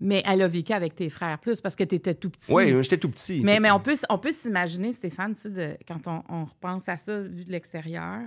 [SPEAKER 2] mais elle a vécu avec tes frères plus parce que tu étais tout petit.
[SPEAKER 1] Ouais, j'étais tout petit.
[SPEAKER 2] mais, mais on peut, s- on peut s'imaginer, Stéphane, tu sais, de- quand on, on repense à ça vu de l'extérieur,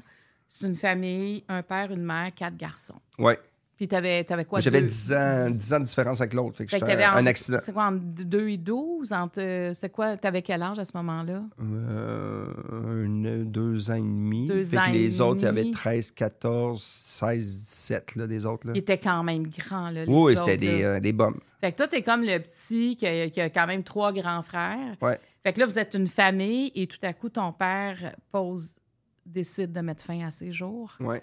[SPEAKER 2] c'est une famille, un père, une mère, quatre garçons.
[SPEAKER 1] Ouais.
[SPEAKER 2] Puis t'avais avais quoi?
[SPEAKER 1] J'avais
[SPEAKER 2] deux-
[SPEAKER 1] 10 ans, 10 ans de différence avec l'autre. Fait que
[SPEAKER 2] Fait que
[SPEAKER 1] j'étais
[SPEAKER 2] t'avais
[SPEAKER 1] un, un
[SPEAKER 2] entre-
[SPEAKER 1] accident.
[SPEAKER 2] C'est quoi, entre 2 et 12? Entre, euh, c'est quoi, t'avais quel âge à ce moment-là?
[SPEAKER 1] Euh, une- deux ans et demi.
[SPEAKER 2] Deux
[SPEAKER 1] fait
[SPEAKER 2] ans
[SPEAKER 1] que
[SPEAKER 2] et
[SPEAKER 1] les autres, il y avait
[SPEAKER 2] demi.
[SPEAKER 1] 13, 14, 16, 17, là, les autres. Là.
[SPEAKER 2] Il était quand même grand, là. les
[SPEAKER 1] Oui,
[SPEAKER 2] autres,
[SPEAKER 1] c'était des,
[SPEAKER 2] là.
[SPEAKER 1] euh, des bombes.
[SPEAKER 2] Fait que toi, t'es comme le petit qui a, qui a quand même trois grands frères.
[SPEAKER 1] Ouais.
[SPEAKER 2] Fait que là, vous êtes une famille et tout à coup, ton père pose, décide de mettre fin à ses jours.
[SPEAKER 1] Ouais.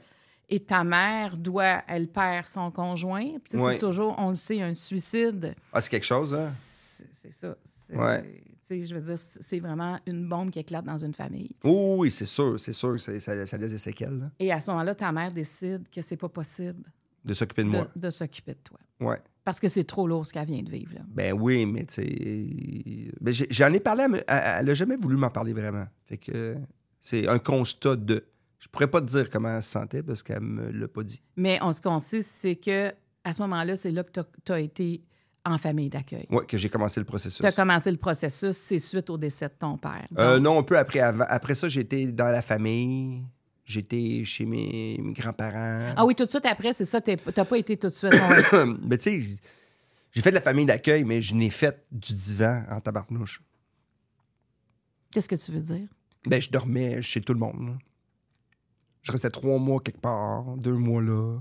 [SPEAKER 2] Et ta mère doit, elle perd son conjoint. Puis tu sais,
[SPEAKER 1] Ouais.
[SPEAKER 2] c'est toujours, on le sait, un suicide.
[SPEAKER 1] Ah, c'est quelque chose, hein?
[SPEAKER 2] C'est c'est ça. C'est-
[SPEAKER 1] Ouais.
[SPEAKER 2] tu sais, Je veux dire, c'est c'est vraiment une bombe qui éclate dans une famille.
[SPEAKER 1] Oh, oui, c'est sûr, c'est sûr que ça, ça- ça laisse des séquelles, hein, là,
[SPEAKER 2] Et à ce moment-là, ta mère décide que c'est pas possible
[SPEAKER 1] de s'occuper de
[SPEAKER 2] de,
[SPEAKER 1] moi.
[SPEAKER 2] de s'occuper de toi.
[SPEAKER 1] Ouais.
[SPEAKER 2] Parce que c'est trop lourd ce qu'elle vient de vivre. là.
[SPEAKER 1] Ben oui, mais tu sais. ben, j'ai- J'en ai parlé, à me- à- elle n'a jamais voulu m'en parler vraiment. Fait que euh, c'est un constat de. Je pourrais pas te dire comment elle se sentait parce qu'elle me l'a pas dit.
[SPEAKER 2] Mais on, ce qu'on sait, c'est que à ce moment-là, c'est là que tu as, été en famille d'accueil.
[SPEAKER 1] Ouais, que j'ai commencé le processus.
[SPEAKER 2] Tu as commencé le processus, c'est suite au décès de ton père.
[SPEAKER 1] Euh,
[SPEAKER 2] Donc,
[SPEAKER 1] non, un peu après. Avant. Après ça, j'étais dans la famille. J'étais chez mes, mes grands-parents.
[SPEAKER 2] Ah oui, tout de suite après, c'est ça, t'es- t'as pas été tout de suite. on-
[SPEAKER 1] mais tu sais, j'ai fait de la famille d'accueil, mais je n'ai fait du divan en tabarnouche.
[SPEAKER 2] Qu'est-ce que tu veux dire?
[SPEAKER 1] Ben, je dormais chez tout le monde. là. Je restais trois mois quelque part, deux mois là,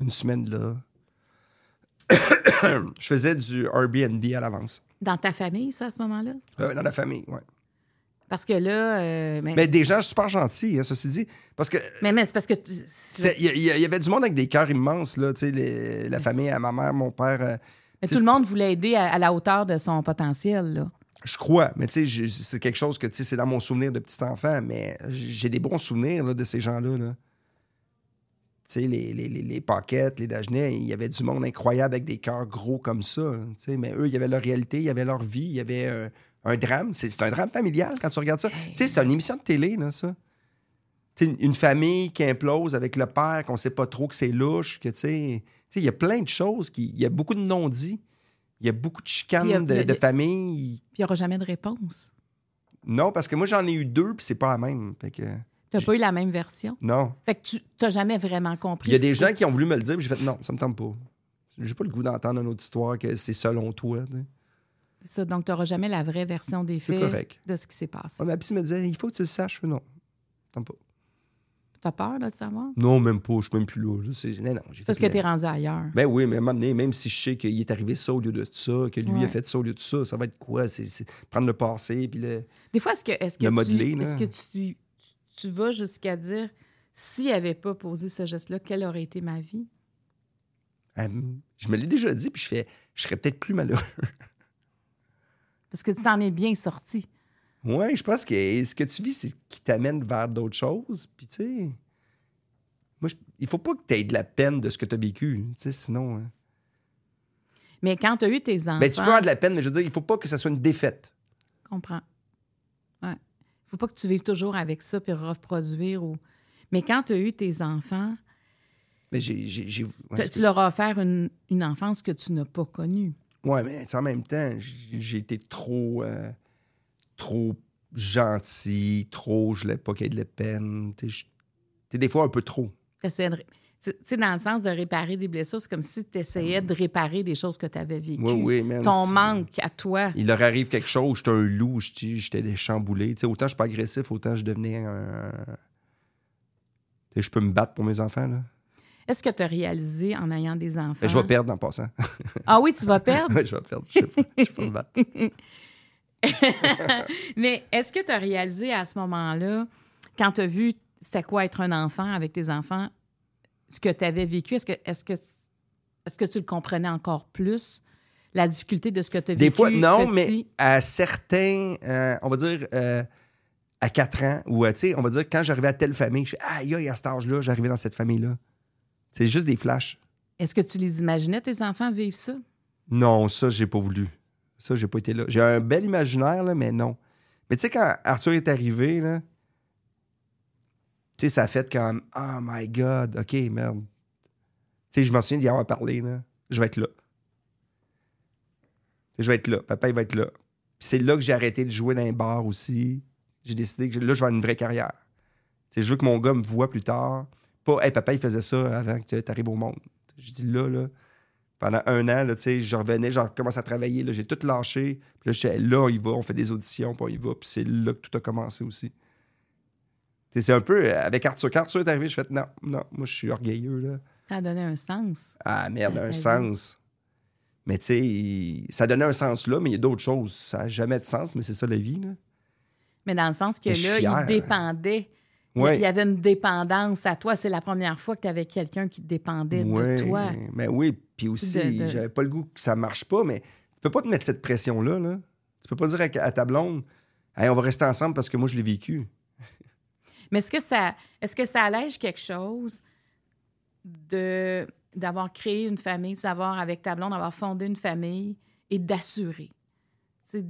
[SPEAKER 1] une semaine là. je faisais du Airbnb à l'avance.
[SPEAKER 2] Dans ta famille, ça, à ce moment-là?
[SPEAKER 1] Euh, dans la famille, oui.
[SPEAKER 2] Mm. Parce que là. euh, mais
[SPEAKER 1] Mais des gens super gentils, hein, ceci dit. Parce que
[SPEAKER 2] mais, mais c'est parce que. tu-
[SPEAKER 1] C'était- Il y, il y- il y avait du monde avec des cœurs immenses, là, tu sais, les- la famille à ma mère, mon père. euh,
[SPEAKER 2] mais
[SPEAKER 1] tu
[SPEAKER 2] tout
[SPEAKER 1] sais,
[SPEAKER 2] le monde voulait aider à, à la hauteur de son potentiel. Là.
[SPEAKER 1] Je crois, mais tu sais, j'ai- c'est quelque chose que, tu sais, c'est dans mon souvenir de petit enfant, mais j'ai des bons souvenirs, là, de ces gens-là, là. Tu sais, les, les, les, les Paquettes, les Dagenais, il y avait du monde incroyable avec des cœurs gros comme ça, là, tu sais, mais eux, il y avait leur réalité, il y avait leur vie, il y avait euh, un drame. C'est c'est un drame familial quand tu regardes ça.
[SPEAKER 2] Hey.
[SPEAKER 1] Tu sais, c'est une émission de télé, là, ça. Tu sais, une famille qui implose avec le père, qu'on sait pas trop que c'est louche, que tu sais, tu sais, il y a plein de choses, qui, il y a beaucoup de non-dits, il y a beaucoup de chicanes
[SPEAKER 2] Il y a- il y
[SPEAKER 1] de,
[SPEAKER 2] a-
[SPEAKER 1] de famille.
[SPEAKER 2] Puis il n'y aura jamais de réponse.
[SPEAKER 1] Non, parce que moi, j'en ai eu deux, puis c'est pas la même. Fait que,
[SPEAKER 2] Tu n'as
[SPEAKER 1] J'ai-
[SPEAKER 2] pas eu la même version.
[SPEAKER 1] non.
[SPEAKER 2] Fait que tu n'as jamais vraiment compris.
[SPEAKER 1] Puis il y a
[SPEAKER 2] ce qui
[SPEAKER 1] des
[SPEAKER 2] s'est
[SPEAKER 1] gens qui ont voulu me le dire, puis j'ai fait non, ça me tente pas. J'ai pas le goût d'entendre une autre histoire que c'est selon toi. tu sais.
[SPEAKER 2] Ça, donc, tu n'auras jamais la vraie version des
[SPEAKER 1] C'est
[SPEAKER 2] faits
[SPEAKER 1] correct.
[SPEAKER 2] de ce qui s'est passé.
[SPEAKER 1] Ah, ma psy me disait, il faut que tu le saches. Je fais, non, ça me tente pas.
[SPEAKER 2] T'as peur là, de savoir?
[SPEAKER 1] Non, même pas, je suis même plus là. là. C'est- Non, non, j'ai
[SPEAKER 2] Parce
[SPEAKER 1] fait
[SPEAKER 2] que
[SPEAKER 1] la-
[SPEAKER 2] t'es rendu ailleurs.
[SPEAKER 1] Ben oui, mais à un moment donné, même si je sais qu'il est arrivé ça au lieu de ça, que lui
[SPEAKER 2] Ouais.
[SPEAKER 1] a fait ça au lieu de ça, ça va être quoi? C'est c'est prendre le passé, puis le...
[SPEAKER 2] Des fois, est-ce que, est-ce que,
[SPEAKER 1] Le
[SPEAKER 2] tu,
[SPEAKER 1] modeler, là.
[SPEAKER 2] est-ce que tu, tu vas jusqu'à dire s'il n'avait pas posé ce geste-là, quelle aurait été ma vie?
[SPEAKER 1] Hum, je me l'ai déjà dit, puis je fais, je serais peut-être plus malheureux.
[SPEAKER 2] Parce que tu t'en es bien sorti.
[SPEAKER 1] Ouais, je pense que ce que tu vis, c'est qui t'amène vers d'autres choses. Puis, tu sais, moi, je- il faut pas que tu aies de la peine de ce que tu as vécu. Tu sais, sinon. hein.
[SPEAKER 2] Mais quand tu as eu tes enfants,
[SPEAKER 1] Ben, tu peux avoir de la peine, mais je veux dire, il faut pas que ça soit une défaite.
[SPEAKER 2] je comprends. Ouais. faut pas que tu vives toujours avec ça puis reproduire. Ou... Mais quand tu as eu tes enfants,
[SPEAKER 1] Mais j'ai. j'ai- j'ai-
[SPEAKER 2] t'as- tu leur as offert une, une enfance que tu n'as pas connue.
[SPEAKER 1] Ouais, mais tu sais, en même temps, j- j'ai été trop. euh, trop gentil, trop. Je l'ai pas qu'il y ait de la peine. Tu sais, je- tu sais, des fois un peu trop.
[SPEAKER 2] T'essaies de ré- Tu tu sais, dans le sens de réparer des blessures, c'est comme si tu essayais de réparer des choses que tu avais vécues.
[SPEAKER 1] Ben Oui, oui, man,
[SPEAKER 2] Ton
[SPEAKER 1] c'est-
[SPEAKER 2] manque à toi.
[SPEAKER 1] Il leur arrive quelque chose, j'étais un loup, j'étais j'étais des chamboulés. Tu sais, autant je suis pas agressif, autant je devenais un. Tu sais, Je peux me battre pour mes enfants, là.
[SPEAKER 2] Est-ce que tu as réalisé en ayant des enfants?
[SPEAKER 1] Mais Ben, je vais perdre en passant.
[SPEAKER 2] Ah oui, tu vas perdre.
[SPEAKER 1] Ouais, je vais perdre. Je sais pas, je sais pas me battre.
[SPEAKER 2] Mais est-ce que tu as réalisé à ce moment-là, quand tu as vu c'était quoi être un enfant avec tes enfants, ce que tu avais vécu, est-ce que, est-ce que, est-ce que tu le comprenais encore plus, la difficulté de ce que tu as vécu?
[SPEAKER 1] Des fois, non, mais
[SPEAKER 2] petit?
[SPEAKER 1] à certains, euh, on va dire, euh, à 4 ans, ou euh, tu sais, on va dire, quand j'arrivais à telle famille, je fais, aïe, aïe, à cet âge-là, j'arrivais dans cette famille-là. C'est juste des flashs.
[SPEAKER 2] Est-ce que tu les imaginais, tes enfants, vivre ça?
[SPEAKER 1] Non, ça, j'ai pas voulu. Ça, j'ai pas été là. J'ai un bel imaginaire, là, mais non. Mais tu sais, quand Arthur est arrivé, là, tu sais, ça a fait comme, oh my God, OK, merde. Tu sais, je m'en souviens d'y avoir parlé, là. Je vais être là. Tu sais, Je vais être là. Papa, il va être là. Puis c'est là que j'ai arrêté de jouer dans les bars aussi. J'ai décidé que là, je vais avoir une vraie carrière. Tu sais, je veux que mon gars me voit plus tard. Pas, hey, papa, il faisait ça avant que tu arrives au monde. Je dis là, là pendant un an, là, tu sais, je revenais, j'ai commencé à travailler, là, j'ai tout lâché. Puis là, je disais, là, on y va, on fait des auditions, puis on y va. Puis c'est là que tout a commencé aussi. Tu sais, c'est un peu euh, avec Arthur. Quand Arthur est arrivé, je fais non, non, moi, je suis orgueilleux, là.
[SPEAKER 2] Ça a donné un sens.
[SPEAKER 1] Ah, merde,
[SPEAKER 2] Ben,
[SPEAKER 1] un
[SPEAKER 2] t'as vu.
[SPEAKER 1] sens. Mais tu sais, il- ça donnait un sens là, mais il y a d'autres choses. Ça n'a jamais de sens, mais c'est ça la vie, là.
[SPEAKER 2] Mais dans le sens que
[SPEAKER 1] Mais
[SPEAKER 2] là,
[SPEAKER 1] Ben, fier.
[SPEAKER 2] il dépendait. Il-
[SPEAKER 1] Ouais.
[SPEAKER 2] Il y avait une dépendance à toi. C'est la première fois que tu avais quelqu'un qui dépendait de
[SPEAKER 1] Ouais,
[SPEAKER 2] toi.
[SPEAKER 1] Mais oui, puis aussi,
[SPEAKER 2] De- de-
[SPEAKER 1] j'avais pas le goût que ça marche pas, mais tu peux pas te mettre cette pression-là. Là. Tu peux pas dire à, à ta blonde, hey, on va rester ensemble parce que moi, je l'ai vécu.
[SPEAKER 2] Mais est-ce que ça, est-ce que ça allège quelque chose de d'avoir créé une famille, de savoir avec ta blonde, d'avoir fondé une famille et d'assurer, C'est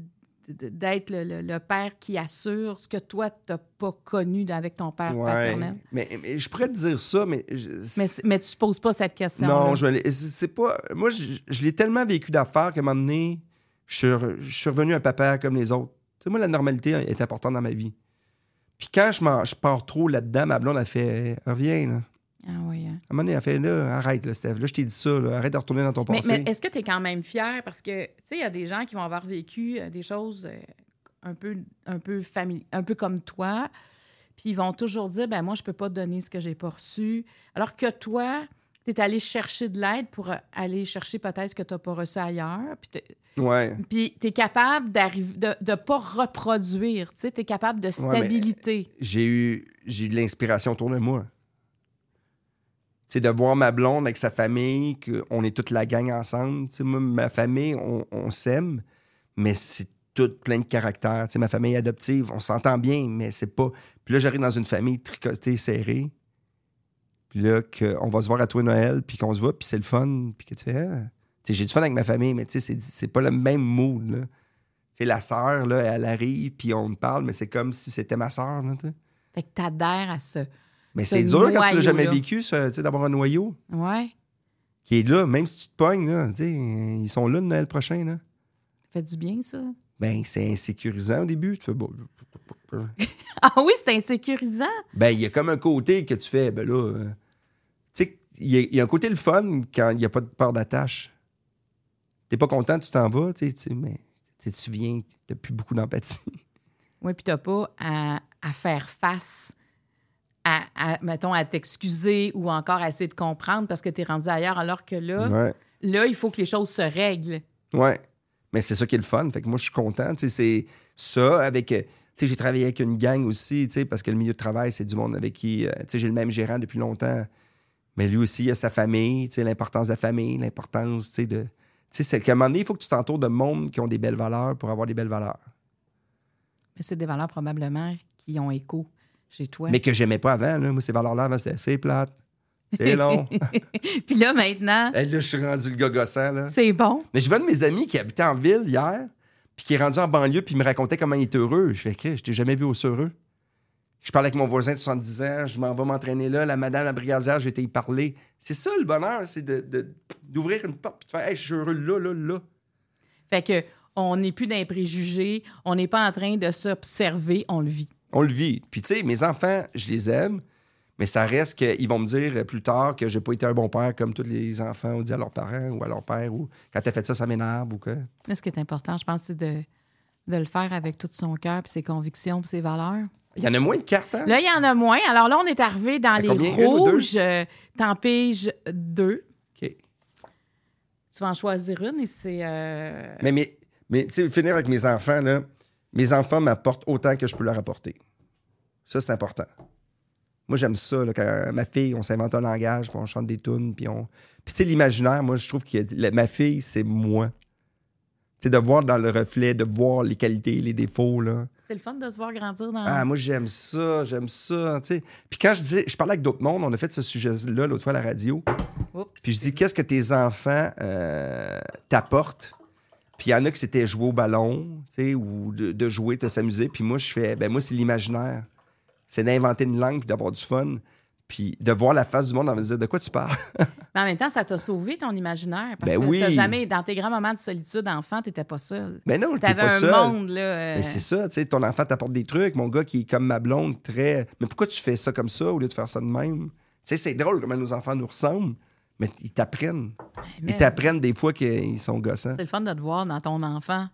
[SPEAKER 2] d'être le, le- le père qui assure ce que toi t'as pas connu avec ton père
[SPEAKER 1] Ouais,
[SPEAKER 2] paternel.
[SPEAKER 1] Mais, mais je pourrais te dire ça, mais. je-
[SPEAKER 2] Mais, c- mais tu poses pas cette question.
[SPEAKER 1] non, je me l'ai- c'est c'est pas. Moi, je, je l'ai tellement vécu d'affaires qu'à un moment donné, je suis, re- je suis revenu un papa comme les autres. Tu sais, moi, la normalité est importante dans ma vie. Puis quand je, m'en- je pars trop là-dedans, ma blonde a fait Reviens, là.
[SPEAKER 2] Ah oui. hein.
[SPEAKER 1] À un moment donné, elle a fait Là, arrête, là, Steph. Là, je t'ai dit ça, là. Arrête de retourner dans ton
[SPEAKER 2] Mais,
[SPEAKER 1] passé.
[SPEAKER 2] mais est-ce que tu es quand même fier? Parce que, tu sais, il y a des gens qui vont avoir vécu euh, des choses euh, un peu, un peu, famili- un peu comme toi, puis ils vont toujours dire, ben moi, je peux pas te donner ce que j'ai pas reçu. Alors que toi, tu es allé chercher de l'aide pour euh, aller chercher peut-être ce que tu n'as pas reçu ailleurs, puis t'es-
[SPEAKER 1] Ouais.
[SPEAKER 2] puis tu es capable d'arriver de ne pas reproduire, tu sais, tu es capable de
[SPEAKER 1] Ouais, mais-
[SPEAKER 2] stabilité.
[SPEAKER 1] j'ai eu, j'ai eu de l'inspiration autour de moi. C'est de voir ma blonde avec sa famille, qu'on est toute la gang ensemble. Tu sais, moi, ma famille, on, on s'aime, mais c'est tout plein de caractères. Tu sais, ma famille adoptive, on s'entend bien, mais c'est pas. Puis là, j'arrive dans une famille tricotée, serrée. Puis là, que on va se voir à toi Noël, puis qu'on se voit, puis c'est le fun, puis que tu fais. Ah. Tu sais, j'ai du fun avec ma famille, mais tu sais, c'est- c'est pas le même mood. Là. Tu sais, la sœur, là, elle arrive, puis on me parle, mais c'est comme si c'était ma sœur. Là, tu sais.
[SPEAKER 2] Fait que tu adhères à ça.
[SPEAKER 1] Mais
[SPEAKER 2] Ce
[SPEAKER 1] c'est dur quand tu l'as jamais
[SPEAKER 2] noyau-là.
[SPEAKER 1] vécu, ça, tu sais, d'avoir un noyau
[SPEAKER 2] Ouais.
[SPEAKER 1] qui est là, même si tu te pognes, là, tu sais, ils sont là le Noël prochain. Là.
[SPEAKER 2] Fait du bien, ça.
[SPEAKER 1] Ben, c'est insécurisant au début. Tu fais, bon,
[SPEAKER 2] Ah oui, c'est insécurisant.
[SPEAKER 1] ben, il y a comme un côté que tu fais, ben là, euh, tu sais, il y, a- il y a un côté le fun quand il n'y a pas de peur d'attache. T'es pas content, tu t'en vas, tu sais, tu sais, mais tu sais, tu viens, t'as plus beaucoup d'empathie.
[SPEAKER 2] Oui, puis t'as pas à, à faire face, à, à, mettons, à t'excuser ou encore à essayer de comprendre parce que t'es rendu ailleurs, alors que là,
[SPEAKER 1] Ouais.
[SPEAKER 2] là, il faut que les choses se règlent.
[SPEAKER 1] Ouais. Mais c'est ça qui est le fun. Fait que moi, je suis content. Tu sais, c'est ça avec. euh, Tu sais, j'ai travaillé avec une gang aussi, tu sais, parce que le milieu de travail, c'est du monde avec qui. euh, tu sais, j'ai le même gérant depuis longtemps. Mais lui aussi, il a sa famille, tu sais, l'importance de la famille, l'importance, tu sais, de. Tu sais, c'est qu'à un moment donné, il faut que tu t'entoures de monde qui ont des belles valeurs pour avoir des belles valeurs.
[SPEAKER 2] Mais c'est des valeurs probablement qui ont écho chez toi.
[SPEAKER 1] Mais que j'aimais pas avant, là. Moi, ces valeurs-là, avant, c'était c'est plate. C'est long.
[SPEAKER 2] Puis là, maintenant,
[SPEAKER 1] Hey, là, je suis rendu le gars gossant, là.
[SPEAKER 2] c'est bon.
[SPEAKER 1] Mais je vois de mes amis qui habitaient en ville hier, puis qui est rendu en banlieue, puis il me racontait comment il était heureux. Je fais, que je t'ai jamais vu aussi heureux. Je parlais avec mon voisin de 70 ans, je m'en vais m'entraîner là, la madame, la brigadière, j'ai été y parler. C'est ça le bonheur, c'est de- de- d'ouvrir une porte, puis de faire, hey, je suis heureux là, là, là.
[SPEAKER 2] Fait que on n'est plus d'un préjugé, on n'est pas en train de s'observer, on le vit.
[SPEAKER 1] On le vit. Puis, tu sais, mes enfants, je les aime, mais ça reste qu'ils vont me dire euh, plus tard que j'ai pas été un bon père comme tous les enfants ont dit à leurs parents ou à leur père, ou quand t'as fait ça, ça m'énerve ou quoi.
[SPEAKER 2] Là, ce qui est important, je pense, c'est de, de le faire avec tout son cœur, puis ses convictions, puis ses valeurs.
[SPEAKER 1] Il y en a moins de cartes, hein?
[SPEAKER 2] Là, il y en a moins. Alors là, on est arrivé dans les
[SPEAKER 1] combien? Une ou deux?
[SPEAKER 2] rouges. euh, T'en piges deux.
[SPEAKER 1] OK.
[SPEAKER 2] Tu vas en choisir une et c'est. euh,
[SPEAKER 1] Mais, mais, mais tu sais, finir avec mes enfants, là, mes enfants m'apportent autant que je peux leur apporter. Ça, c'est important. Moi, j'aime ça, là, quand ma fille, on s'invente un langage, puis on chante des tunes, puis on... Puis tu sais, l'imaginaire, moi, je trouve que la- ma fille, c'est moi. Tu sais, de voir dans le reflet, de voir les qualités, les défauts, là.
[SPEAKER 2] C'est le fun de se voir grandir dans.
[SPEAKER 1] Ah, moi, j'aime ça, j'aime ça, tu sais. Puis quand je dis... Je parlais avec d'autres mondes, on a fait ce sujet-là l'autre fois à la radio.
[SPEAKER 2] Oups.
[SPEAKER 1] Puis je dis, qu'est-ce que tes enfants euh, t'apportent? Puis il y en a que c'était jouer au ballon, tu sais, ou de, de jouer, de s'amuser. Puis moi, je fais, ben moi, c'est l'imaginaire. C'est d'inventer une langue, puis d'avoir du fun. Puis de voir la face du monde, on va me dire, de quoi tu parles?
[SPEAKER 2] Mais en même temps, ça t'a sauvé ton imaginaire. Parce
[SPEAKER 1] Ben
[SPEAKER 2] que
[SPEAKER 1] oui.
[SPEAKER 2] t'as jamais, dans tes grands moments de solitude enfant, t'étais pas seul.
[SPEAKER 1] Ben non, t'es
[SPEAKER 2] T'avais
[SPEAKER 1] pas
[SPEAKER 2] un
[SPEAKER 1] seul.
[SPEAKER 2] monde, là. euh,
[SPEAKER 1] Mais c'est ça, tu sais, ton enfant t'apporte des trucs. Mon gars qui est comme ma blonde, très. Mais pourquoi tu fais ça comme ça au lieu de faire ça de même? Tu sais, c'est drôle comment nos enfants nous ressemblent, mais ils t'apprennent. Ils
[SPEAKER 2] mais
[SPEAKER 1] t'apprennent des fois qu'ils sont gossants.
[SPEAKER 2] C'est le fun de te voir dans ton enfant.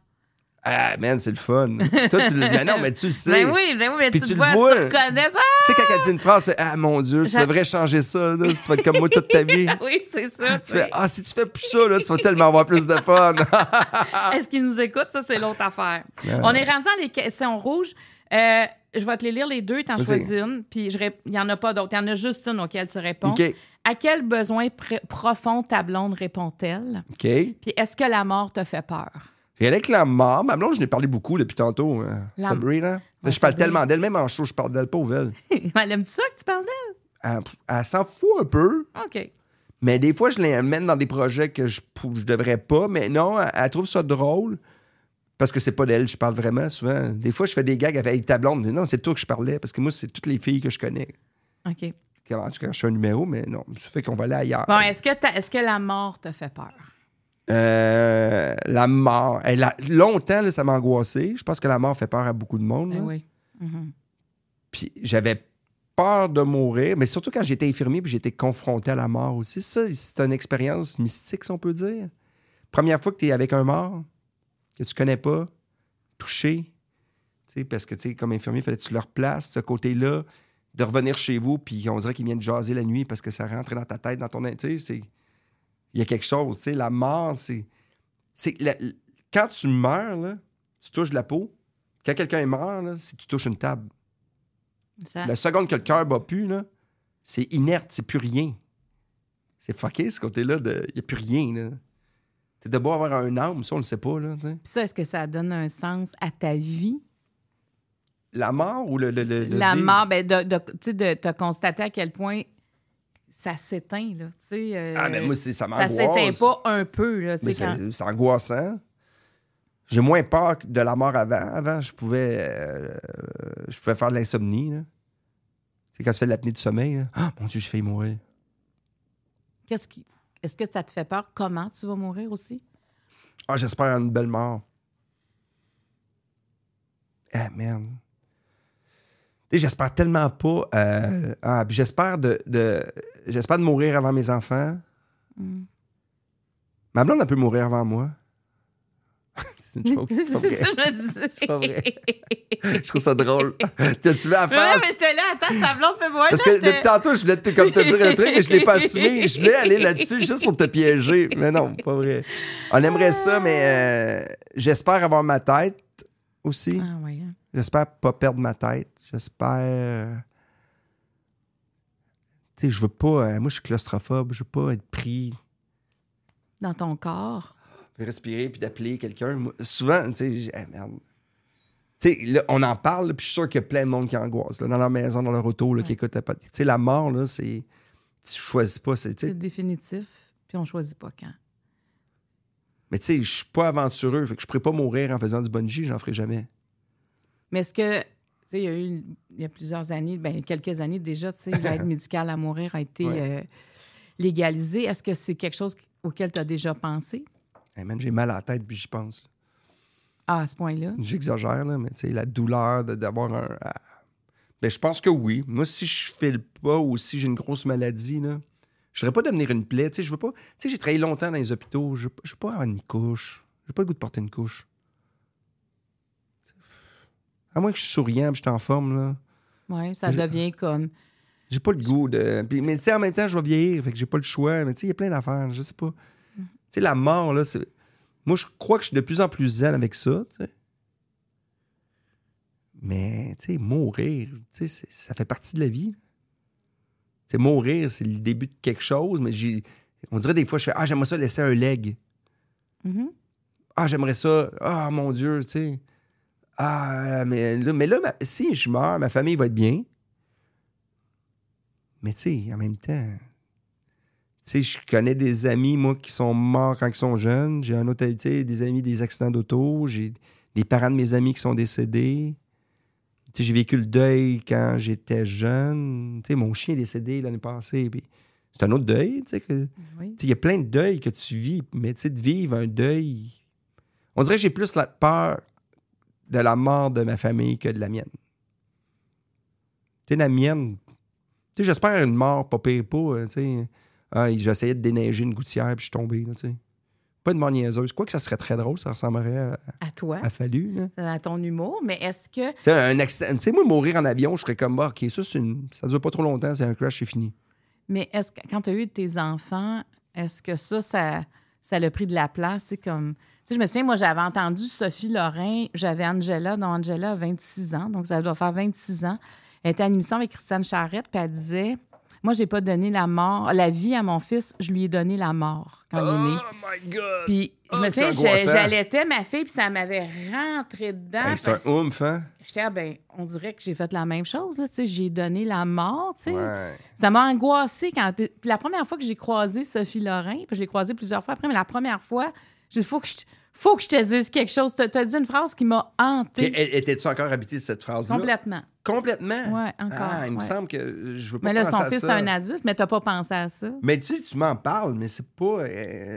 [SPEAKER 1] Ah, man, c'est le fun. Toi, tu le. Mais non, mais tu le sais.
[SPEAKER 2] Ben oui, ben oui, mais
[SPEAKER 1] Puis
[SPEAKER 2] tu,
[SPEAKER 1] tu
[SPEAKER 2] te
[SPEAKER 1] le
[SPEAKER 2] vois,
[SPEAKER 1] vois.
[SPEAKER 2] tu reconnais Ah, ça.
[SPEAKER 1] Tu sais, quand elle dit une phrase, c'est Ah mon Dieu, tu
[SPEAKER 2] J'a-
[SPEAKER 1] devrais changer ça, là. tu vas être comme moi toute ta vie.
[SPEAKER 2] Oui, c'est ça.
[SPEAKER 1] Tu
[SPEAKER 2] tu
[SPEAKER 1] fais Ah, si tu fais plus ça, là, tu vas tellement avoir plus de fun. Ah.
[SPEAKER 2] Est-ce qu'ils nous écoutent? Ça, c'est l'autre affaire. On est rendu dans les questions rouges. Euh, je vais te les lire les deux, t'en
[SPEAKER 1] Vas-y.
[SPEAKER 2] choisis une, puis je rép- il n'y en a pas d'autres. Il y en a juste une auquel tu réponds.
[SPEAKER 1] OK.
[SPEAKER 2] À quel besoin pr- profond ta blonde répond-elle?
[SPEAKER 1] OK. Puis
[SPEAKER 2] Puis est-ce que la mort te fait peur?
[SPEAKER 1] avec la mort, ma blonde, je n'ai parlé beaucoup depuis tantôt. euh,
[SPEAKER 2] La-
[SPEAKER 1] Sabrina.
[SPEAKER 2] Ouais,
[SPEAKER 1] je parle
[SPEAKER 2] Sabrina.
[SPEAKER 1] tellement d'elle, même en show, je parle d'elle, pauvre elle.
[SPEAKER 2] Elle aime Ben, ça que tu parles
[SPEAKER 1] Elle, elle s'en fout un peu,
[SPEAKER 2] d'elle? OK.
[SPEAKER 1] mais des fois, je l'emmène dans des projets que je pou- je devrais pas. Mais non, elle, elle trouve ça drôle. Parce que c'est pas d'elle, que je parle vraiment souvent. Des fois, je fais des gags avec ta blonde. mais non, c'est toi que je parlais. Parce que moi, c'est toutes les filles que je connais.
[SPEAKER 2] OK.
[SPEAKER 1] En tout cas, je suis un numéro, mais non, ça fait qu'on va aller ailleurs.
[SPEAKER 2] Bon, est-ce que, ta- est-ce que la mort te fait peur?
[SPEAKER 1] Euh, la mort. Elle a- longtemps, là, ça m'a angoissé. Je pense que la mort fait peur à beaucoup de monde.
[SPEAKER 2] Eh
[SPEAKER 1] là.
[SPEAKER 2] oui. Mhm.
[SPEAKER 1] Puis j'avais peur de mourir, mais surtout quand j'étais infirmier puis j'étais confronté à la mort aussi. Ça, c'est une expérience mystique, si on peut dire. Première fois que tu es avec un mort que tu connais pas, touché, tu sais, parce que tu sais, comme infirmier, il fallait que tu leur places ce côté-là, de revenir chez vous, puis on dirait qu'ils viennent jaser la nuit parce que ça rentre dans ta tête, dans ton... in- Tu sais, c'est- il y a quelque chose, tu sais, la mort, c'est... c'est la- Quand tu meurs, là, tu touches la peau. Quand quelqu'un meurt, là, c'est- tu touches une table.
[SPEAKER 2] Ça-
[SPEAKER 1] La seconde que le cœur bat plus, là, c'est inerte, c'est plus rien. C'est fucké ce côté-là, il n'y a plus rien. Là. T'es de beau avoir un âme, ça, on le sait pas. Là, tu sais.
[SPEAKER 2] Puis ça, est-ce que ça donne un sens à ta vie?
[SPEAKER 1] la mort ou le. le- le- le
[SPEAKER 2] la
[SPEAKER 1] vivre?
[SPEAKER 2] mort, ben, de, de, tu sais, de, t'as constaté à quel point ça s'éteint, là, tu sais. euh,
[SPEAKER 1] Ah, ben moi, c'est, ça
[SPEAKER 2] ça
[SPEAKER 1] m'angoisse.
[SPEAKER 2] s'éteint pas un peu, là, tu
[SPEAKER 1] Mais
[SPEAKER 2] sais, quand...
[SPEAKER 1] c'est, c'est angoissant. J'ai moins peur que de la mort avant. Avant, je pouvais, euh, je pouvais faire de l'insomnie. là. Tu sais, quand tu fais de l'apnée du sommeil, là, Ah, mon Dieu, j'ai failli mourir.
[SPEAKER 2] Qu'est-ce qui... Est-ce que ça te fait peur? Comment tu vas mourir aussi?
[SPEAKER 1] Ah, j'espère une belle mort. Ah, merde. Tu sais, J'espère tellement pas. euh, ah, puis j'espère de, de- j'espère de mourir avant mes enfants.
[SPEAKER 2] Mm.
[SPEAKER 1] Ma blonde, elle peut mourir avant moi. c'est une joke. Oh, C'est pas
[SPEAKER 2] c'est
[SPEAKER 1] vrai.
[SPEAKER 2] ça, je me disais.
[SPEAKER 1] C'est pas vrai. Je trouve ça drôle. T'as-tu vu la
[SPEAKER 2] Mais ouais, mais
[SPEAKER 1] face?
[SPEAKER 2] j'étais là, attends, sa blonde fait voir.
[SPEAKER 1] Parce
[SPEAKER 2] là,
[SPEAKER 1] que
[SPEAKER 2] Ah j'étais-
[SPEAKER 1] depuis tantôt, je voulais te, comme te dire le truc, mais je l'ai pas assumé. Je voulais aller là-dessus juste pour te piéger. Mais non, pas vrai. On aimerait ça, mais euh, j'espère avoir ma tête aussi.
[SPEAKER 2] Ah, ouais. hein.
[SPEAKER 1] J'espère pas perdre ma tête. J'espère. Tu sais, je veux pas. euh, moi, je suis claustrophobe. Je veux pas être pris.
[SPEAKER 2] Dans ton corps.
[SPEAKER 1] Puis respirer puis d'appeler quelqu'un. Moi, Souvent, tu sais, j'ai- ah, merde. Tu sais, là, on en parle, puis je suis sûr qu'il y a plein de monde qui angoisse, là, dans leur maison, dans leur auto, là, qui écoute la pod- Tu sais, la mort, là, c'est. Tu choisis pas, c'est. tu sais,
[SPEAKER 2] C'est définitif, puis on choisit pas quand.
[SPEAKER 1] Mais tu sais, je suis pas aventureux, fait que je pourrais pas mourir en faisant du bungee, j'en ferai jamais.
[SPEAKER 2] Mais est-ce que, tu sais, il y a eu il y a plusieurs années, ben, quelques années déjà, tu sais, l'aide médicale à mourir a été
[SPEAKER 1] Ouais.
[SPEAKER 2] euh, légalisée. Est-ce que c'est quelque chose auquel tu as déjà pensé
[SPEAKER 1] Hey man, j'ai mal à la tête, puis j'y pense. là.
[SPEAKER 2] Ah, à ce point-là?
[SPEAKER 1] J'exagère, là, mais tu sais, la douleur de- d'avoir un. ah. Ben, je pense que oui. Moi, si je file pas ou si j'ai une grosse maladie, là, je voudrais pas devenir une plaie. Tu sais, je veux pas. Tu sais, j'ai travaillé longtemps dans les hôpitaux. Je veux pas- je veux pas avoir une couche. J'ai pas le goût de porter une couche. À moins que je suis souriant, puis je suis en forme, là.
[SPEAKER 2] Oui, ça
[SPEAKER 1] Je-
[SPEAKER 2] devient comme.
[SPEAKER 1] J'ai pas le goût de. puis- mais tu sais, en même temps, je vais vieillir, fait que j'ai pas le choix. Mais tu sais, il y a plein d'affaires, je sais pas. Tu sais, la mort, là, c'est. Moi, je crois que je suis de plus en plus zen avec ça, tu sais. Mais, tu sais, mourir, tu sais, c'est- ça fait partie de la vie. Tu sais, mourir, c'est le début de quelque chose, mais j'ai. On dirait des fois, je fais Ah, j'aimerais ça laisser un leg.
[SPEAKER 2] Mhm.
[SPEAKER 1] Ah, j'aimerais ça. Ah, mon Dieu, tu sais. Ah, mais là, mais là ma- si je meurs, ma famille va être bien. Mais tu sais, en même temps, tu sais, je connais des amis, moi, qui sont morts quand ils sont jeunes. J'ai un autre, tu sais, des amis des accidents d'auto. J'ai des parents de mes amis qui sont décédés. Tu sais, j'ai vécu le deuil quand j'étais jeune. Tu sais, mon chien est décédé l'année passée. puis c'est un autre deuil, tu sais, que...
[SPEAKER 2] Oui.
[SPEAKER 1] Tu sais, Il y a plein de deuils que tu vis, mais tu sais, de vivre un deuil. On dirait que j'ai plus la peur de la mort de ma famille que de la mienne. Tu sais, la mienne. Tu sais, j'espère une mort, pas pire, pas. euh, tu sais. Ah, J'essayais de déneiger une gouttière, puis je suis tombé. là, tu sais. Pas de mort niaiseuse. Quoi que ça serait très drôle, ça ressemblerait à,
[SPEAKER 2] À toi,
[SPEAKER 1] à Fallu. là.
[SPEAKER 2] euh, à ton humour, mais est-ce que.
[SPEAKER 1] Tu sais, un accident. Tu sais, moi, mourir en avion, je serais comme mort. OK, ça, c'est une- ça dure pas trop longtemps, c'est un crash, c'est fini.
[SPEAKER 2] Mais est-ce que quand tu as eu tes enfants, est-ce que ça, ça, ça l'a pris de la place? C'est comme. Tu sais, je me souviens, moi, j'avais entendu Sophie Lorrain, j'avais Angela, dont Angela a 26 ans, donc ça doit faire 26 ans. Elle était à une émission avec Christiane Charrette, puis elle disait Moi, j'ai pas donné la mort, la vie à mon fils, je lui ai donné la mort quand il est né.
[SPEAKER 1] Oh my God!
[SPEAKER 2] Puis, je
[SPEAKER 1] Oh,
[SPEAKER 2] me
[SPEAKER 1] Ah! c'est
[SPEAKER 2] souviens, je-
[SPEAKER 1] angoissant.
[SPEAKER 2] j'allaitais ma fille, puis ça m'avait rentré dedans.
[SPEAKER 1] Hey, c'est
[SPEAKER 2] parce
[SPEAKER 1] un
[SPEAKER 2] que
[SPEAKER 1] oomph, hein?
[SPEAKER 2] J'étais, ah, ben, on dirait que j'ai fait la même chose, là, tu sais, j'ai donné la mort, tu sais.
[SPEAKER 1] Ouais.
[SPEAKER 2] Ça m'a angoissée quand. Puis la première fois que j'ai croisé Sophie Lorrain, puis je l'ai croisée plusieurs fois après, mais la première fois, j'ai dit faut que je, faut que je te dise quelque chose. T'as as dit une phrase qui m'a
[SPEAKER 1] Puis,
[SPEAKER 2] hantée
[SPEAKER 1] elle- Étais-tu encore habité de cette phrase-là?
[SPEAKER 2] complètement.
[SPEAKER 1] Complètement?
[SPEAKER 2] Ouais, encore,
[SPEAKER 1] Ah, il me
[SPEAKER 2] ouais.
[SPEAKER 1] semble que je veux pas
[SPEAKER 2] Mais là,
[SPEAKER 1] penser
[SPEAKER 2] son
[SPEAKER 1] à
[SPEAKER 2] fils est
[SPEAKER 1] ça.
[SPEAKER 2] un adulte, mais t'as pas pensé à ça.
[SPEAKER 1] Mais tu sais, tu m'en parles, mais c'est pas... euh,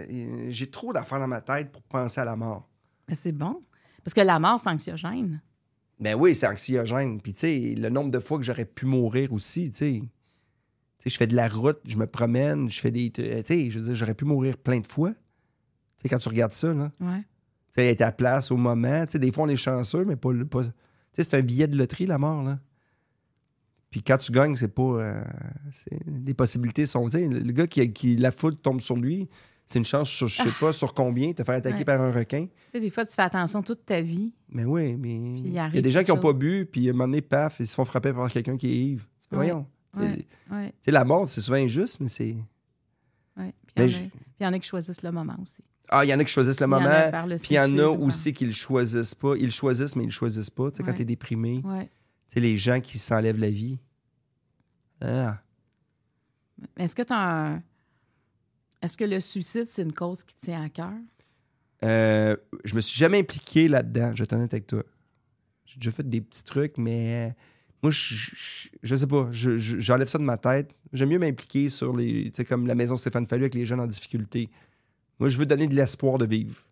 [SPEAKER 1] euh, J'ai trop d'affaires dans ma tête pour penser à la mort.
[SPEAKER 2] Mais c'est bon. Parce que la mort, c'est anxiogène.
[SPEAKER 1] Ben oui, c'est anxiogène. Puis tu sais, le nombre de fois que j'aurais pu mourir aussi, tu sais. Tu sais, je fais de la route, je me promène, je fais des... euh, Tu sais, je veux dire, j'aurais pu mourir plein de fois. Tu sais, quand tu regardes ça, là.
[SPEAKER 2] Ouais.
[SPEAKER 1] Tu sais, être à place au moment. Tu sais, des fois, on est chanceux, mais pas. pas... Tu sais, c'est un billet de loterie, la mort, là. Puis quand tu gagnes, c'est pas. euh, c'est- Les possibilités sont. Tu sais, le le gars qui, qui- la foudre tombe sur lui, c'est une chance sur je sais pas sur combien, te faire attaquer
[SPEAKER 2] Ouais.
[SPEAKER 1] par un requin.
[SPEAKER 2] Tu sais, des fois, tu fais attention toute ta vie.
[SPEAKER 1] Mais oui, mais.
[SPEAKER 2] il
[SPEAKER 1] Il y a
[SPEAKER 2] arrive
[SPEAKER 1] des gens qui
[SPEAKER 2] quelque
[SPEAKER 1] ont pas bu, puis à un moment donné, paf, ils se font frapper par quelqu'un qui est ivre. C'est pas
[SPEAKER 2] Ouais.
[SPEAKER 1] voyons. Tu sais,
[SPEAKER 2] Ouais.
[SPEAKER 1] tu
[SPEAKER 2] Ouais,
[SPEAKER 1] sais, la mort, c'est souvent injuste, mais c'est.
[SPEAKER 2] ouais. Puis il
[SPEAKER 1] Mais
[SPEAKER 2] y en a-
[SPEAKER 1] je-
[SPEAKER 2] puis il y, en a qui choisissent le moment aussi.
[SPEAKER 1] Ah, il y en a qui choisissent le
[SPEAKER 2] Il y en a
[SPEAKER 1] moment,
[SPEAKER 2] par le
[SPEAKER 1] puis il y en
[SPEAKER 2] suicide
[SPEAKER 1] a
[SPEAKER 2] ou par-
[SPEAKER 1] aussi qui le choisissent pas. Ils le choisissent, mais ils le choisissent pas. Tu sais, quand
[SPEAKER 2] Ouais.
[SPEAKER 1] t'es déprimé.
[SPEAKER 2] Ouais.
[SPEAKER 1] Tu sais, les gens qui s'enlèvent la vie. Ah.
[SPEAKER 2] Est-ce que t'as un. Est-ce que le suicide, c'est une cause qui te tient à cœur?
[SPEAKER 1] Euh, je me suis jamais impliqué là-dedans, je vais être honnête avec toi. J'ai déjà fait des petits trucs, mais euh, moi, je, je- je sais pas, je- je- j'enlève ça de ma tête. J'aime mieux m'impliquer sur les. Tu sais, comme la maison Stéphane Fallu avec les jeunes en difficulté. Moi, je veux donner de l'espoir de vivre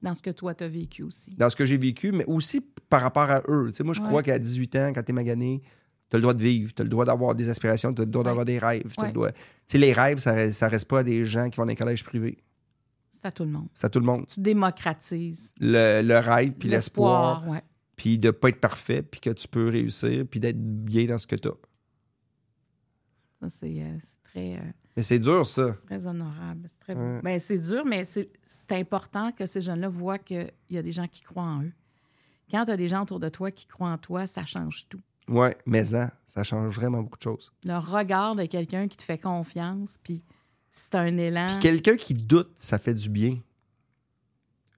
[SPEAKER 2] Dans ce que toi, t'as vécu aussi.
[SPEAKER 1] dans ce que j'ai vécu, mais aussi par rapport à eux. Tu sais, moi, je
[SPEAKER 2] Ouais.
[SPEAKER 1] crois qu'à 18 ans, quand t'es magané, t'as le droit de vivre, t'as le droit d'avoir des aspirations, t'as le droit d'avoir des rêves. t'as le
[SPEAKER 2] Ouais.
[SPEAKER 1] droit- Tu sais, les rêves, ça, reste- ça reste pas à des gens qui vont dans les collèges privés.
[SPEAKER 2] C'est à tout le monde.
[SPEAKER 1] C'est à tout le monde.
[SPEAKER 2] Tu démocratises.
[SPEAKER 1] le, le rêve, puis l'espoir,
[SPEAKER 2] ouais.
[SPEAKER 1] puis de pas être parfait, puis que tu peux réussir, puis d'être bien dans ce que tu as.
[SPEAKER 2] Ça, c'est euh, c'est très, euh,
[SPEAKER 1] Mais c'est dur, ça.
[SPEAKER 2] très honorable. C'est très beau.
[SPEAKER 1] Ouais.
[SPEAKER 2] Ben, c'est dur, mais c'est c'est important que ces jeunes-là voient qu'il y a des gens qui croient en eux. Quand tu as des gens autour de toi qui croient en toi, ça change tout.
[SPEAKER 1] Ouais, mais ça, ça change vraiment beaucoup de choses.
[SPEAKER 2] Le regard de quelqu'un qui te fait confiance, puis c'est un élan.
[SPEAKER 1] Puis quelqu'un qui doute, ça fait du bien.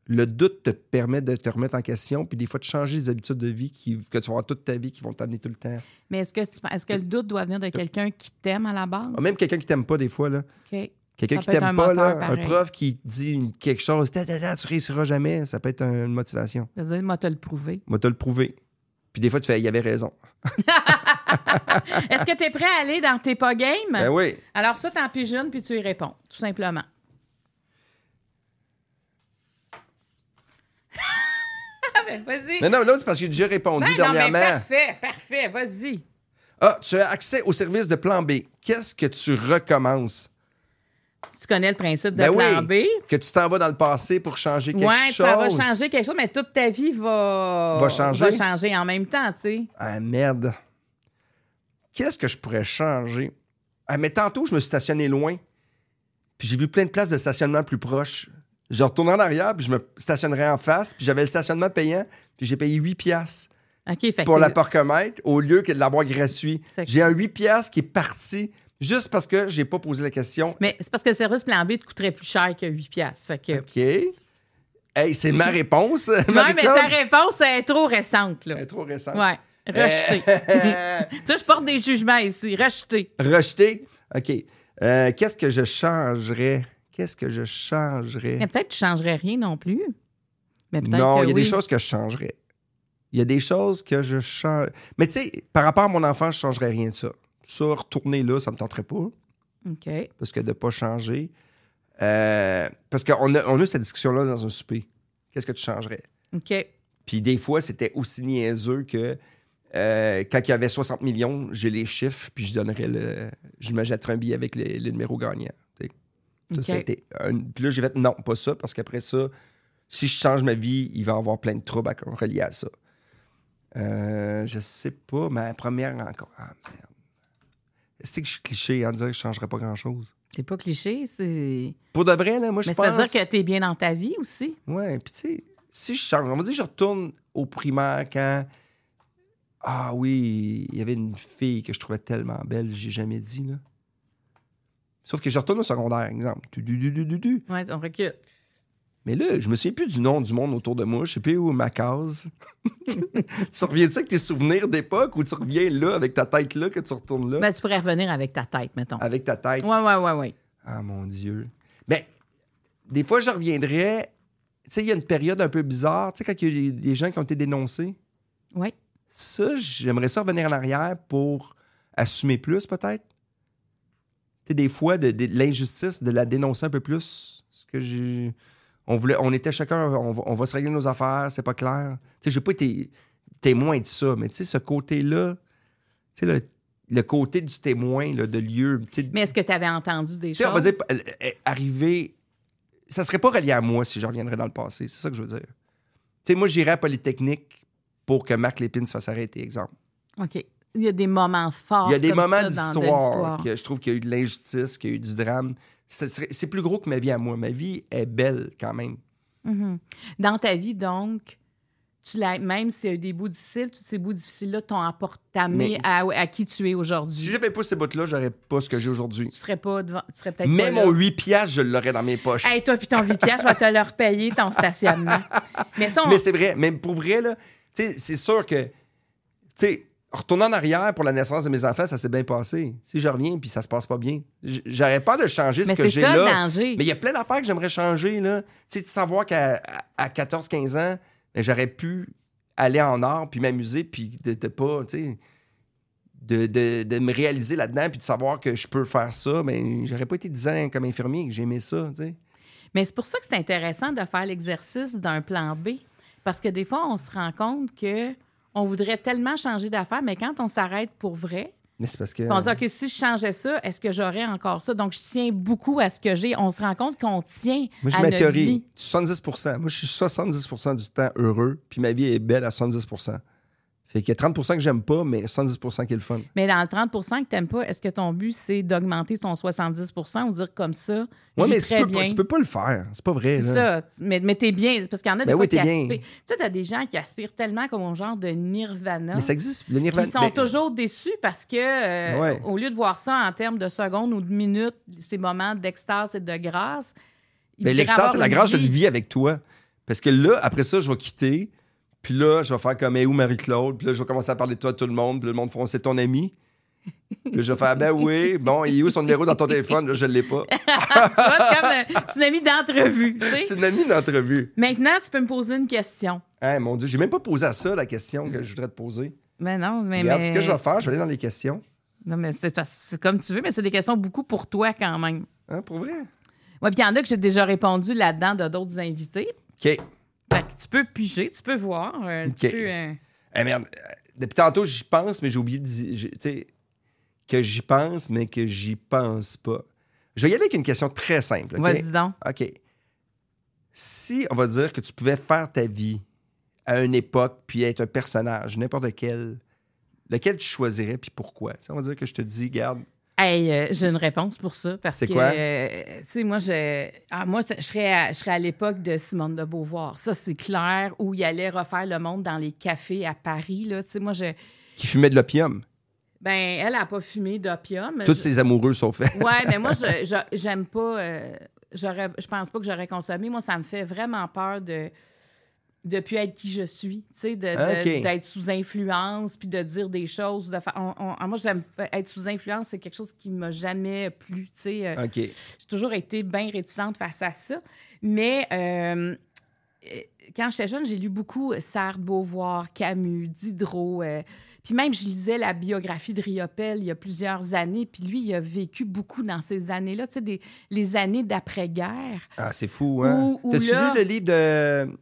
[SPEAKER 1] Le doute te permet de te remettre en question, puis des fois de changer les habitudes de vie qui, que tu vas avoir toute ta vie qui vont t'amener tout le temps.
[SPEAKER 2] Mais est-ce que, est que le doute doit venir de quelqu'un qui t'aime à la base?
[SPEAKER 1] Ah, Même quelqu'un qui t'aime pas, des fois, là,
[SPEAKER 2] OK.
[SPEAKER 1] Quelqu'un qui
[SPEAKER 2] peut être
[SPEAKER 1] t'aime
[SPEAKER 2] un
[SPEAKER 1] pas, là,
[SPEAKER 2] moteur,
[SPEAKER 1] un
[SPEAKER 2] pareil.
[SPEAKER 1] prof qui te dit une- quelque chose, Ta, ta, ta, tu réussiras jamais, ça peut être un- une motivation.
[SPEAKER 2] Je veux dire, moi, te le prouvé.
[SPEAKER 1] Moi, te le prouvé. Puis des fois, tu fais, il avait raison.
[SPEAKER 2] Est-ce que tu es prêt à aller dans tes pas games?
[SPEAKER 1] Ben oui.
[SPEAKER 2] Alors, ça, t'en pigeonnes puis tu y réponds, tout simplement. Ah, ben, vas-y.
[SPEAKER 1] Mais non, l'autre, c'est parce que j'ai déjà répondu
[SPEAKER 2] Ben, non, mais
[SPEAKER 1] dernièrement.
[SPEAKER 2] parfait, parfait, vas-y.
[SPEAKER 1] ah, tu as accès au service de plan B. Qu'est-ce que tu recommences?
[SPEAKER 2] Tu connais le principe de
[SPEAKER 1] ben
[SPEAKER 2] plan
[SPEAKER 1] oui.
[SPEAKER 2] B.
[SPEAKER 1] Que tu t'en vas dans le passé pour changer quelque
[SPEAKER 2] Ouais,
[SPEAKER 1] chose.
[SPEAKER 2] ça va changer quelque chose, mais toute ta vie va,
[SPEAKER 1] Va changer.
[SPEAKER 2] changer en même temps, tu sais.
[SPEAKER 1] Ah merde. Qu'est-ce que je pourrais changer? Ah, mais tantôt, je me suis stationné loin. Puis j'ai vu plein de places de stationnement plus proches. Je retournerai en arrière, puis je me stationnerai en face. Puis j'avais le stationnement payant, puis j'ai payé 8 piastres
[SPEAKER 2] OK, fait que
[SPEAKER 1] pour
[SPEAKER 2] c'est-
[SPEAKER 1] la parcomètre au lieu que de l'avoir gratuit.
[SPEAKER 2] C'est-
[SPEAKER 1] J'ai un 8 piastres qui est parti juste parce que j'ai pas posé la question.
[SPEAKER 2] Mais c'est parce que le service plan B te coûterait plus cher que 8 piastres. Fait que...
[SPEAKER 1] OK. Hey, c'est ma réponse,
[SPEAKER 2] Non, mais
[SPEAKER 1] Marie-Claude.
[SPEAKER 2] ta réponse elle est trop récente, là.
[SPEAKER 1] Elle est trop récente. Euh,
[SPEAKER 2] Ouais, rejetée. tu vois, je porte des jugements ici, rejetée.
[SPEAKER 1] Rejeté. OK. Euh, Qu'est-ce que je changerais? Qu'est-ce que je
[SPEAKER 2] Mais
[SPEAKER 1] changerais?
[SPEAKER 2] peut-être que tu changerais rien non plus. Mais peut-être
[SPEAKER 1] Non,
[SPEAKER 2] que
[SPEAKER 1] il y a
[SPEAKER 2] oui.
[SPEAKER 1] des choses que je changerais. Il y a des choses que je change. Mais tu sais, par rapport à mon enfant, je changerais rien de ça. Ça, retourner là, ça me tenterait pas,
[SPEAKER 2] OK.
[SPEAKER 1] parce que de pas changer. Euh, parce qu'on a, on a eu cette discussion-là dans un souper. Qu'est-ce que tu changerais?
[SPEAKER 2] OK.
[SPEAKER 1] Puis des fois, c'était aussi niaiseux que euh, quand il y avait 60 millions, j'ai les chiffres, puis je donnerais le. Je me jetterais un billet avec les, les numéros gagnants. tu sais. Ça,
[SPEAKER 2] Ok.
[SPEAKER 1] c'était un- Puis là, j'ai fait non, pas ça, parce qu'après ça, si je change ma vie, il va y avoir plein de troubles à... reliés à ça. Euh, je sais pas, ma première rencontre. Ah merde. C'est que je suis cliché en disant que je changerais pas grand-chose.
[SPEAKER 2] C'est pas cliché, c'est.
[SPEAKER 1] Pour de vrai, là, moi, je
[SPEAKER 2] Mais
[SPEAKER 1] pense.
[SPEAKER 2] ça veut dire que t'es bien dans ta vie aussi.
[SPEAKER 1] Ouais, puis tu sais, si je change, on va dire que je retourne au primaire quand. Ah oui, il y avait une fille que je trouvais tellement belle, j'ai jamais dit, là. Sauf que je retourne au secondaire, exemple. Tu, du, du, du, du, du.
[SPEAKER 2] Ouais, on recule.
[SPEAKER 1] Mais là, je me souviens plus du nom du monde autour de moi, je sais plus où est ma case. tu reviens-tu avec tes souvenirs d'époque ou tu reviens là avec ta tête là que tu retournes là?
[SPEAKER 2] Ben, tu pourrais revenir avec ta tête, mettons.
[SPEAKER 1] Avec ta tête.
[SPEAKER 2] Ouais, ouais, ouais, ouais.
[SPEAKER 1] Ah mon Dieu. Ben, des fois, je reviendrais. Tu sais, il y a une période un peu bizarre, tu sais, quand il y a eu des gens qui ont été dénoncés.
[SPEAKER 2] Ouais.
[SPEAKER 1] Ça, j'aimerais ça revenir en arrière pour assumer plus, peut-être. Tu sais, des fois, de, de- de l'injustice, de la dénoncer un peu plus. Ce que j'ai. On, voulait, on était chacun, on va, on va se régler nos affaires, c'est pas clair. Tu sais, j'ai pas été témoin de ça, mais tu sais, ce côté-là, tu sais, le, le côté du témoin, là, de lieu, tu sais,
[SPEAKER 2] Mais est-ce que tu avais entendu des
[SPEAKER 1] tu sais,
[SPEAKER 2] choses?
[SPEAKER 1] on va dire, euh, euh, arriver. Ça serait pas relié à moi si je reviendrais dans le passé. C'est ça que je veux dire. Tu sais, moi, j'irais à Polytechnique pour que Marc Lépine se fasse arrêter, exemple.
[SPEAKER 2] OK. Il y a des moments forts.
[SPEAKER 1] Il y a des
[SPEAKER 2] comme
[SPEAKER 1] moments
[SPEAKER 2] ça dans de
[SPEAKER 1] d'histoire que je trouve qu'il y a eu de l'injustice, qu'il y a eu du drame. Ça serait- C'est plus gros que ma vie à moi. Ma vie est belle quand même.
[SPEAKER 2] Mhm. Dans ta vie, donc, tu l'as, même s'il y a eu des bouts difficiles, tous ces bouts difficiles-là t'ont apporté
[SPEAKER 1] Mais
[SPEAKER 2] t'amené à, à qui tu es
[SPEAKER 1] Si
[SPEAKER 2] aujourd'hui.
[SPEAKER 1] j'avais pas ces bouts-là, j'aurais pas ce que j'ai aujourd'hui.
[SPEAKER 2] Tu serais pas devant, tu serais peut-être
[SPEAKER 1] Même
[SPEAKER 2] pas là.
[SPEAKER 1] mon 8 piastres, je l'aurais dans mes poches.
[SPEAKER 2] Hey, toi puis ton 8 piastres, je vais te le repayer ton stationnement. Mais ça, on-
[SPEAKER 1] Mais c'est vrai, même pour vrai, là, tu sais, c'est sûr que, tu sais, retournant en arrière pour la naissance de mes enfants, ça s'est bien passé. Si je reviens puis ça se passe pas bien, j- j'aurais pas de changer ce
[SPEAKER 2] mais
[SPEAKER 1] que
[SPEAKER 2] c'est
[SPEAKER 1] j'ai
[SPEAKER 2] ça le
[SPEAKER 1] là.
[SPEAKER 2] danger.
[SPEAKER 1] Mais il y a plein d'affaires que j'aimerais changer, là. Tu sais, de savoir qu'à à- à 14-15 ans, ben, j'aurais pu aller en art puis m'amuser puis de, de pas, tu sais, de, de- de me réaliser là-dedans puis de savoir que je peux faire ça, mais j'aurais pas été 10 ans comme infirmier que j'aimais ça, tu sais.
[SPEAKER 2] Mais c'est pour ça que c'est intéressant de faire l'exercice d'un plan B. Parce que des fois, on se rend compte que on voudrait tellement changer d'affaires, mais quand on s'arrête pour vrai,
[SPEAKER 1] Mais c'est parce que...
[SPEAKER 2] Puis On se dit, OK, si je changeais ça, est-ce que j'aurais encore ça? Donc, je tiens beaucoup à ce que j'ai. On se rend compte qu'on tient
[SPEAKER 1] Moi, je
[SPEAKER 2] à
[SPEAKER 1] ma
[SPEAKER 2] notre
[SPEAKER 1] théorie,
[SPEAKER 2] vie.
[SPEAKER 1] 70 Moi, je suis 70 du temps heureux, puis ma vie est belle à 70 Fait qu'il y a 30 que j'aime pas, mais 70 qui est le fun.
[SPEAKER 2] Mais dans le 30 que tu n'aimes pas, est-ce que ton but, c'est d'augmenter ton 70 ou dire comme ça,
[SPEAKER 1] Ouais,
[SPEAKER 2] je
[SPEAKER 1] mais
[SPEAKER 2] suis
[SPEAKER 1] tu
[SPEAKER 2] très
[SPEAKER 1] peux,
[SPEAKER 2] bien.
[SPEAKER 1] pas, tu peux pas le faire. C'est pas vrai.
[SPEAKER 2] C'est
[SPEAKER 1] là.
[SPEAKER 2] ça. Tu- Mais, mais t'es bien. C'est Parce qu'il y en a
[SPEAKER 1] Ben
[SPEAKER 2] des fois
[SPEAKER 1] oui,
[SPEAKER 2] qui
[SPEAKER 1] t'es bien.
[SPEAKER 2] aspirent. Tu sais, t'as des gens qui aspirent tellement comme un genre de nirvana.
[SPEAKER 1] Mais ça existe. Le
[SPEAKER 2] Puis
[SPEAKER 1] nirvana. Ben,
[SPEAKER 2] Ils sont
[SPEAKER 1] mais-
[SPEAKER 2] toujours déçus parce que, euh,
[SPEAKER 1] Ouais.
[SPEAKER 2] au lieu de voir ça en termes de secondes ou de minutes, ces moments d'extase et de grâce, ils
[SPEAKER 1] mais
[SPEAKER 2] voudraient
[SPEAKER 1] Ben, l'extase,
[SPEAKER 2] avoir
[SPEAKER 1] c'est la
[SPEAKER 2] une
[SPEAKER 1] grâce, je le
[SPEAKER 2] vie.
[SPEAKER 1] vis avec toi. Parce que là, après ça, je vais quitter. Puis là, je vais faire comme Eh, où Marie-Claude. Puis là, je vais commencer à parler de toi à tout le monde. Puis le monde fera c'est ton ami. Là, je vais faire, ben oui, bon, il est où son numéro dans ton téléphone? Là, je ne l'ai pas.
[SPEAKER 2] tu vois, c'est comme un tsunami d'entrevue. tu sais.
[SPEAKER 1] C'est une amie d'entrevue.
[SPEAKER 2] Maintenant, tu peux me poser une question.
[SPEAKER 1] Hein, mon Dieu, j'ai même pas posé à ça la question que je voudrais te poser.
[SPEAKER 2] Mais Ben non, mais.
[SPEAKER 1] Regarde,
[SPEAKER 2] mais-
[SPEAKER 1] ce que je vais faire, je vais aller dans les questions.
[SPEAKER 2] Non, mais c'est parce- c'est comme tu veux, mais c'est des questions beaucoup pour toi quand même.
[SPEAKER 1] Hein, pour vrai?
[SPEAKER 2] Oui, puis il y en a que j'ai déjà répondu là-dedans de d'autres invités.
[SPEAKER 1] OK.
[SPEAKER 2] Fait que tu peux piger, tu peux voir. euh, tu
[SPEAKER 1] Ok.
[SPEAKER 2] peux, euh,
[SPEAKER 1] Eh merde, euh, depuis tantôt, j'y pense, mais j'ai oublié de dire. j'ai- Tu sais, que j'y pense, mais que j'y pense pas. Je vais y aller avec une question très simple. OK?
[SPEAKER 2] Vas-y donc.
[SPEAKER 1] OK. Si on va dire que tu pouvais faire ta vie à une époque puis être un personnage, n'importe lequel, lequel tu choisirais puis pourquoi? Tu sais, on va dire que je te dis, garde,
[SPEAKER 2] Hey, euh, j'ai une réponse pour ça. Parce
[SPEAKER 1] C'est
[SPEAKER 2] que,
[SPEAKER 1] quoi?
[SPEAKER 2] euh, tu sais, moi, je, ah, moi c'est- je, serais à, je serais à l'époque de Simone de Beauvoir. Ça, c'est clair, où il allait refaire le monde dans les cafés à Paris. Là. Tu sais, moi, je,
[SPEAKER 1] qui fumait de l'opium.
[SPEAKER 2] ben, elle n'a pas fumé d'opium.
[SPEAKER 1] Tous
[SPEAKER 2] Je-
[SPEAKER 1] ses amoureux sont faits.
[SPEAKER 2] Ouais, mais moi, je- je- j'aime pas. euh, j'aurais- je pense pas que j'aurais consommé. Moi, ça me fait vraiment peur de de plus être qui je suis, tu sais, de- de-
[SPEAKER 1] Ok.
[SPEAKER 2] d'être sous influence, puis de dire des choses. De fa- on- on- moi, j'aime pas- être sous influence, c'est quelque chose qui m'a jamais plu, tu sais. euh,
[SPEAKER 1] OK.
[SPEAKER 2] j'ai toujours été bien réticente face à ça. Mais euh, euh, quand j'étais jeune, j'ai lu beaucoup Sartre, Beauvoir, Camus, Diderot. euh, puis même, je lisais la biographie de Riopel il y a plusieurs années. Puis lui, il a vécu beaucoup dans ces années-là, tu sais, des- les années d'après-guerre.
[SPEAKER 1] Ah, c'est fou, hein?
[SPEAKER 2] Ou- ou
[SPEAKER 1] T'as-tu
[SPEAKER 2] là-
[SPEAKER 1] lu le livre de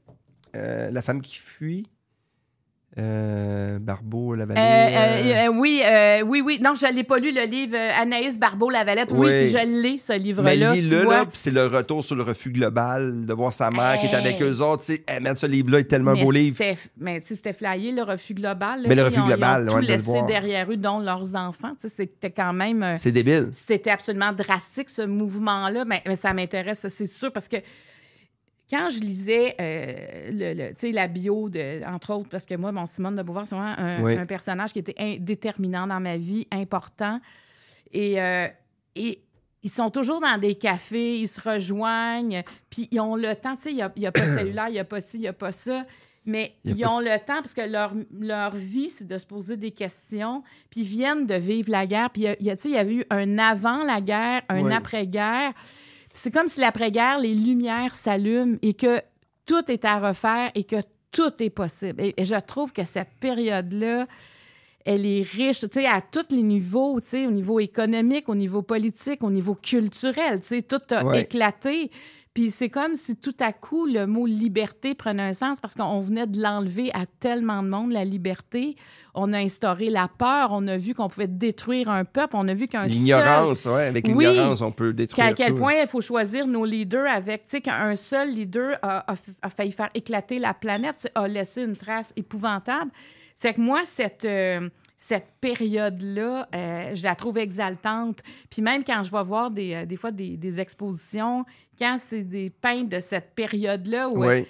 [SPEAKER 1] euh, La femme qui fuit? Euh, Barbeau, la
[SPEAKER 2] Euh,
[SPEAKER 1] vallée.
[SPEAKER 2] euh, euh, oui, euh, oui, oui. Non, je l'ai pas lu, le livre euh, Anaïs Barbeau-Lavalette. Oui,
[SPEAKER 1] Oui.
[SPEAKER 2] je l'ai, ce
[SPEAKER 1] Mais
[SPEAKER 2] livre-là. tu
[SPEAKER 1] lis-le,
[SPEAKER 2] vois.
[SPEAKER 1] là, puis c'est le retour sur le refus global, de voir sa mère qui est
[SPEAKER 2] Hey.
[SPEAKER 1] avec eux autres. Tu sais, Eh, man, ce livre-là est tellement
[SPEAKER 2] mais
[SPEAKER 1] beau livre.
[SPEAKER 2] c'était- mais tu sais, c'était flyé, le refus global. là,
[SPEAKER 1] Mais le
[SPEAKER 2] tu sais,
[SPEAKER 1] refus
[SPEAKER 2] ils ont- ils ont
[SPEAKER 1] global, ouais,
[SPEAKER 2] tout
[SPEAKER 1] de le
[SPEAKER 2] laissé
[SPEAKER 1] voir.
[SPEAKER 2] derrière eux, dont leurs enfants. Tu sais, c'était quand même. euh,
[SPEAKER 1] C'est débile.
[SPEAKER 2] C'était absolument drastique, ce mouvement-là. Ben, Mais, mais ça m'intéresse, ça, c'est sûr, parce que. Quand je lisais euh, le, le- tu sais, la bio, de, entre autres, parce que moi, mon Simone de Beauvoir, c'est vraiment un,
[SPEAKER 1] Oui.
[SPEAKER 2] un personnage qui était in- déterminant dans ma vie, important. Et, euh, et ils sont toujours dans des cafés, ils se rejoignent, puis ils ont le temps. Tu sais, il n'y a, il y a pas de cellulaire, il n'y a pas ci, il n'y a pas ça. Mais
[SPEAKER 1] Il y a
[SPEAKER 2] ils
[SPEAKER 1] pas-
[SPEAKER 2] ont le temps parce que leur, leur vie, c'est de se poser des questions. Puis ils viennent de vivre la guerre. Puis il y a- il y a, tu sais, il y avait eu un avant la guerre, un
[SPEAKER 1] Ouais.
[SPEAKER 2] après-guerre. C'est comme si l'après-guerre, les lumières s'allument et que tout est à refaire et que tout est possible. Et, et je trouve que cette période-là, elle est riche, tu sais, à tous les niveaux, tu sais, au niveau économique, au niveau politique, au niveau culturel, tu sais, tout a
[SPEAKER 1] Ouais.
[SPEAKER 2] éclaté. Puis c'est comme si tout à coup, le mot liberté prenait un sens parce qu'on venait de l'enlever à tellement de monde, la liberté. On a instauré la peur, on a vu qu'on pouvait détruire un peuple, on a vu qu'un seul...
[SPEAKER 1] L'ignorance, ouais, avec
[SPEAKER 2] Oui.
[SPEAKER 1] l'ignorance, on peut détruire
[SPEAKER 2] Qu'à quel
[SPEAKER 1] tout.
[SPEAKER 2] point il faut choisir nos leaders avec, tu sais, qu'un seul leader a, a- a failli faire éclater la planète, tu sais, a laissé une trace épouvantable. C'est que moi, cette, euh, cette période-là, euh, je la trouve exaltante. Puis même quand je vais voir des, euh, des fois des, des expositions, quand c'est des peintres de cette période-là où euh,
[SPEAKER 1] Oui.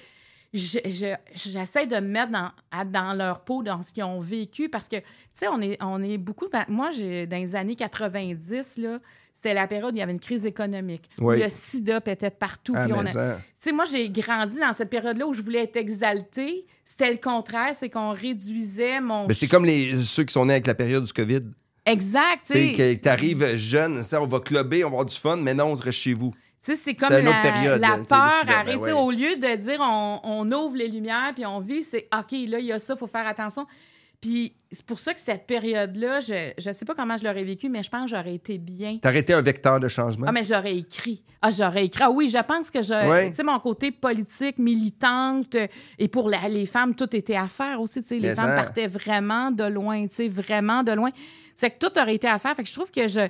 [SPEAKER 2] je- je- j'essaie de me mettre dans, à- dans leur peau, dans ce qu'ils ont vécu, parce que, tu sais, on est, on est beaucoup... ben, moi, j'ai dans les années 90, là, c'était la période où il y avait une crise économique. où
[SPEAKER 1] Oui.
[SPEAKER 2] Le sida pétait de partout.
[SPEAKER 1] Ah,
[SPEAKER 2] puis on a-
[SPEAKER 1] mais ça.
[SPEAKER 2] tu sais, moi, j'ai grandi dans cette période-là où je voulais être exaltée. C'était le contraire, c'est qu'on réduisait mon...
[SPEAKER 1] Mais Ben, c'est comme les, ceux qui sont nés avec la période du COVID.
[SPEAKER 2] Exact,
[SPEAKER 1] Tu
[SPEAKER 2] tu
[SPEAKER 1] sais,
[SPEAKER 2] sais.
[SPEAKER 1] que t'arrives jeune, ça, on va clubber, on va avoir du fun, mais non, on reste chez vous.
[SPEAKER 2] Tu sais, c'est comme
[SPEAKER 1] C'est
[SPEAKER 2] la,
[SPEAKER 1] une autre période,
[SPEAKER 2] la
[SPEAKER 1] tu sais,
[SPEAKER 2] peur
[SPEAKER 1] décidément,
[SPEAKER 2] arrêtée.
[SPEAKER 1] ouais.
[SPEAKER 2] Au lieu de dire on, on ouvre les lumières puis on vit, c'est OK, là, il y a ça, il faut faire attention. Puis c'est pour ça que cette période-là, je ne sais pas comment je l'aurais vécu, mais je pense que j'aurais été bien.
[SPEAKER 1] T'as arrêté un vecteur de changement.
[SPEAKER 2] Ah, mais j'aurais écrit. Ah, j'aurais écrit. Ah oui, je pense que je.
[SPEAKER 1] Ouais.
[SPEAKER 2] Tu sais, mon côté politique, militante, euh, et pour la- les femmes, tout était à faire aussi. Tu sais, les
[SPEAKER 1] Mais
[SPEAKER 2] femmes
[SPEAKER 1] ça.
[SPEAKER 2] partaient vraiment de loin, tu sais, vraiment de loin. C'est que tout aurait été à faire. Fait que je trouve que je.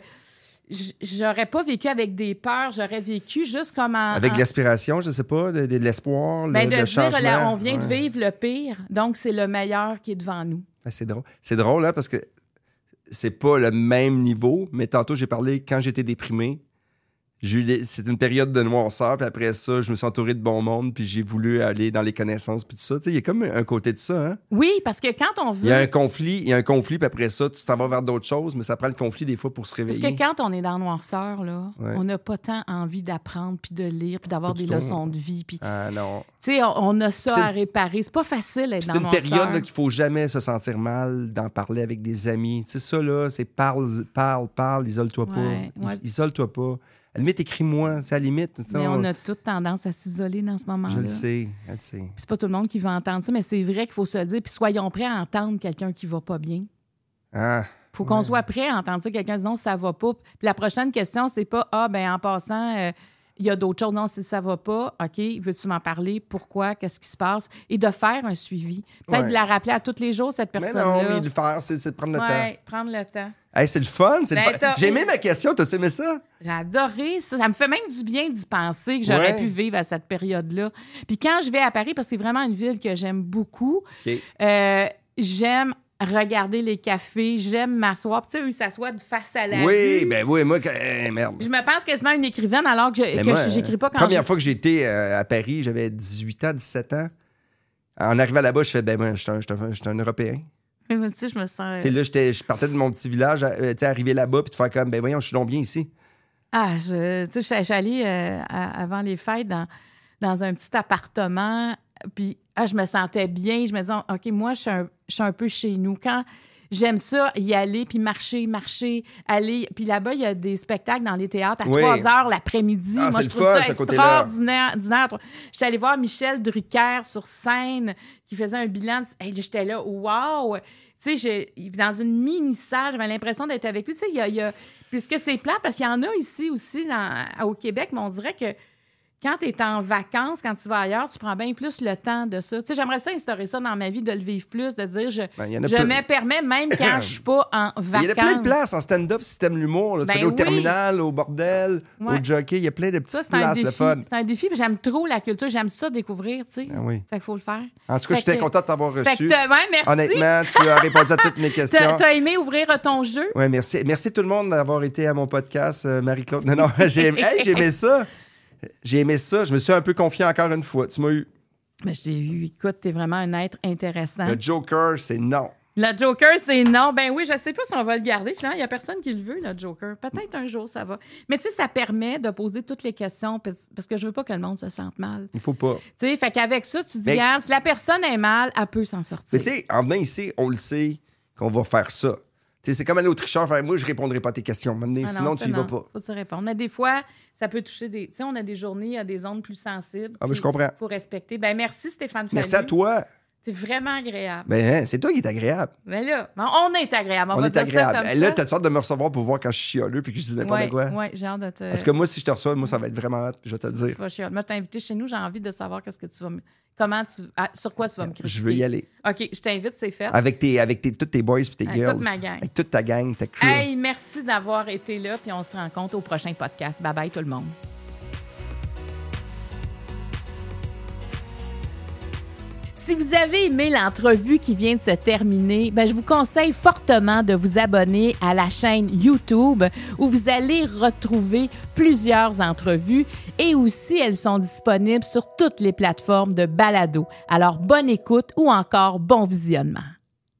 [SPEAKER 2] je- J'aurais pas vécu avec des peurs, j'aurais vécu juste comme en.
[SPEAKER 1] avec
[SPEAKER 2] en-
[SPEAKER 1] l'aspiration, je sais pas, de, de l'espoir, le-
[SPEAKER 2] ah,
[SPEAKER 1] le,
[SPEAKER 2] Ben, de dire,
[SPEAKER 1] changement.
[SPEAKER 2] là, on vient de
[SPEAKER 1] Ouais.
[SPEAKER 2] vivre le pire, donc c'est le meilleur qui est devant nous.
[SPEAKER 1] Ah, c'est drôle. C'est drôle, hein, parce que c'est pas le même niveau, mais tantôt, j'ai parlé quand j'étais déprimé. J'ai eu des- C'était une période de noirceur, puis après ça, je me suis entouré de bon monde, puis j'ai voulu aller dans les connaissances, puis tout ça. Tu sais, il y a comme un côté de ça, hein?
[SPEAKER 2] Oui, parce que quand on
[SPEAKER 1] Il y a
[SPEAKER 2] veut.
[SPEAKER 1] un conflit, il y a un conflit, puis après ça, tu t'en vas vers d'autres choses, mais ça prend le conflit des fois pour se
[SPEAKER 2] Parce
[SPEAKER 1] réveiller.
[SPEAKER 2] que quand on est dans Noirceur, là,
[SPEAKER 1] Ouais.
[SPEAKER 2] on n'a pas tant envie d'apprendre, puis de lire, puis d'avoir
[SPEAKER 1] Pas
[SPEAKER 2] des
[SPEAKER 1] du tout.
[SPEAKER 2] leçons de vie. Puis, tu
[SPEAKER 1] Ah non.
[SPEAKER 2] sais, on, on a ça
[SPEAKER 1] C'est-
[SPEAKER 2] à réparer. C'est pas facile d'être
[SPEAKER 1] Puis
[SPEAKER 2] dans
[SPEAKER 1] c'est une
[SPEAKER 2] Noirceur.
[SPEAKER 1] période là, qu'il faut jamais se sentir mal d'en parler avec des amis. Tu sais, ça, là, c'est parle, parle, parle, isole-toi
[SPEAKER 2] Ouais,
[SPEAKER 1] pas.
[SPEAKER 2] ouais.
[SPEAKER 1] Isole-toi pas. À la limite, écris-moi. Tu sais, à la limite, tu sais,
[SPEAKER 2] Mais
[SPEAKER 1] on-
[SPEAKER 2] on a toute tendance à s'isoler dans ce moment-là.
[SPEAKER 1] je le sais, je le sais.
[SPEAKER 2] Puis c'est pas tout le monde qui va entendre ça, mais c'est vrai qu'il faut se le dire. Puis soyons prêts à entendre quelqu'un qui va pas bien.
[SPEAKER 1] Ah,
[SPEAKER 2] faut qu'on soit prêt à entendre ça. Quelqu'un dit non, ça va pas. Puis la prochaine question, c'est pas Ah, ben en passant, euh, il y a d'autres choses. Non, si ça va pas, OK, veux-tu m'en parler? Pourquoi? Qu'est-ce qui se passe? Et de faire un suivi. Peut-être
[SPEAKER 1] Ouais.
[SPEAKER 2] de la rappeler à tous les jours, cette
[SPEAKER 1] mais
[SPEAKER 2] personne-là.
[SPEAKER 1] non, mais le faire, c'est c'est de prendre le temps.
[SPEAKER 2] Ouais, prendre le temps.
[SPEAKER 1] Hey, c'est le fun. c'est le
[SPEAKER 2] Ben,
[SPEAKER 1] fun.
[SPEAKER 2] t'as-
[SPEAKER 1] J'ai aimé ma question. T'as-tu aimé ça?
[SPEAKER 2] J'ai adoré ça. Ça me fait même du bien d'y penser que j'aurais
[SPEAKER 1] Ouais.
[SPEAKER 2] pu vivre à cette période-là. Puis quand je vais à Paris, parce que c'est vraiment une ville que j'aime beaucoup,
[SPEAKER 1] OK.
[SPEAKER 2] euh, j'aime regarder les cafés, j'aime m'asseoir. Puis Tu sais, eux, ils s'assoient de face à la
[SPEAKER 1] Oui,
[SPEAKER 2] rue.
[SPEAKER 1] ben oui, moi, que- eh, merde.
[SPEAKER 2] Je me pense quasiment une écrivaine alors que, je-
[SPEAKER 1] Mais
[SPEAKER 2] que
[SPEAKER 1] Ben moi,
[SPEAKER 2] je- j'écris pas quand
[SPEAKER 1] Première
[SPEAKER 2] je...
[SPEAKER 1] fois que j'ai été euh, à Paris, j'avais 18 ans, 17 ans. En arrivant là-bas, je fais, ben, moi, je suis un, je suis un- je suis un Européen.
[SPEAKER 2] Mais tu sais, je me sens... euh,
[SPEAKER 1] Tu sais, là, j'étais- je partais de mon petit village, euh, tu sais, arriver là-bas, puis de faire comme, ben voyons, je suis donc bien ici.
[SPEAKER 2] Ah, je, tu sais, je- je suis allée euh, à- avant les fêtes dans, dans un petit appartement, puis ah, je me sentais bien. Je me disais, OK, moi, je suis un, je suis un peu chez nous. Quand j'aime ça, y aller, puis marcher, marcher, aller. Puis là-bas, il y a des spectacles dans les théâtres à
[SPEAKER 1] Oui.
[SPEAKER 2] 3 heures l'après-midi.
[SPEAKER 1] Ah,
[SPEAKER 2] moi,
[SPEAKER 1] c'est
[SPEAKER 2] je
[SPEAKER 1] le
[SPEAKER 2] trouve
[SPEAKER 1] fun,
[SPEAKER 2] ça
[SPEAKER 1] ce côté-là.
[SPEAKER 2] extraordinaire. ordinaire. Je suis allée voir Michel Drucker sur scène qui faisait un bilan. Hey, J'étais là, wow! Tu sais, je- dans une mini-salle, j'avais l'impression d'être avec lui. Tu sais, il y a- il y a- puisque c'est plat, parce qu'il y en a ici aussi dans- au Québec, mais on dirait que quand tu es en vacances, quand tu vas ailleurs, tu prends bien plus le temps de ça. Tu sais, j'aimerais ça instaurer ça dans ma vie, de le vivre plus, de dire je,
[SPEAKER 1] Ben, il y en a
[SPEAKER 2] je
[SPEAKER 1] plein.
[SPEAKER 2] me permets même quand je suis pas en vacances.
[SPEAKER 1] Il y a plein de places en stand-up si t'aimes l'humour. là. Tu
[SPEAKER 2] Ben
[SPEAKER 1] peux aller au
[SPEAKER 2] oui.
[SPEAKER 1] terminal, au bordel,
[SPEAKER 2] Ouais.
[SPEAKER 1] au jockey. Il y a plein de petites
[SPEAKER 2] Ça, c'est un,
[SPEAKER 1] places, le
[SPEAKER 2] défi.
[SPEAKER 1] fun.
[SPEAKER 2] C'est un défi, puis j'aime trop la culture. J'aime ça découvrir, tu sais.
[SPEAKER 1] Ah oui.
[SPEAKER 2] Fait qu'il faut le faire.
[SPEAKER 1] En tout cas,
[SPEAKER 2] Fait
[SPEAKER 1] j'étais
[SPEAKER 2] que-
[SPEAKER 1] content de t'avoir
[SPEAKER 2] Fait que,
[SPEAKER 1] reçu.
[SPEAKER 2] t'as- ouais, merci.
[SPEAKER 1] Honnêtement, tu as répondu à toutes mes questions.
[SPEAKER 2] T'as t'as aimé ouvrir euh, ton jeu?
[SPEAKER 1] Ouais, merci. Merci tout le monde d'avoir été à mon podcast, euh, Marie-Claude. Non, non, j'ai aimé, Hey, j'ai aimé ça. J'ai aimé ça. Je me suis un peu confié encore une fois. Tu m'as eu.
[SPEAKER 2] Mais je t'ai eu. Écoute, t'es vraiment un être intéressant.
[SPEAKER 1] Le Joker, c'est non.
[SPEAKER 2] Le Joker, c'est non. Ben oui, je sais pas si on va le garder. Finalement, il y a personne qui le veut, le Joker. Peut-être un jour, ça va. Mais tu sais, ça permet de poser toutes les questions parce parce que je veux pas que le monde se sente mal.
[SPEAKER 1] Il faut pas.
[SPEAKER 2] Tu sais, fait qu'avec ça, tu dis,
[SPEAKER 1] Mais-
[SPEAKER 2] regarde, si la personne est mal, elle peut s'en sortir.
[SPEAKER 1] Mais tu sais, en venant ici, on le sait qu'on va faire ça. Tu sais, c'est comme aller au tricheur, faire moi, je répondrai pas à tes questions. Maintenant,
[SPEAKER 2] Ah non,
[SPEAKER 1] sinon,
[SPEAKER 2] ça,
[SPEAKER 1] tu y vas
[SPEAKER 2] non.
[SPEAKER 1] pas.
[SPEAKER 2] Faut se répondre. Mais des fois, ça peut toucher des. Tu sais, on a des journées, à des zones plus sensibles.
[SPEAKER 1] Ah, mais je
[SPEAKER 2] puis
[SPEAKER 1] comprends.
[SPEAKER 2] Faut respecter. Ben merci, Stéphane
[SPEAKER 1] Merci
[SPEAKER 2] Fallu.
[SPEAKER 1] à toi.
[SPEAKER 2] C'est vraiment agréable.
[SPEAKER 1] Ben, hein, c'est toi qui es agréable.
[SPEAKER 2] Mais là, on est agréable. On,
[SPEAKER 1] on
[SPEAKER 2] va
[SPEAKER 1] est
[SPEAKER 2] dire
[SPEAKER 1] agréable.
[SPEAKER 2] Ça comme
[SPEAKER 1] Eh, là,
[SPEAKER 2] ça.
[SPEAKER 1] t'as sorte de me recevoir pour voir quand je suis chialeux puis que je dis n'importe
[SPEAKER 2] ouais,
[SPEAKER 1] quoi.
[SPEAKER 2] Ouais, j'ai hâte de te.
[SPEAKER 1] Parce que moi, si je te reçois, moi, ça va être vraiment hot, puis je vais te le
[SPEAKER 2] Tu
[SPEAKER 1] dire.
[SPEAKER 2] vas chez- Moi, je t'ai invité chez nous, j'ai envie de savoir qu'est-ce que tu vas me... Comment tu... ah, sur quoi tu vas me critiquer.
[SPEAKER 1] Je veux y aller.
[SPEAKER 2] OK, je t'invite, c'est fait.
[SPEAKER 1] Avec tes, avec tes, tous tes boys puis tes
[SPEAKER 2] Avec
[SPEAKER 1] girls.
[SPEAKER 2] toute ma gang.
[SPEAKER 1] Avec toute ta gang, ta crew.
[SPEAKER 2] Hey, merci d'avoir été là, puis on se rencontre au prochain podcast. Bye-bye tout le monde. Si vous avez aimé l'entrevue qui vient de se terminer, ben, je vous conseille fortement de vous abonner à la chaîne YouTube où vous allez retrouver plusieurs entrevues et aussi elles sont disponibles sur toutes les plateformes de balado. Alors bonne écoute ou encore bon visionnement.